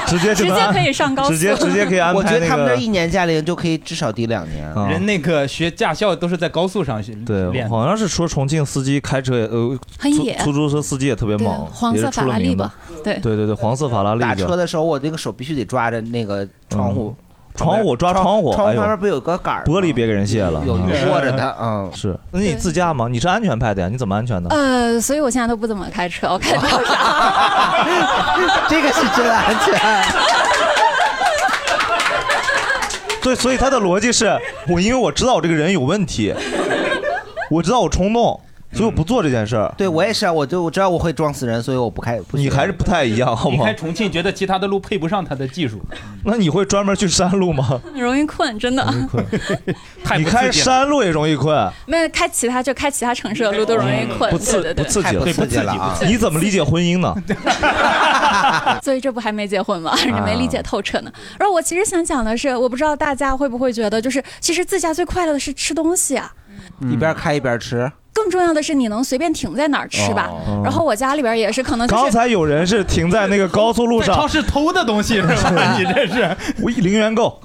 S2: 就
S17: 直接
S2: 能
S17: 可以上高速
S2: 直接直接可以安排
S4: 我觉得他们
S2: 那
S4: 这
S2: 个啊
S4: 一年驾龄就可以至少抵两年。
S3: 人那个学驾校都是在高速上学
S2: 对，
S3: 练。
S2: 好像是说重庆司机开车也呃，
S17: 很
S2: 出
S17: 野
S2: 出租车司机也特别
S17: 对
S2: 猛，
S17: 黄
S2: 也是
S17: 色
S2: 出
S17: 法
S2: 了
S17: 拉利
S2: 名的
S17: 吧对
S2: 对对对，黄色法拉利
S4: 打
S2: 的
S4: 车的时候，我这个手必须得抓着那个窗户，
S2: 嗯窗户抓
S4: 窗
S2: 窗户，
S4: 窗
S2: 哎
S4: 户
S2: 呦
S4: 旁边不有个杆儿吗？
S2: 玻璃别给人卸了，
S4: 有有
S2: 嗯
S4: 握着它嗯，
S2: 是。那你自驾吗？你是安全派的呀？你怎么安全的？
S17: 呃，所以我现在都不怎么开车，我开不了啥。
S4: 这个是真安全。
S2: 对，所以他的逻辑是我因为我知道我这个人有问题，我知道我冲动，所以我不做这件事儿。
S4: 对我也是啊，我就我知道我会撞死人，所以我不开。不
S2: 你还是不太一样，好
S3: 离
S2: 不好
S3: 开？重庆，觉得其他的路配不上他的技术。
S2: 那你会专门去山路吗？
S17: 很容易困，真的。
S2: 嗯
S3: 太
S2: 你
S3: 不刺激了
S2: 开山路也容易困，
S17: 没有开其他就开其他城市的路都容易困，
S2: 嗯不
S17: 对
S2: 刺
S17: 对对
S2: 刺激了，啊
S17: 不
S4: 啊
S17: 刺激
S2: 你怎么理解婚姻 呢？
S17: 所以这不还没结婚吗？人家没理解透彻呢。然后我其实想讲的是，我不知道大家会不会觉得，就是其实自驾最快乐的是吃东西啊。
S2: 嗯
S4: 一边开一边吃。
S17: 更重要的是，你能随便停在哪儿吃吧。
S2: 哦
S17: 然后我家里边也是，可能就是
S2: 刚才有人是停在那个高速路上，
S17: 在超
S2: 市偷的东西是吧？你这是我一零元购，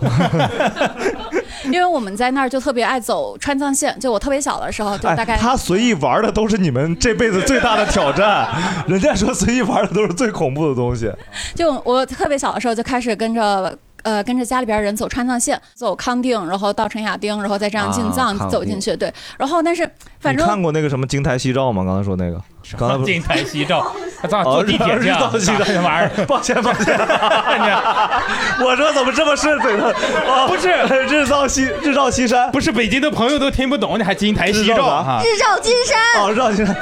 S17: 因为我们在那儿就特别爱走川藏线，就我特别小的时候，就大概、
S2: 哎，他随意玩的都是你们这辈子最大的挑战。人家说随意玩的都是最恐怖的东西。
S17: 就我特别小的时候就开始跟着。呃，跟着家里边人走川藏线，走康定，然后到陈雅丁，然后再这样进藏、
S2: 啊康定
S17: 走进去，对。然后，但是反
S2: 你看
S17: 正
S2: 过那个什么《京台夕照》吗？刚才说那个，刚啊才不
S3: 金台夕 照，他咋坐
S2: 哦
S3: 地铁
S2: 日
S3: 去 啊？
S2: 照夕照
S3: 咋这玩意儿？
S2: 抱歉抱歉，我说怎么这么顺嘴呢？哦
S3: 不是
S2: 日照西日照西山，
S3: 不是北京的朋友都听不懂，你还金台夕
S2: 日
S3: 照
S2: 照啥
S3: 啊？
S1: 日照金山，
S2: 哦，日照金山。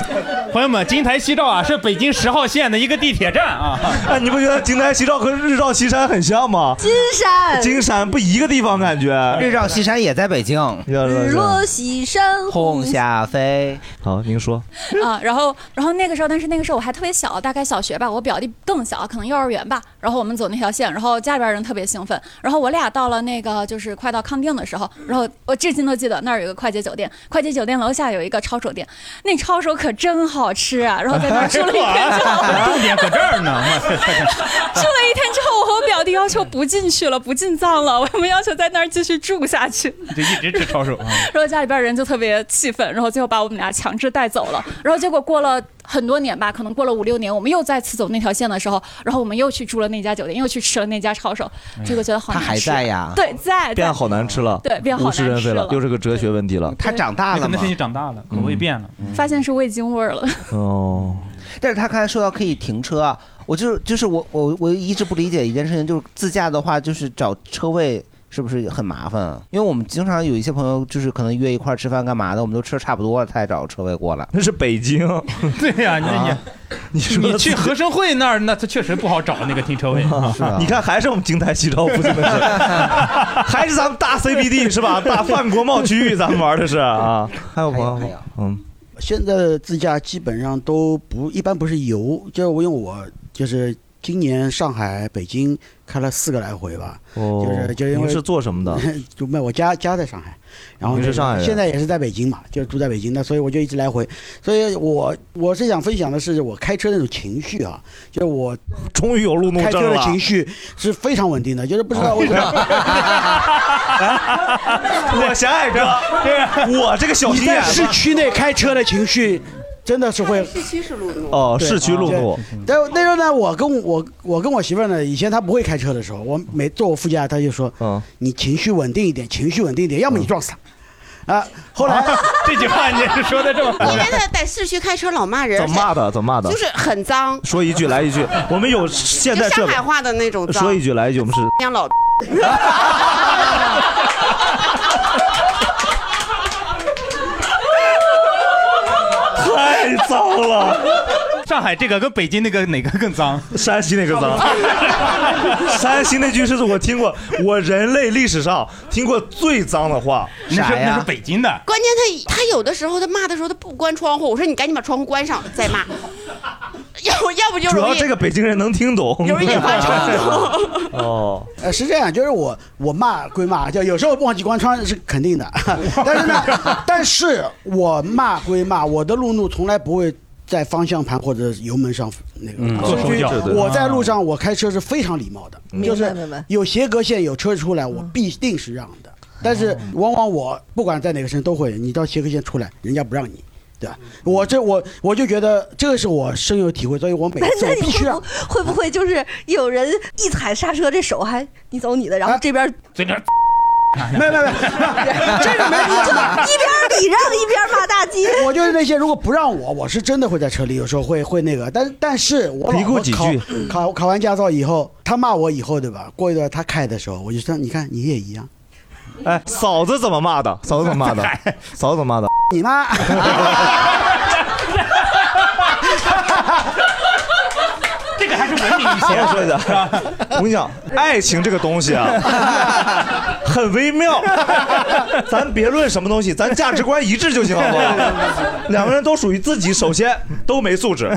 S3: 朋友们，金台夕照啊，是北京十号线的一个地铁站啊。
S2: 哎，你不觉得京台夕照和日照西山很像吗？
S1: 金山，
S2: 金山不一个地方感觉。
S4: 日照西山也在北京。
S1: 日落西山
S4: 红霞飞。
S2: 好，您说。
S17: 啊，然后，然后那个时候，但是那个时候我还特别小，大概小学吧，我表弟更小，可能幼儿园吧。然后我们走那条线，然后家里边人特别兴奋。然后我俩到了那个就是快到康定的时候，然后我至今都记得那儿有一个快捷酒店，快捷酒店楼下有一个抄手店，那抄手可真好吃啊！然后在那 儿住了一天之 后，
S3: 哎重点 搁这儿呢。
S17: 住了一天之后，我和我表弟要求不进去了，不进藏了， 我们要求在那儿继续住下去。
S3: 就一直吃抄手啊。
S17: 然后家里边人就特别气愤，然后最后把我们俩强制带走了。然后结果过了很多年吧，可能过了五六年，我们又再次走那条线的时候，然后我们又去住了那家酒店，又去吃了那家抄手，这个觉得好
S2: 哎他
S17: 难吃。
S2: 还在呀
S17: 哎对，在
S2: 变好。难吃了，
S17: 对变
S2: 物
S17: 好难吃
S2: 是人非
S17: 了
S2: 又是个哲学问题了。
S4: 他长大
S3: 了可能是你长大了，口味变了。
S17: 在发现是味精味儿了，
S2: 哦，
S4: 但是他刚才说到可以停车啊，我就是就是我我我一直不理解一件事情，就是自驾的话，就是找车位是不是很麻烦啊？因为我们经常有一些朋友就是可能约一块儿吃饭干嘛的，我们都吃差不多了，他也找车位过来。
S2: 那是北京，
S3: 对呀，你
S4: 啊
S2: 你
S3: 你去和生汇那儿，那它确实不好找那个停车位。
S2: 啊
S21: 啊
S2: 你看还是我们京台夕照附近的事， 还是咱们大 CBD 是吧？ 大万国贸区域咱们玩的是啊。还有朋友，嗯，
S21: 现在的自驾基本上都不一般不是油，就是我用我就是今年上海、北京开了四个来回吧，
S2: 哦
S21: 就是就因为
S2: 您是做什么的？
S21: 就卖我家家在上海，然后
S2: 您是
S21: 这个
S2: 上海人
S21: 现在也是在北京嘛，就住在北京，那所以我就一直来回，所以我我是想分享的是我开车那种情绪啊，就是我
S2: 终于有路怒
S21: 开车
S2: 症
S21: 的
S2: 了
S21: 情绪是非常稳定的，就是不知道为什 么。
S2: 我小矮哥，我这个小心眼
S21: 啊
S2: 啊
S21: 你在市区内开车的情绪真的是会
S22: 市区是路怒。
S2: 哦市区路怒
S21: 对啊但那时候呢，我跟我我跟我媳妇儿呢，以前她不会开车的时候，我每坐我副驾，她就说：“你情绪稳定一点，情绪稳定一点，要么你撞死她。”啊，后来
S3: 这句
S7: 啊
S3: 话你说的这么
S22: 因为他在市区开车老骂人，
S2: 怎么骂的？怎么骂的？
S22: 就是很脏，
S2: 说一句来一句，我们有现在
S22: 就
S2: 这
S22: 上海话的那种脏。
S2: 说一句来一句，我们是
S22: 像老，
S2: 太脏了。
S3: 上海这个跟北京那个哪个更脏？
S2: 山西那个
S18: 哦
S2: 脏。山西那句是我听过，我人类历史上听过最脏的话，
S3: 那是那是北京的。
S22: 关键他他有的时候他骂的时候他不关窗户，我说你赶紧把窗户关上再骂， 要要不就
S2: 主
S22: 容
S2: 要
S22: 易
S2: 这个北京人能听懂，
S22: 容易发冲
S2: 突。 哦，
S21: 呃，是这样，就是我我骂归骂，就有时候忘记关窗是肯定的， 但是呢，但是我骂归骂，我的路怒从来不会在方向盘或者油门上那个。
S2: 嗯
S21: 所以
S2: 做手脚对
S3: 啊
S2: 对
S21: 我在路上我开车是非常礼貌的，
S2: 明白
S21: 就是
S2: 明白
S21: 有谐隔线有车出来，我必定是让的。但是往往我不管在哪个城都会，你到谐隔线出来，人家不让你。对吧？我这我我就觉得这个是我深有体会，所以我每
S1: 那
S21: 次
S1: 那
S21: 我
S1: 你
S21: 必须
S1: 会
S21: 让
S1: 不会不会就是有人一踩刹车，这手还你走你的，
S21: 啊
S1: 然后这边
S3: 嘴里
S21: 没有没有没有，这个没必 要骂，
S1: 一边礼让一边骂大街。
S21: 啊 我就是那些如果不让我，我是真的会在车里有时候会会那个，但但是我
S2: 嘀
S21: 老
S2: 咕
S21: 婆
S2: 几
S21: 考
S2: 句
S21: 考考完驾照以后，他骂我以后对吧？过一段他开的时候，我就说你看你也一样，
S2: 哎，嫂子怎么骂的？嫂子怎么骂的？ 嫂子怎么骂的？
S21: 你妈！
S3: 这个还是文明一
S2: 我
S3: 些。
S2: 说一下， 我跟你讲，爱情这个东西啊，很微妙。咱别论什么东西，咱价值观一致就行，好不好？两个人都属于自己，首先都没素质，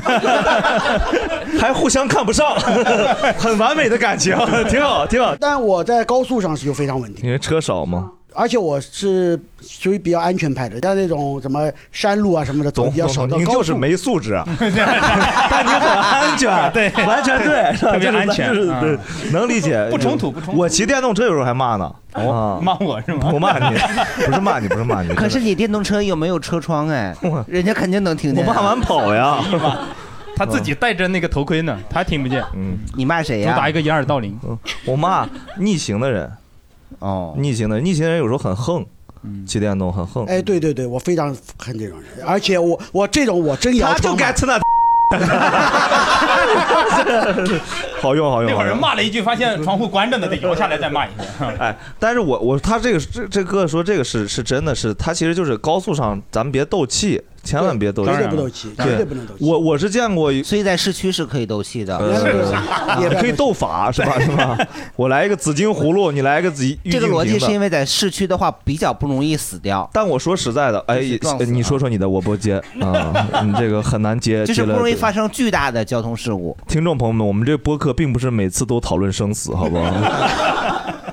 S2: 还互相看不上，很完美的感情，挺好，挺好。
S21: 但我在高速上是就非常稳定，
S2: 因为车少嘛，
S21: 而且我是属于比较安全派的，像那种什么山路啊什么的走
S2: 懂
S21: 比较
S2: 懂
S21: 少
S2: 懂，
S21: 的
S2: 您
S21: 高
S2: 就是
S21: 速。
S2: 没素质啊， 但你很安全，
S3: 对
S2: 完全对，是吧
S3: 特别安全
S2: 就是就是
S3: 嗯
S2: 对，能理解，
S3: 不冲突不冲突哦
S2: 我骑电动车有时候还骂呢，啊，
S3: 骂我是吗？
S2: 不骂你，不是骂你，不是骂你，
S4: 可是
S2: 真的
S4: 你电动车有没有车窗哎？人家肯定能听见。
S3: 我骂完
S2: 跑呀！
S3: 他自己戴着那个头盔呢， 他听不见。
S2: 嗯，
S4: 你骂谁
S3: 主打一个掩耳盗铃。
S2: 我骂逆行的人，
S4: 哦，
S2: 逆行的逆行人有时候很横，
S3: 嗯
S2: 骑电动很横，
S21: 哎，对对对，我非常恨这种人，而且我我这种我真摇
S2: 他就该吃那。 好用好用。
S3: 那会
S2: 好
S3: 儿
S2: 用
S3: 骂了一句，发现窗户关着呢，得摇下来再骂一遍。
S2: 哎，但是我我他这个这这哥说这个是是真的是，他其实就是高速上咱们别斗气，千万别斗气，
S21: 对绝对不斗气绝对不能斗
S2: 气。我我是见过，
S4: 所以在市区是可以斗气的，
S2: 呃、可以斗法是吧？是 吧？我来一个紫金葫芦，你来一个紫玉
S4: 这个
S2: 净
S4: 逻辑
S2: 瓶
S4: 是因
S2: 的。
S4: 为在市区的话比较不容易死掉，
S2: 但我说实在的，哎
S4: 撞，死
S2: 你
S4: 啊
S2: 说说你的，我不接啊，你这个很难接，
S4: 就是
S2: 接
S4: 不
S2: 了
S4: 容易发生巨大的交通事故。
S2: 听众朋友们，我们这播客并不是每次都讨论生死，好不 好？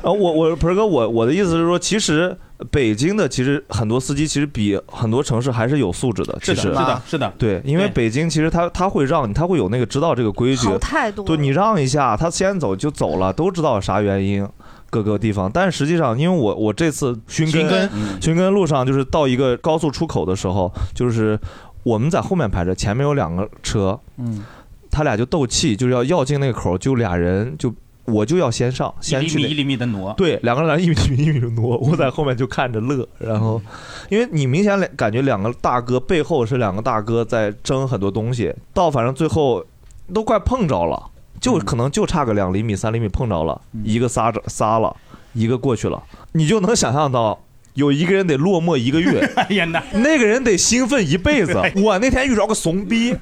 S2: 啊，我我盆儿哥，我我的意思是说，其实北京的其实很多司机其实比很多城市还是有啊素质的，
S3: 是
S2: 其
S3: 的，
S2: 实
S3: 是的，是的。
S2: 对，因为北京其实他他会让你，他会有那个知道这个规矩，
S1: 好太多
S2: 对你让一下，他先走就走了，都知道啥原因。各个地方，但是实际上，因为我我这次寻
S3: 寻
S2: 根
S3: 根
S2: 寻根路上，就是到一个高速出口的时候，就是我们在后面排着，前面有两个车，
S3: 嗯，
S2: 他俩就斗气，就是要要进那个口，就俩人就我就要先上，
S3: 一
S2: 先
S3: 厘
S2: 去
S3: 米
S2: 那
S3: 一厘米的挪。
S2: 对，两个人一米一米一米地挪，我在后面就看着乐。然后，因为你明显两感觉两个大哥背后是两个大哥在争很多东西，到反正最后都快碰着了，就可能就差个两厘米、三厘米碰着了，一个撒着撒了，一个过去了，你就能想象到。有一个人得落寞一个月，
S3: 哎呀，那
S2: 那个人得兴奋一辈子。我那天遇着个怂逼，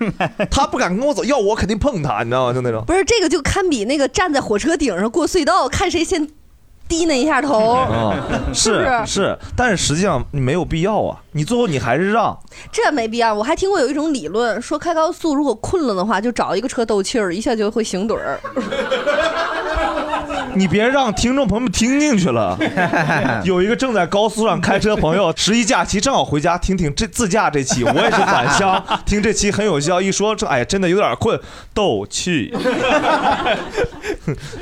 S2: 他不敢跟我走，要我肯定碰他，你知道吗？就那种。
S1: 不是这个就堪比那个站在火车顶上过隧道，看谁先低那一下头。
S21: 嗯
S2: 啊，
S1: 是不
S2: 是
S1: 是
S2: 是，但是实际上没有必要啊。你最后你还是让，
S1: 这没必要。我还听过有一种理论，说开高速如果困了的话，就找一个车斗气儿，一下就会醒盹儿。
S2: 你别让听众朋友们听进去 了。有一个正在高速上开车朋友，十一假期正好回家听听这自驾这期，我也是返乡 听这期很有效。一说这，哎呀，真的有点困，斗气，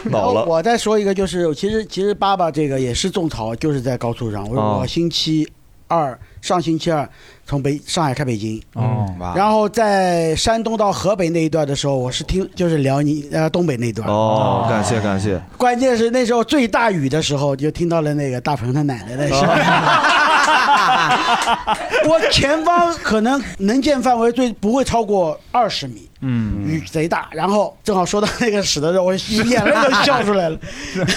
S2: 恼了。
S21: 我再说一个，就是其实其实爸爸这个也是种草，就是在高速上。我
S2: 哦
S21: 我星期二上星期二从北上海开北京，
S11: 哦
S2: 啊
S21: 然后在山东到河北那一段的时候，我是听就是辽宁呃东北那段。啊
S2: 哦，感谢感谢，
S21: 关键是那时候最大雨的时候，就听到了那个大鹏他奶奶的声 音。我前方可能能见范围最不会超过二十米，
S3: 嗯，
S21: 雨贼大。然后正好说到那个屎的时候，我眼泪都笑出来 了，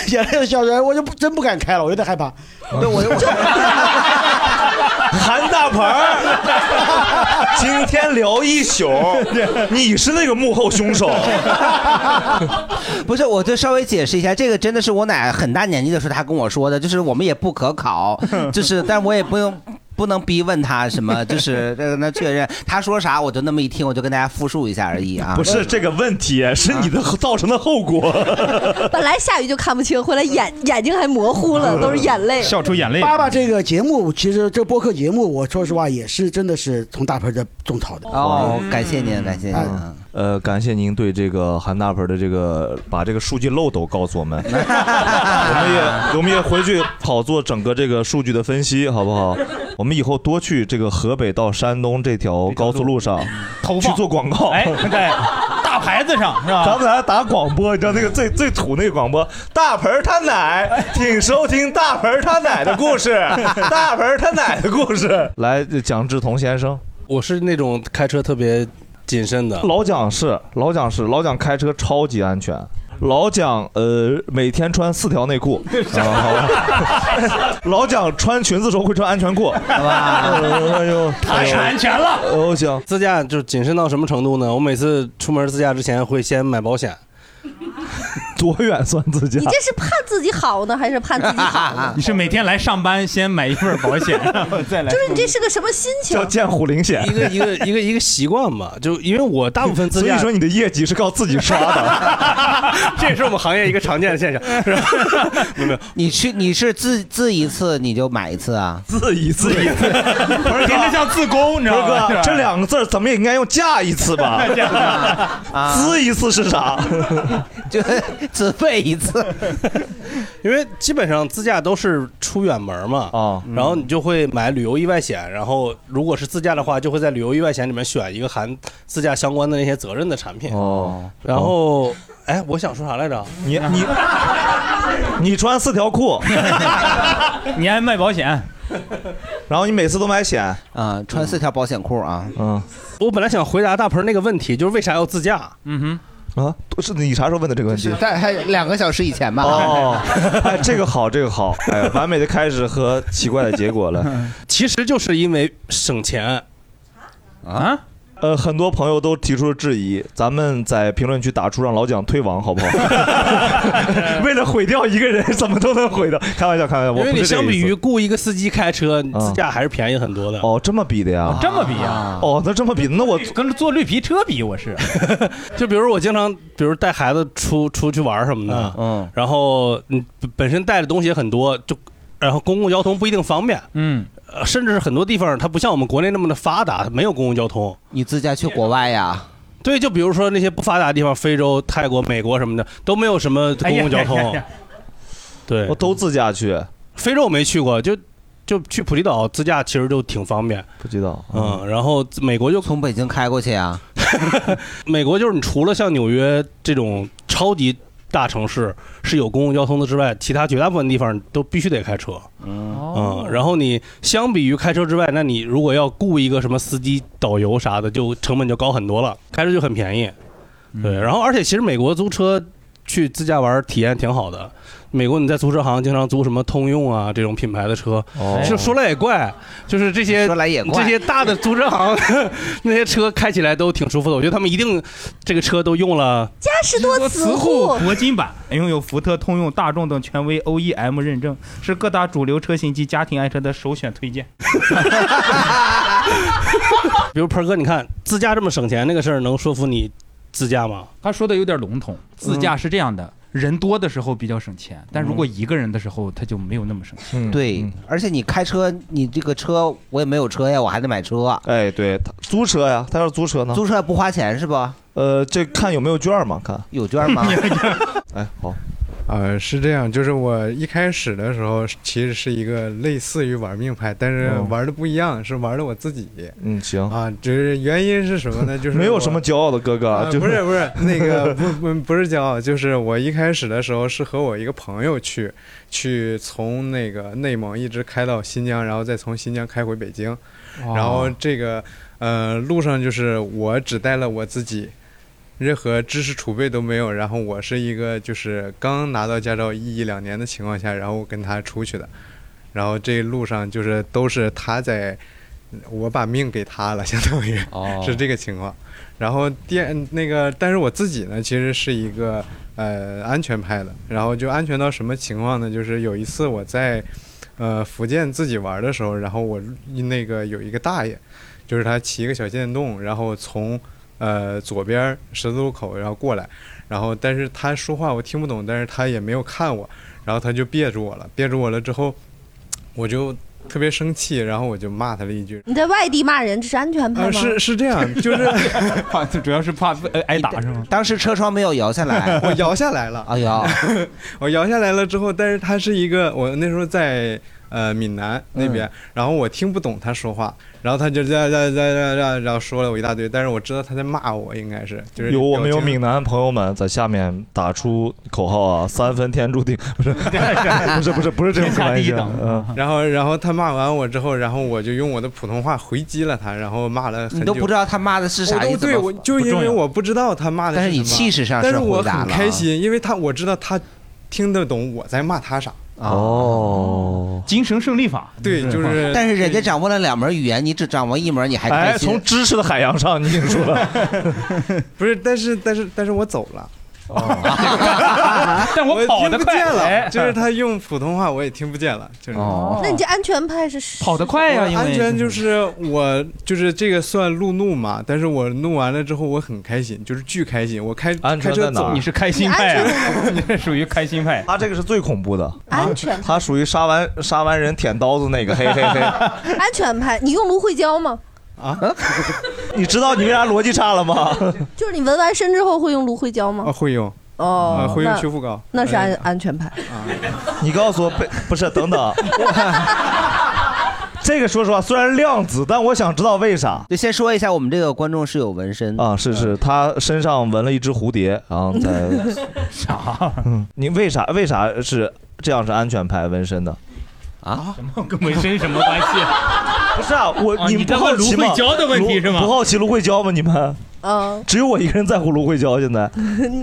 S21: 眼泪都笑出来，我就不真不敢开了，我有点害怕。对，我就
S2: 韩大鹏 儿，今天聊 一宿，你是那个幕后凶手。
S4: 不是，我就稍微解释一下，这个真的是我奶很大年纪的时候她跟我说的，就是我们也不可 考，就是但我也不用。不能逼问她什么， 就是这个那确认她说啥，我就那么一听，我就跟大家复述一下而已啊。
S2: 不是这个问题，是你的造成的后果。
S1: 本来下雨就看不清，回来眼眼睛还模糊
S7: 呃
S1: 了，都是眼 泪，
S21: 爸爸这个节目，其实这播客节目，我说实话也是真的是从大鹏这种草的。
S4: 哦，感谢您，感谢
S3: 哎
S4: 您。啊
S2: 呃，感谢您对这个韩大鹏的这个把这个数据漏斗告诉 我们，我们也我们也回去好做整个这个数据的分析，好不好？我们以后多去这个河北到山东这条高速路上
S3: 投
S2: 去做广告，
S3: 哎，对，大牌 子上是吧？
S2: 咱们还打广播，你知道那个最最土那个广播，大盆儿 他奶，请收听大盆儿他奶的故事，大盆儿他奶的故事。来， 蒋志同先生，
S7: 我是那种开车特别谨慎的，
S2: 老蒋是老蒋是老蒋开车超级安全，老蒋呃每天穿四条 内裤，啊好吧老蒋穿裙子的时候会穿安全裤，好
S4: 吧？
S7: 啊
S2: 哎呦，
S7: 太
S2: 安全了。
S7: 哎
S2: 哦，行，
S7: 自驾就是谨慎到什么程度呢？我每次出门自驾之前会先买 保险，
S2: 多远算自驾
S1: 你这是怕自己好呢，还是怕自己好 呢？
S3: 你是每天来上班先买一份保 险，然后再来，
S1: 就是你这是个什么心情？
S2: 护林险，
S7: 一个一个一个一个习惯吧。就因为我大部分自驾，
S2: 所以说你的业绩是靠自己 刷的，
S7: 这是我们行业一个常见的现象。是吧
S4: 你去你是自自一次你就买一次啊？
S2: 自一次一次，不
S4: 是
S2: 是
S4: 听着像
S2: 自宫，
S4: 你知道吗是吧？
S2: 哥，这两个字儿怎么也应该用嫁一次吧
S4: 嫁啊
S2: 滋一次是 啥？
S4: 就只费一次，
S7: 因为基本上自驾都是出远门嘛，
S2: 啊，
S7: 然后你就会买旅游意外险，然后如果是自驾的话，就会在旅游意外险里面选一个含自驾相关的那些责任的产品。
S2: 哦，
S7: 然后哎，我想说啥来着？
S2: 你你你穿四条裤，
S3: 你还卖保险，
S2: 然后你每次都买险
S4: 啊，穿四条保险裤啊，
S2: 嗯，
S7: 我本来想回答大鹏那个问题，就是为啥要自驾？
S3: 嗯
S2: 哼，啊，是你啥时候问的这个问题？
S4: 但还两个小时以前吧。
S2: 哦，哎，这个好，这个好，哎 呀，完美的开始和奇怪的结果了。
S7: 其实就是因为省钱
S3: 啊。
S2: 呃，很多朋友都提出了质疑，咱们在评论区打出让老蒋退 网好不好？ 为了毁掉一个人，怎么都能毁掉。开玩笑，开玩笑，我
S7: 因为
S2: 不
S7: 你
S2: 是这个
S7: 相比
S2: 意思
S7: 于雇一个司机开车，你自驾还是便宜很多的。
S2: 哦，这么比的呀？
S3: 这么比啊？
S2: 哦，那这么比，那我
S3: 跟坐绿皮车比，我是。
S7: 就比如我经常，比如带孩子出出去玩什么的，
S2: 嗯，
S7: 然后你本身带的东西也很多，就然后公共交通不一定方便，
S3: 嗯，
S7: 呃甚至是很多地方它不像我们国内那么的发达，它没有公共交通。
S4: 你自驾去国外呀？
S7: 对，就比如说那些不发达的地方，非洲、泰国、美国什么的，都没有什么公共交通。
S2: 哎呀呀呀
S7: 对，我
S2: 都自驾去。
S7: 非洲我没去过，就就去普吉岛自驾，其实就挺方便。
S2: 普吉岛，
S7: 嗯，然后美国就
S4: 从北京开过去啊。
S7: 美国就是你除了像纽约这种超级大城市是有公共交通的之外，其他绝大部分地方都必须得开车。
S2: 哦
S7: 嗯，然后你相比于开车之外，那你如果要雇一个什么司机、导游啥的，就成本就高很多了，开车就很便宜。对，然后而且其实美国租车去自驾玩儿体验挺好的。美国你在租车行经常租什么通用啊这种品牌的车，
S2: 哦
S7: 就说来也怪，就是这些说来也
S4: 怪
S7: 这些大的租车行 那些车开起来都挺舒服的。我觉得他们一定这个车都用了。
S1: 嘉实多
S3: 磁护铂金版拥有福特、通用、大众等权威 OEM 认证，是各大主流车型及家庭爱车的首选推荐。
S7: 比如鹏哥，你看自驾这么省钱那个事儿，能说服你自驾吗？
S3: 他说的有点笼统，
S14: 嗯
S3: 自驾是这样的，人多的时候比较省钱，但如果一个人的时候，他就没有那么省钱。
S2: 嗯
S4: 对，而且你开车，你这个车我也没有车呀，我还得买车。
S2: 哎，对，租车呀，他要是租车呢？
S4: 租车不花钱是吧？
S2: 呃，这看有没有券嘛，看
S4: 有券吗？
S2: 哎，好，
S9: 呃，是这样，就是我一开始的时候其实是一个类似于玩命派，但是
S2: 嗯
S9: 玩的不一样，是玩的我自己。
S2: 嗯，行
S9: 啊，就是原因是什么呢？就是
S2: 没有
S9: 我
S2: 什么骄傲的哥哥
S9: 啊，
S2: 就
S9: 不是不 是那个不不不是骄傲，就是我一开始的时候是和我一个朋友去，去从那个内蒙一直开到新疆，然后再从新疆开回北京，
S2: 哦
S9: 然后这个呃路上就是我只带了我自己。任何知识储备都没有，然后我是一个就是刚拿到驾照一一两年的情况下，然后我跟他出去的，然后这路上就是都是他在，我把命给他了，相当于、 是这个情况。然后第二那个，但是我自己呢，其实是一个呃安全派的，然后就安全到什么情况呢？就是有一次我在呃福建自己玩的时候，然后我那个有一个大爷，就是他骑一个小电动，然后从呃左边十字路口然后过来，然后但是他说话我听不懂，但是他也没有看我，然后他就憋住我了，憋住我了之后，我就特别生气，然后我就骂他了一句，
S1: 你在外地骂人，这是安全派吗？
S9: 呃是是这样，就是
S3: 怕主要是怕呃挨打是吗？
S9: 当时车窗没有摇下
S4: 来
S9: 我摇下来
S2: 啊
S9: 了。
S4: 哎呀，
S9: 我摇下来了之后，但是他是一个，我那时候在呃闽南那边，
S4: 嗯
S9: 然后我听不懂他说话，然后他就这样这样这样这样这样，然后说了我一大堆，但是我知道他在骂我，应该是就是
S2: 有我们有
S9: 表情
S2: 闽南朋友们在下面打出口号啊，三分天注定， 不 是不是不是不是这种开玩笑，嗯，
S3: 啊
S9: 然后，然后他骂完我之后，然后我就用我的普通话回击了他，然后骂了很久。
S4: 你都不知道他骂的是啥
S9: 我都
S4: 你怎么
S9: 对，我就
S4: 不
S9: 因
S4: 重
S9: 为
S4: 要
S9: 我不知道他骂的
S4: 但
S9: 什
S4: 是
S9: 么。
S4: 你气势上
S9: 但是
S4: 是
S9: 我
S4: 回答
S9: 很
S4: 了啊
S9: 开心，因为他我知道他听得懂我在骂他啥。
S2: 哦，
S3: 精神胜利法，
S9: 对就是
S4: 但是人家掌握了两门语言，你只掌握一门，你还开
S2: 哎，
S4: 心
S2: 从？知识的海洋上 你引出了，
S9: 不是，但是但是但是我走了。
S3: 啊但
S9: 我
S3: 跑得
S9: 听不
S3: 快
S9: 见
S3: 哎哦
S9: 了，就是他用普通话我也听不见了，就是。
S4: 哦
S1: 那你这安全派是
S3: 跑得快呀、
S9: 我
S3: 因为
S9: 安全就是我就是这个算路怒嘛，但是我怒完了之后我很开心，就是巨开心。我开开车走，
S3: 你是开心派、 啊，你这属于开心派。
S2: 他这个是最恐怖的，
S1: 安全
S2: 他属于杀完杀完人舔刀子那个，嘿嘿嘿，
S1: 安全派，你用芦荟胶吗？
S9: 啊，
S2: 你知道你为啥逻辑差 了吗？
S1: 就是你纹完身之后会用芦荟胶
S9: 啊，
S1: 吗？
S9: 会用啊
S1: 哦，
S9: 会用
S1: 那
S9: 修复膏哎
S1: 那是安安全派。
S2: 你告诉我被不是等等， 这个说实话虽然量子，但我想知道为啥。
S4: 就先说一下，我们这个观众是有纹身呃
S2: 啊，是是，他身上纹了一只蝴蝶，然
S1: 嗯
S2: 后在
S3: 啥？
S2: 你为啥为啥是这样是安全牌纹身的？啊？
S3: 跟纹身什么关 系？
S2: 不是啊，我
S3: 哦你
S2: 你们不
S3: 在
S2: 好
S3: 问芦
S2: 奇吗
S3: 荟胶的问题是吗？
S2: 不好奇芦荟胶吗？你们
S1: 嗯，
S2: 只有我一个人在乎芦荟胶，现在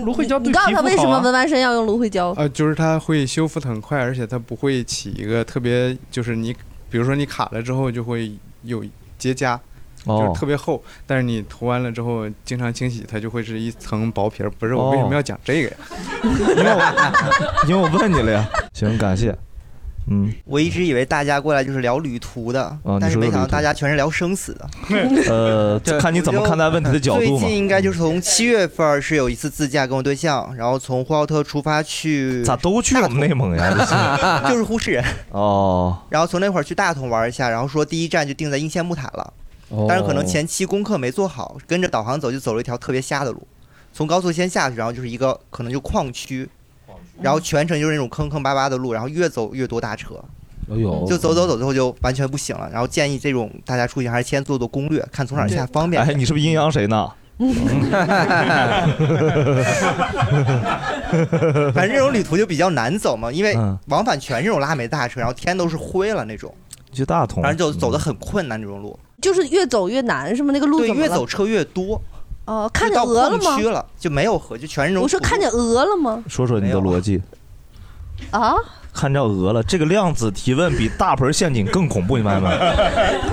S1: 芦
S3: 荟胶
S1: 你告诉他为
S3: 啊
S1: 什么纹完身要用芦荟胶？
S9: 呃，就是它会修复的很快，而且它不会起一个特别，就是你比如说你卡了之后就会有结痂。
S2: 哦
S9: 就是特别厚，但是你涂完了之后，经常清洗，它就会是一层薄皮儿。不是我为什么要讲这个 呀？
S2: 因为我哦问你了呀。行，感谢。嗯，
S20: 我一直以为大家过来就是聊旅途的，
S2: 哦你
S20: 但是
S2: 说
S20: 没
S2: 的
S20: 想
S2: 旅
S20: 到
S2: 途
S20: 大家全是聊生死 的。
S2: 呃，看你怎么看待问题的角度
S20: 最
S2: 嘛
S20: 近。应该就是从七月份儿是有一次自驾跟我对象，然后从呼和浩特出发去，
S2: 咋都去我们内 蒙呀？这
S20: 就是呼市人。
S2: 哦，
S20: 然后从那会儿去大同玩一下，然后说第一站就定在应县木塔了，
S2: 哦
S20: 但是可能前期功课没做好，跟着导航走就走了一条特别瞎的路，从高速先下去，然后就是一个可能就矿区，然后全程就是那种坑坑巴巴的路，然后越走越多大车。
S4: 哎呦
S20: 就走走走，最后就完全不行了。然后建议这种大家出行还是先做做攻略，看从哪儿下方便。
S2: 哎，你是不是阴阳谁呢？ 哎
S20: 反正这种旅途就比较难走嘛，因为
S2: 嗯
S20: 往返全是这种拉煤大车，然后天都是灰了那种，
S2: 去大同，
S20: 反正就走得很困难这种路。
S1: 就是越走越难，是吗？那个路
S20: 对，
S1: 怎么
S20: 越
S1: 了
S20: 走车越多，
S1: 哦，看
S20: 就
S1: 见
S20: 到
S1: 鹅了
S20: 矿区
S1: 吗？
S20: 了，就没有河，就全是那种。
S1: 我说看见，鹅了吗？
S2: 说说你的逻辑。
S1: 啊，
S2: 看着鹅了，这个量子提问比大盆陷阱更恐怖，你发 现没？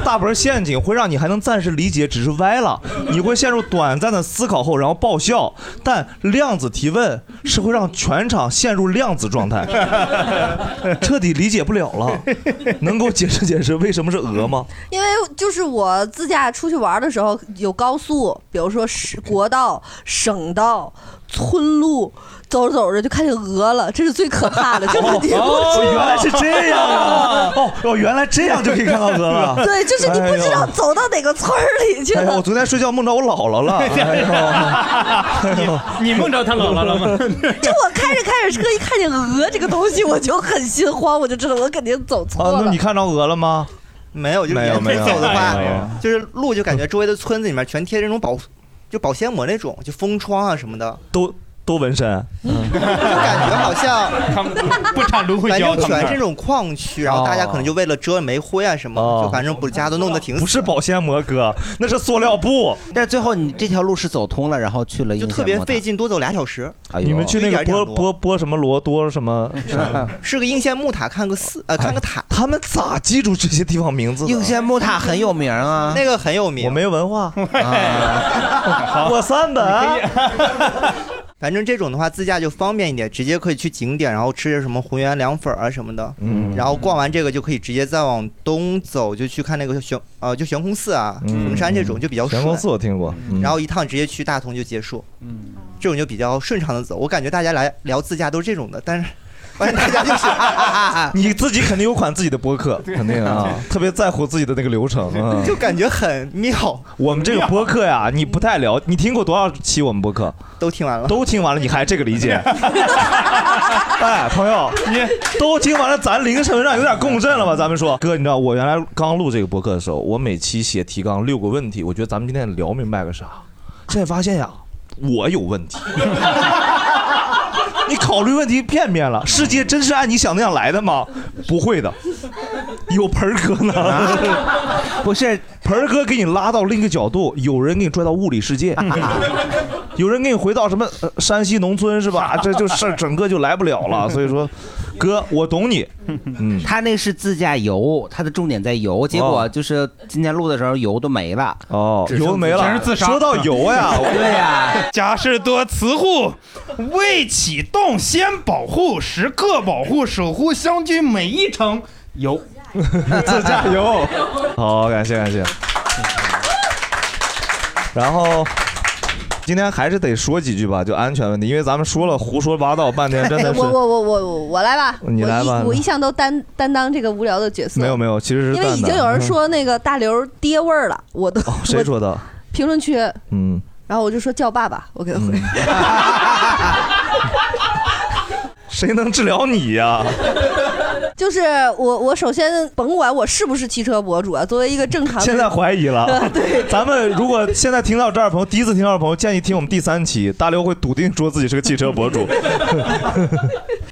S2: 大盆陷阱会让你还能暂时理解，只是歪了，你会陷入短暂的思考后，然后爆笑。但量子提问是会让全场陷入量子 状态，彻底理解不了了。能够解释解释为什么是鹅吗？
S1: 因为就是我自驾出去玩的时候，有高速，比如说是国道、省道、村路，走着走着就看见鹅了，这是最可怕的，就是你不知 道
S2: 哦，原来是这样啊！哦哦，原来这样就可以看到鹅了。
S1: 对，就是你不知道
S2: 哎呦
S1: 走到哪个村儿里去
S2: 哎呦我
S1: 了。
S2: 昨天 睡觉梦到我姥姥了。哎呦
S3: 你你梦着他姥姥了吗？
S1: 就我开刚是开着车，一看见鹅这个东西，我就很心慌，我就知道我肯定走错
S2: 啊，
S1: 了。
S2: 那你看着鹅了吗？
S20: 没有，就是
S2: 没有
S20: 沿
S2: 没
S20: 着
S2: 有
S20: 走的话
S2: 没有，
S20: 就是路就感觉周围的村子里面全贴这种保，就保鲜膜那种，就封窗啊什么的，
S2: 都都纹身，
S20: 感觉好像
S3: 他们不产芦
S20: 反正全是这种矿区，然后大家可能
S2: 哦
S20: 就为了遮煤灰啊什么，就反正不家都弄得挺
S2: 不是保鲜膜哥， 那是塑料布。
S4: 但是最后你这条路是走通了，然后去了
S20: 就特别费劲，多走俩小时。
S2: 你们去那个波波波什么罗多什么？
S1: 嗯
S20: 是个应县木塔，看个寺呃看个塔。
S2: 他们咋记住这些地 方名字的？
S20: 应县
S4: 木塔很有名啊
S20: 那个很有名。啊
S2: 我没 文化，
S20: 我
S2: 三本。
S20: 反正这种的话，自驾就方便一点，直接可以去景点，然后吃着什么浑源凉粉啊什么的。
S2: 嗯
S20: 然后逛完这个就可以直接再往东走，就去看那个悬呃就悬空寺啊、
S2: 嗯
S20: 衡山这种就比较顺。
S2: 悬空寺我听过，嗯
S20: 然后一趟直接去大同就结束。嗯，这种就比较顺畅的走。我感觉大家来聊自驾都是这种的，但是发现大家就是啊
S2: 你自己肯定有款自己的播客，肯定啊，特别在乎自己的那个流程啊。
S20: 就感觉很妙。
S2: 我们这个播客呀，你不太了，你听过多少期我们播客？
S20: 都听完了，
S2: 都听完了，你还这个理 解？ 哎，朋友，你都听完了，咱凌晨上有点共振了吧？咱们说，哥，你知道我原来刚录这个播客的时候，我每期写提纲六个问题，我觉得咱们今天聊明白个啥？现在发现呀，我有问题。
S21: 哎
S2: 你考虑问题片面了，世界真是按你想那样来的吗？不会的，有盆儿哥呢，
S4: 不是
S2: 盆儿哥给你拉到另一个角度，有人给你拽到物理世界，有人给你回到什么、呃山西农村是吧？这就事儿整个就来不了了。所以说，哥，我懂你。嗯，
S4: 他那是自驾游，他的重点在游，结果就是今天录的时候油都没了，
S2: 哦油没了全是自杀 说到油 呀
S4: 对呀，
S14: 家事多慈护，未启动先保护，时刻保护守护湘军每一城 油。
S2: 自驾游，好，感谢感谢。然后今天还是得说几句吧，就安全问题，因为咱们说了胡说八道半天，真的是
S1: 哎我我我我我我来吧，
S2: 你来
S1: 我
S2: 吧
S1: 一我一向都担担当这个无聊的角色，
S2: 没有没有，其实是
S1: 因为
S2: 淡
S1: 已
S2: 的
S1: 经有人说那个大刘爹味儿了，我都、
S2: 嗯 谁说的？
S1: 评论区，
S2: 嗯，
S1: 然后我就说叫爸爸，我给他回。
S2: 谁能治疗你呀、
S1: 就是我，我首先甭管我是不是汽车博主啊，作为一个正常的，，
S2: 现在怀疑了
S1: 对，
S2: 咱们如果现在听到这儿的朋友，第一次听到的朋友，建议听我们第三期，大刘会笃定说自己是个汽车博主。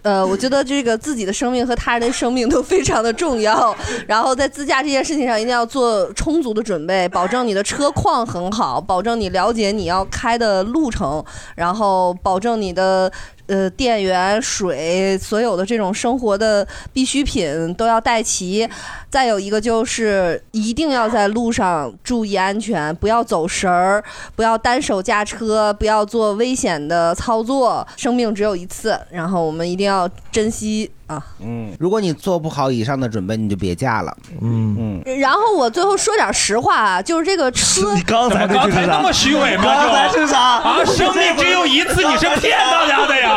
S1: 呃，我觉得这个自己的生命和他人的生命都非常的重要。然后在自驾这件事情上，一定要做充足的准备，保证你的车况很好，保证你了解你要开的路程，然后保证你的呃电源、水，所有的这种生活的必需品都要带齐。再有一个就是一定要在路上注意安全，不要走神儿，不要单手驾车，不要做危险的操作。生命只有一次，然后我们一定要珍惜啊。
S4: 嗯，如果你做不好以上的准备，你就别驾了，
S2: 嗯
S4: 嗯。
S1: 然后我最后说点实话啊，就是这个车，
S2: 你刚才那句是啥？
S14: 那么虚伪吗？
S2: 刚才是啥？
S14: 啊，生命只有一次，你是骗大家的呀！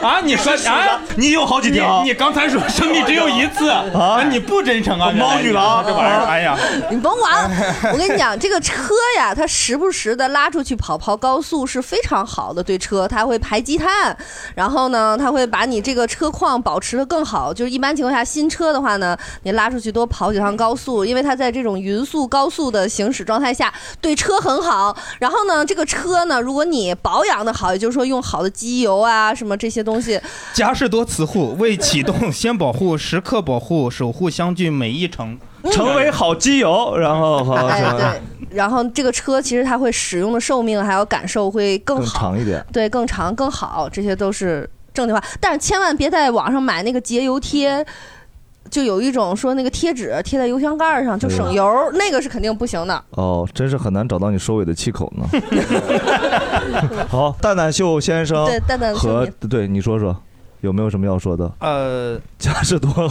S14: 啊，你说
S2: 你是啥
S14: 啊，
S2: 你有好几条
S14: 你你刚才说生命只有一次啊，你不真
S3: 哦
S14: 诚啊！
S2: 猫女郎
S14: 这玩意儿，哎呀，
S1: 你甭管，我跟你讲，这个车呀，它时不时的拉出去跑跑高速是非常好的，对车，它会排积碳，然后呢，它会把你这个车况保持的更好。就是一般情况下，新车的话呢，你拉出去多跑几趟高速，因为它在这种匀速高速的行驶状态下，对车很好。然后呢，这个车呢，如果你保养的好，也就是说用好的机油啊，什么这些东西，
S14: 家事多慈护，未启动先保护，时刻保护，守护湘军每一城，
S2: 成为好基友，然后好，
S1: 嗯哎对，然后这个车其实它会使用的寿命还有感受会 更
S2: 更
S1: 好。
S2: 长一点。
S1: 对，更长更好，这些都是正经话。但是千万别在网上买那个节油贴，就有一种说那个贴纸贴在油箱盖儿上就省油，那个是肯定不行的。
S2: 哦，真是很难找到你收尾的 气口呢。好，蛋蛋秀先生，
S1: 对蛋蛋秀
S2: 和对你说说，有没有什么要说的？
S14: 呃，
S2: 家事多 了，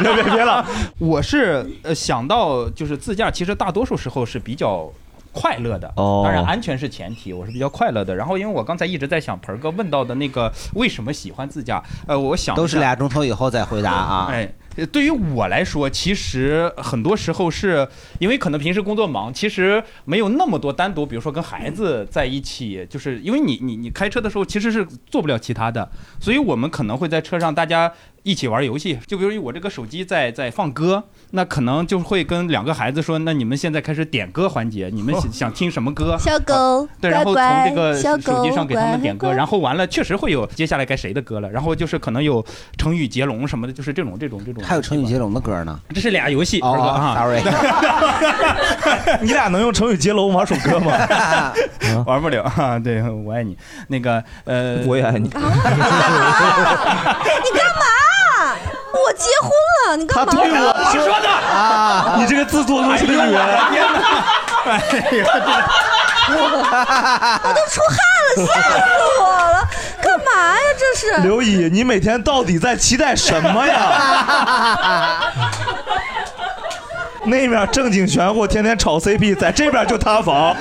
S2: 别别别了，
S14: 我是呃想到就是自驾，其实大多数时候是比较。快乐的，
S2: 哦
S14: 当然安全是前提，我是比较快乐的。然后，因为我刚才一直在想盆儿哥问到的那个为什么喜欢自驾，呃，我想了
S4: 都是
S14: 一下
S4: 俩钟头以后再回答啊。
S14: 哎，
S3: 呃对于我来说，其实很多时候是因为可能平时工作忙，其实没有那么多单独，比如说跟孩子在一起，就是因为你你你开车的时候其实是做不了其他的，所以我们可能会在车上大家一起玩游戏，就比如我这个手机在在放歌，那可能就会跟两个孩子说，那你们现在开始点歌环节，你们
S4: 哦
S3: 想想听什么歌？
S1: 小狗
S3: 啊对，然后从这个
S1: 乖乖
S3: 手机上给他
S1: 小
S3: 们
S1: 狗
S3: 点歌，
S1: 乖
S3: 然后完了确实会有接下来该谁的歌了，然后就是可能有成语接龙什么的，就是这种这种这种。
S4: 还有成语接龙的歌呢。
S3: 这是俩游戏，
S4: 哦
S3: 二哥啊
S4: ，sorry，
S3: 你俩能用成语接龙玩首歌 吗？玩不了 啊！对，我爱你。那个呃，我也爱你。
S1: 你干嘛？我结婚了，你干嘛？
S3: 他对我我说的
S1: 啊
S3: 你这个自作多情的女人！ 哎呀，
S1: 我都出汗了，吓死我了！干嘛呀？这是
S2: 刘乙，你每天到底在期待什么呀？那面正经玄乎，天天炒 CP，在这边就 塌房。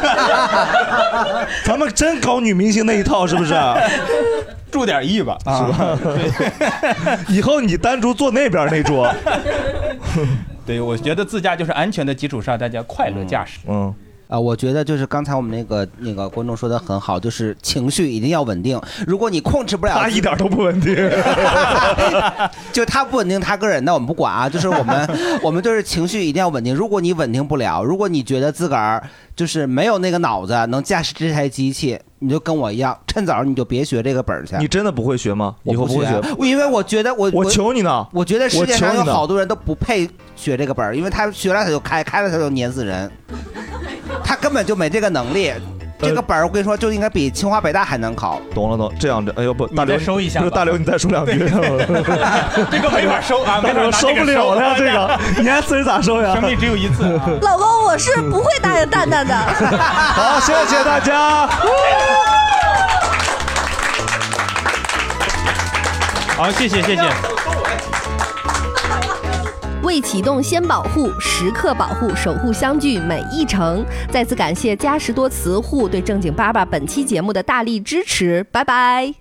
S2: 咱们真搞女明星那一套，是不是？
S3: 注点意吧，
S2: 是吧？ 以后你单独坐那边 那桌。
S3: 对，我觉得自驾就是安全的基础上，大家快乐驾驶。
S2: 嗯。
S4: 啊，我觉得就是刚才我们那个那个观众说的很好，就是情绪一定要稳定。如果你控制不了，他一
S2: 点都不稳定，
S4: 就他不稳定他个人的，我们不管啊。就是我 们我们就是情绪一定要稳定。如果你稳定不了，如果你觉得自个儿就是没有那个脑子能驾驶这台机器，你就跟我一样，趁早你就别学这个本儿去。
S2: 你真的不会学吗？以
S4: 我
S2: 后
S4: 不
S2: 会学？
S3: 啊
S4: 因为我觉得我
S2: 我求你呢！
S4: 我觉得世
S2: 我
S4: 界
S2: 求
S4: 上有
S2: 你呢
S4: 好多人都不配学这个本儿，因为他学了他就开，开了他就碾死人，他根本就没这个能力。这个本儿我跟你说，就应该比清华北大还难考。
S2: 呃懂了懂，这样的，哎呦不，大刘
S4: 再收一下
S2: 不是
S4: 吧
S2: 大刘你再说 两句。
S3: 这个没法收啊， 没
S2: 大
S3: 法
S2: 刘
S3: 拿
S2: 收
S3: 这
S2: 不
S3: 个
S2: 了了呀，
S3: 收
S2: 这个你还自己咋收呀？
S3: 生命只有一次。啊
S1: 老公，我是不会答应蛋蛋的。
S2: 好，谢谢大家。
S4: 嗯
S3: 好，谢谢谢谢。
S5: 为启动先保护，时刻保护，守护相聚每一程。再次感谢嘉实多磁护对正经爸爸本期节目的大力支持，拜拜。